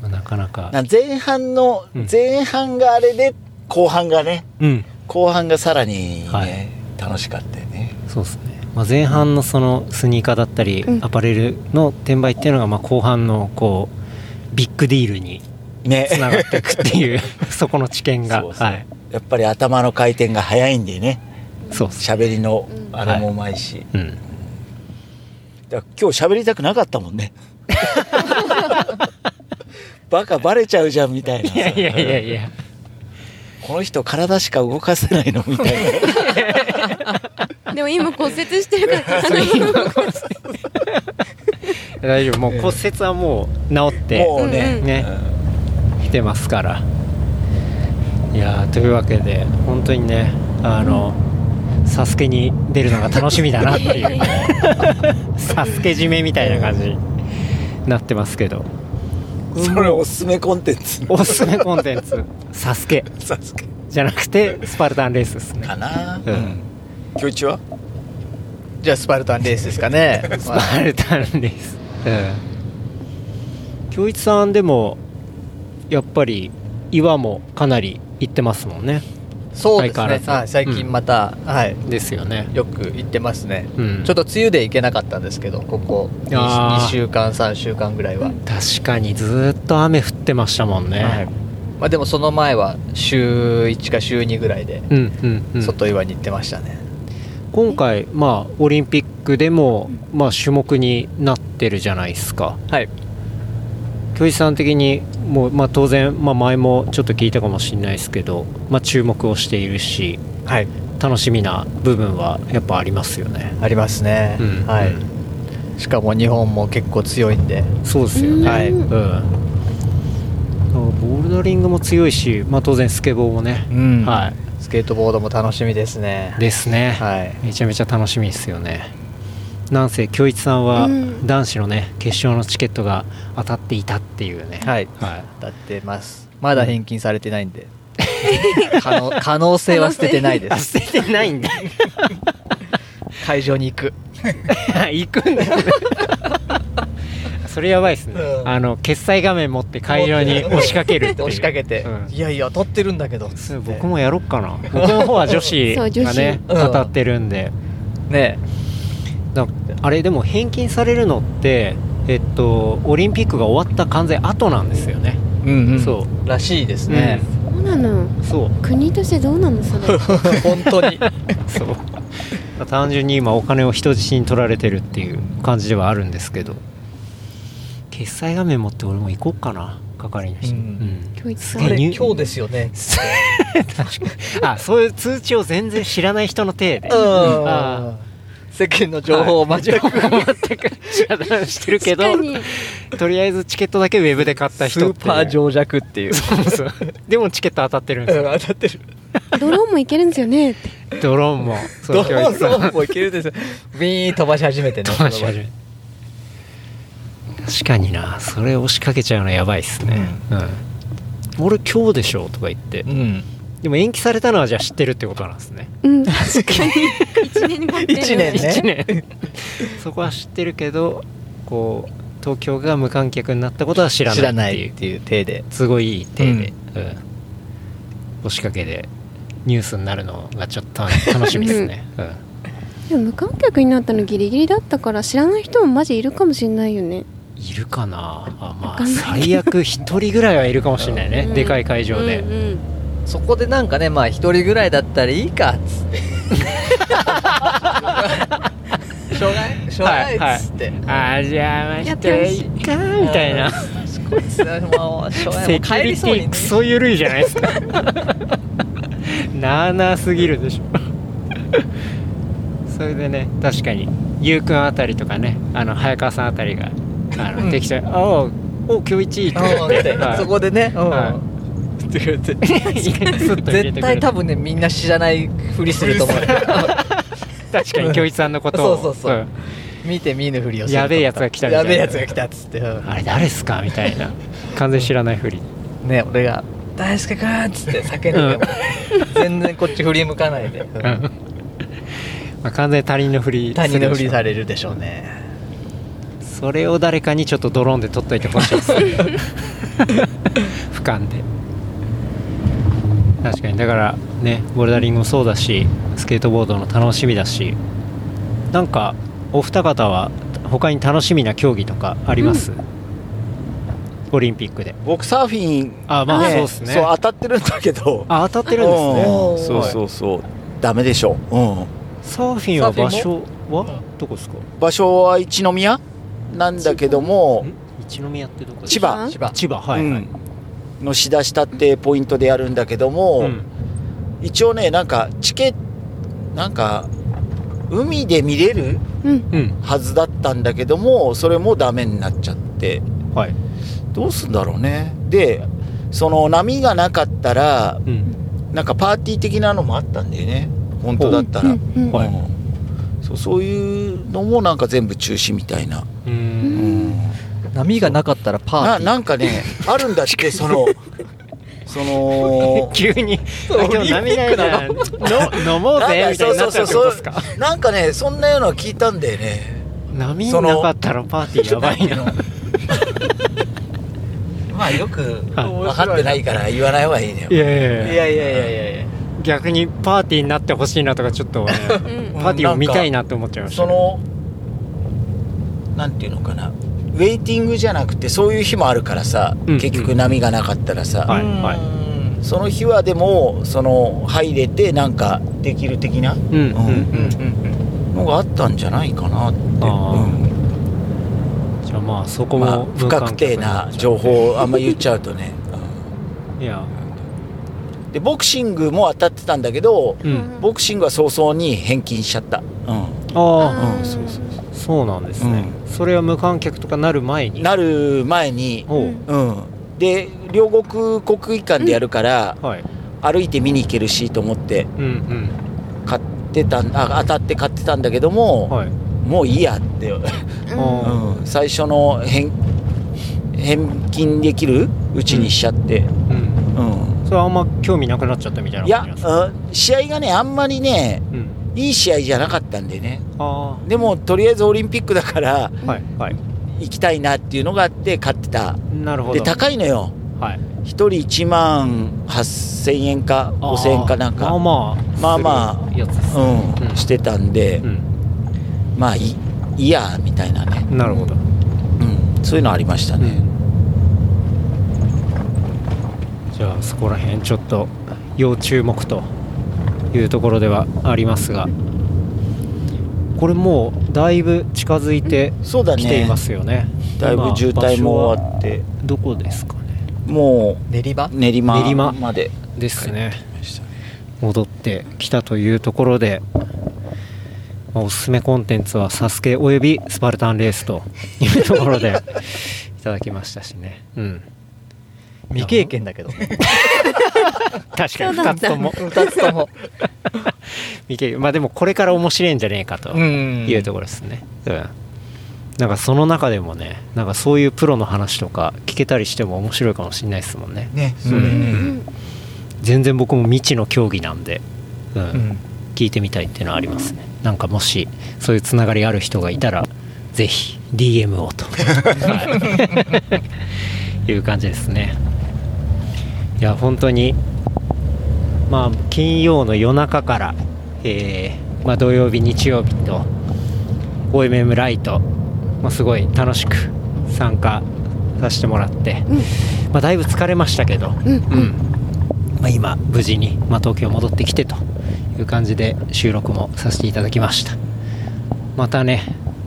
S3: まあなかなか
S5: な前半の、
S3: うん
S5: 前半があれで後半がね
S3: うん
S5: 後半がさらにね、
S3: はい
S5: 楽しかったよね
S3: そうですね、まあ、前半のそのスニーカーだったり
S6: うん
S3: アパレルの転売っていうのがまあ後半のこうビッグディールに
S5: ね
S3: つながっていくって
S5: [laughs]
S3: いうそこの知見が
S5: そうそう
S3: はい
S5: やっぱり頭の回転が早いんでね
S3: そうっす
S5: 喋りの
S6: うん
S5: あれもうまいし、
S3: うん
S5: だから今日喋りたくなかったもん [laughs] ねバカバレちゃうじゃんみたいない
S3: やいやいやいや
S5: この人体しか動かせないのみたいな
S6: でも今骨折してるから
S3: 大丈夫もう骨折はもう治って
S5: [laughs] もうね、
S3: ね来てますからいやーというわけで本当にねあの「サスケに出るのが楽しみだなっていう
S5: [laughs]
S3: サスケ締めみたいな感じになってますけど
S5: それおすすめコンテンツ
S3: おすすめコンテンツ「サスケ
S5: サスケ
S3: じゃなくて「スパルタンレース」ですね
S5: かな
S3: うん
S5: 今日一は
S4: じゃあスパルタンレースですかね
S3: スパルタンレースうん京一さんでもやっぱり岩もかなり行ってますもんね
S4: そうで
S3: 相
S4: す
S3: 変わら
S4: ね、
S3: ず
S4: はい、最近また、はい
S3: ですよね
S4: よく行ってますね、
S3: うん
S4: ちょっと梅雨で行けなかったんですけどここに
S3: あー
S4: 2, 週間3週間ぐらいは、
S3: 確かにずーっと雨降ってましたもんね、
S4: はいまあ、でもその前は週1か週2ぐらいで
S3: うんうんうん
S4: 外岩に行ってましたね、
S3: 今回、まあ、オリンピックでも、まあ、種目になってるじゃないですか。
S4: はい。
S3: 教授さん的にもう、まあ、当然、まあ、前もちょっと聞いたかもしれないですけど、まあ、注目をしているし、
S12: はい、
S3: 楽しみな部分はやっぱありますよね。
S12: ありますね、
S3: うん
S12: はい、
S4: しかも日本も結構強いんで
S3: そうですよね、
S12: はい
S3: うん、だからボルダリングも強いし、まあ、当然スケボーもね、
S12: うん
S3: は
S4: スケートボードも楽しみですね
S3: い、ですね、
S4: はい
S3: めちゃめちゃ楽しみですよねなんせ恭一さんは
S6: うん
S3: 男子のね決勝のチケットが当たっていたっていうね
S4: はい
S3: はい
S4: だってますまだ返金されてないんで可能可能性は捨ててないで
S3: あ
S4: す
S3: 捨ててないんだ
S4: 会場に行く
S3: [laughs] 行くんだよ [laughs] ねそれやばいですね、
S12: うん
S3: あの決済画面持って会場に押しかけるっていう
S4: 押しかけて、
S3: うん
S4: いやいや取ってるんだけどっつ
S3: そ
S4: っ
S3: う
S4: て
S3: 僕もやろっかな [laughs] 僕の方は女子
S6: そう女
S3: が
S6: 子
S3: ね
S4: うん
S3: 当たってるんで
S4: ね
S3: だあれでも返金されるのってえっとオリンピックが終わった完全後なんですよね、
S4: うんうん
S3: そ
S4: らしいです
S3: う
S4: ね、
S6: そうなの
S3: うんそう
S6: 国としてどうなのそ
S4: [laughs]
S6: れ
S4: 本当に
S3: そう [laughs] 単純に今お金を人質に取られてるっていう感じではあるんですけど決済画面持って俺も行こうかな係の人、う
S4: う
S3: んん
S6: 教育さ
S4: あ
S6: ん
S4: れ
S3: 入
S4: 今日ですよね
S3: あそういう通知を全然知らない人の体で [laughs]
S4: うん
S3: あ
S4: 世間の情報を全
S3: 全
S4: く、
S3: く遮 [laughs] 断してるけど
S6: 確かに [laughs]
S3: とりあえずチケットだけウェブで買った
S4: ス
S3: 人って
S4: ーパー情弱っていう、
S3: そうそうでもチケット当たってるんです
S4: うん
S3: よ、
S4: 当たってる
S6: ドローンもいけるんですよね
S3: ドローンもそ
S4: ド
S3: う教
S4: ロ
S3: 育さん
S4: ーンもいけるですよビーン飛ばし始めてね
S3: 飛ばし始め確かになそれ押しかけちゃうのやばいっすね、うん俺今日でしょとか言って
S4: うん
S3: でも延期されたのはじゃあ知ってるってことなんですね
S6: うん確かに一年後って
S4: 一年ね
S3: 1年そこは知ってるけどこう東京が無観客になったことは知ら
S4: 知ら
S3: な
S4: ない
S3: ってい
S4: いうっていう体です
S3: ごいいい手で、うん押しかけでニュースになるのがちょっと楽しみですね、うん
S6: でも無観客になったのギリギリだったから知らない人もマジいるかもしれないよね
S3: いるかなあま
S6: わ
S3: あ
S6: かんない
S3: 最悪一人ぐらいはいるかもしれないね、
S2: うん
S3: でかい会場で、
S2: うんうん
S4: そこでなんかねまあ一人ぐらいだったらいいかっつって [laughs] しょうがないしょうがないっつって、
S3: あーじゃあまあ
S6: や
S3: 一
S6: ってほしい
S3: 人いっかみたいな
S4: こいつはもうしょうがない
S3: [laughs] セ
S4: もう
S3: キ
S4: 帰
S3: ュ
S4: り
S3: リ
S4: そう
S3: テ
S4: に
S3: ィクソ緩いじゃないですか [laughs] なあなあすぎるでしょ [laughs] それでね確かにゆうくんあたりとかねあの早川さんあたりがあの、
S4: うん
S3: 適当に「ああお今日一位」とか言っ
S4: うん
S3: て
S4: で
S3: はい
S4: そこでね、うん
S3: は
S4: ってくれ
S3: [laughs]
S4: て
S3: スッと入れて
S4: 絶
S3: くれ
S4: 対
S3: る
S4: 多分ねみんな知らないふりする
S3: [laughs]
S4: と思う
S3: 確かに恭一さんのことを
S4: そうそうそうん見て見ぬふりをする
S3: やべえやつが来たみたい
S4: や
S3: な
S4: べえやつが来たっつって、うん
S3: あれ誰っすかみたいな完全知らないふり
S4: ね俺が「大輔くん」っつって叫んでても、全然こっち振り向かないで、うん
S3: うんまあ完全に他人のふり
S4: 他人のふ
S3: するでし
S4: り
S3: ょ
S4: されるでしょうね
S3: それを誰かにちょっとドローンで撮っといてほしいです俯瞰で確かにだからねボルダリングもそうだしスケートボードの楽しみだしなんかお二方は他に楽しみな競技とかあります、オリンピックで
S5: 僕サーフィン
S3: あまあそうですね
S5: そう当たってるんだけど
S3: あ当たってるんですね
S5: うんそうそうそうダメでしょう、う
S3: サーフィンは
S4: サー
S3: 場
S4: フィン
S3: 所はどこですか
S5: ん、場所は一宮なんだけども
S3: 一宮ってどこです
S5: 千
S3: か
S5: 葉
S4: 千葉
S3: 千葉はいはい、
S5: うんのしだしたってポイントでやるんだけども、
S3: うん
S5: 一応ねなんかチケなんか海で見れる
S3: うん
S5: はずだったんだけどもそれもダメになっちゃって
S3: はい
S5: どうすんだろうねでその波がなかったら
S3: うん
S5: なんかパーティー的なのもあったんだよね本当だったら、
S6: うんうん
S3: はい
S5: うんそうそういうのもなんか全部中止みたいな、
S3: うーん
S4: 波がなかったらパ
S5: な
S4: ーティー
S5: なんかねあるんだってそのそ
S3: [laughs]
S5: の
S3: 急に「あ今日波ないなの飲もうぜ」みたいになっちゃうってことですか
S5: なんかねそんなようなの聞いたんだよね
S3: 波なかったらパーティーやばいな
S5: まあよく分
S3: はい
S5: かってないから言わない方がいいね
S3: いやいやい
S4: い
S3: や
S4: やいやいやいやいや
S3: 逆にパーティーになってほしいなとかちょっとね [laughs] パーティーを見たいなって思っちゃいました
S5: そ
S3: ね
S5: のなんていうのかなウェイティングじゃなくてそういう日もあるからさ、
S3: うん
S5: 結局波がなかったらさ、
S3: はいはい
S4: うん
S5: その日はでもその入れてなんかできる的な、
S3: うんうん
S5: のがあったんじゃないかなって、うん
S3: じゃあまあそこ
S5: まあ
S3: も、
S5: 不確定な情報をあんま言っちゃうとね、
S3: いや
S5: うんでボクシングも当たってたんだけど、
S3: うん
S5: ボクシングは早々に返金しちゃった、う
S3: あ
S5: んうん、そうそうそ
S3: あそうなんですね、それは無観客とかなる前
S5: う
S3: に
S5: なる前に、
S3: おう
S5: うん、で両国国技館でやるから、
S3: はい
S5: 歩いて見に行けるしと思って
S3: うん
S5: 買ってたんあ当たって買ってたんだけど
S3: う
S5: も、
S3: んはい
S5: もういいやって、うん
S3: あ
S5: 最初の返返金できるうちにしちゃって、
S3: ーうん
S5: うん
S3: それはあんま興味なくなっちゃったみたいない
S5: や、
S3: 感じなんですか
S5: うん試合がねあんまりね
S3: うん
S5: いい試合じゃなかったんでね
S3: あ
S5: でもとりあえずオリンピックだから
S3: あはいはい
S5: 行きたいなっていうのがあって買ってた
S3: なるほ
S5: で
S3: ど
S5: 高いのよ
S3: はい
S5: 1人1万8000円か
S3: あー
S5: 5000円かなんか
S3: まあまあ
S5: まあまあ
S3: するやつです
S5: うん
S3: うん
S5: してたんで、
S3: うん
S5: まあいいいいやみたいなね、
S3: なるほど
S5: うん、そういうのありましたね、
S3: じゃあそこら辺ちょっと要注目というところではありますがこれもうだいぶ近づいて
S5: そうだね
S3: きていますよね
S5: だいぶ渋滞も終わって
S3: 今場所はどこですかね
S5: も
S13: 練馬
S5: う練馬
S3: 練馬
S5: まで
S3: ですね戻ってきたというところで、まあおすすめコンテンツは「サスケおよびスパルタンレースというところ [laughs] でいただきましたしね、うん、
S4: 未経験だけど
S3: 確かに2つとも
S13: 2つとも
S3: [laughs] 見てまあでもこれから面白いんじゃねえかと
S13: ん
S3: いうところですね、うんなんかその中でもねなんかそういうプロの話とか聞けたりしても面白いかもしれないですもんね
S4: ねそれ
S3: うん全然僕も未知の競技なんで、うん
S4: うん
S3: 聞いてみたいっていうのはありますねなんかもしそういうつながりある人がいたらぜひ DM [laughs] をと、はい、いう感じですねいや本当にまあ金曜の夜中から、えーまあ、土曜日日曜日と OMM ライト、まあ、すごい楽しく参加させてもらって、まあ、だいぶ疲れましたけど、うんまあ、今無事に、まあ、東京戻ってきてという感じで収録もさせていただきましたまたね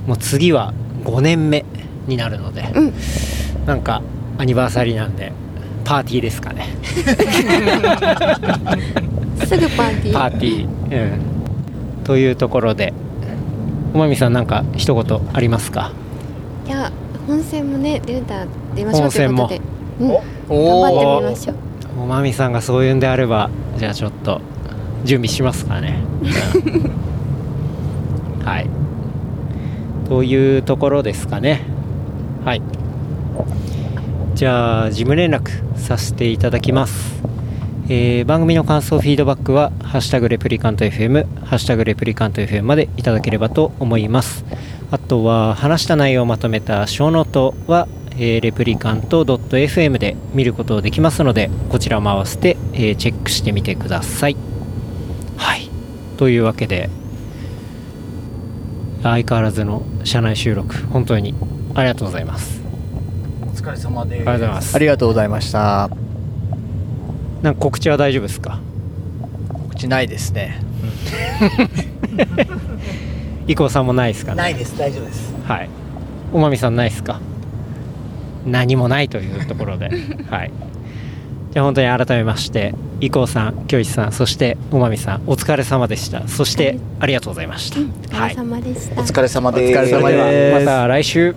S3: もう次は5年目になるので、なんかアニバーサリーなんでパーティーですかね
S2: すぐパーティー
S3: パーティー、うん、というところでおまみさんなんか一言ありますか
S2: いや本戦もね出た出ましょうということで、うん、頑
S13: お
S2: 張っ
S13: お
S2: てみましょう
S3: おまみさんがそういうんであればじゃあちょっと準備しますかねうんはいというところですかねはいじゃあ事務連絡させていただきます、えー番組の感想フィードバックは「ハッシュタグレプリカント FM」「ハッシュタグレプリカント FM」までいただければと思いますあとは話した内容をまとめた小ノートは、えーレプリカント .fm で見ることできますのでこちらも合わせて、えーチェックしてみてくださいはいというわけで相変わらずの社内収録本当にありがとうございます
S5: お疲れ様
S3: あ
S5: で
S3: りがとうございます
S4: ありがとうございました
S3: なんか告知は大丈夫ですか
S4: 告知ないですね
S3: 伊藤さんもないですかね
S5: ないです大丈夫です
S3: はい。おまみさんないですか何もないというとこ
S2: [laughs]
S3: ろで。はい。じゃあ本当に改めまして、伊藤さん、京一さん、そしておまみさん、お疲れ様でした。そしてありがとうございました。
S2: お疲れ様でした、
S5: お疲れ様
S4: お疲
S5: で
S4: れ
S5: す
S4: 様
S3: それでは
S4: です
S3: また来週。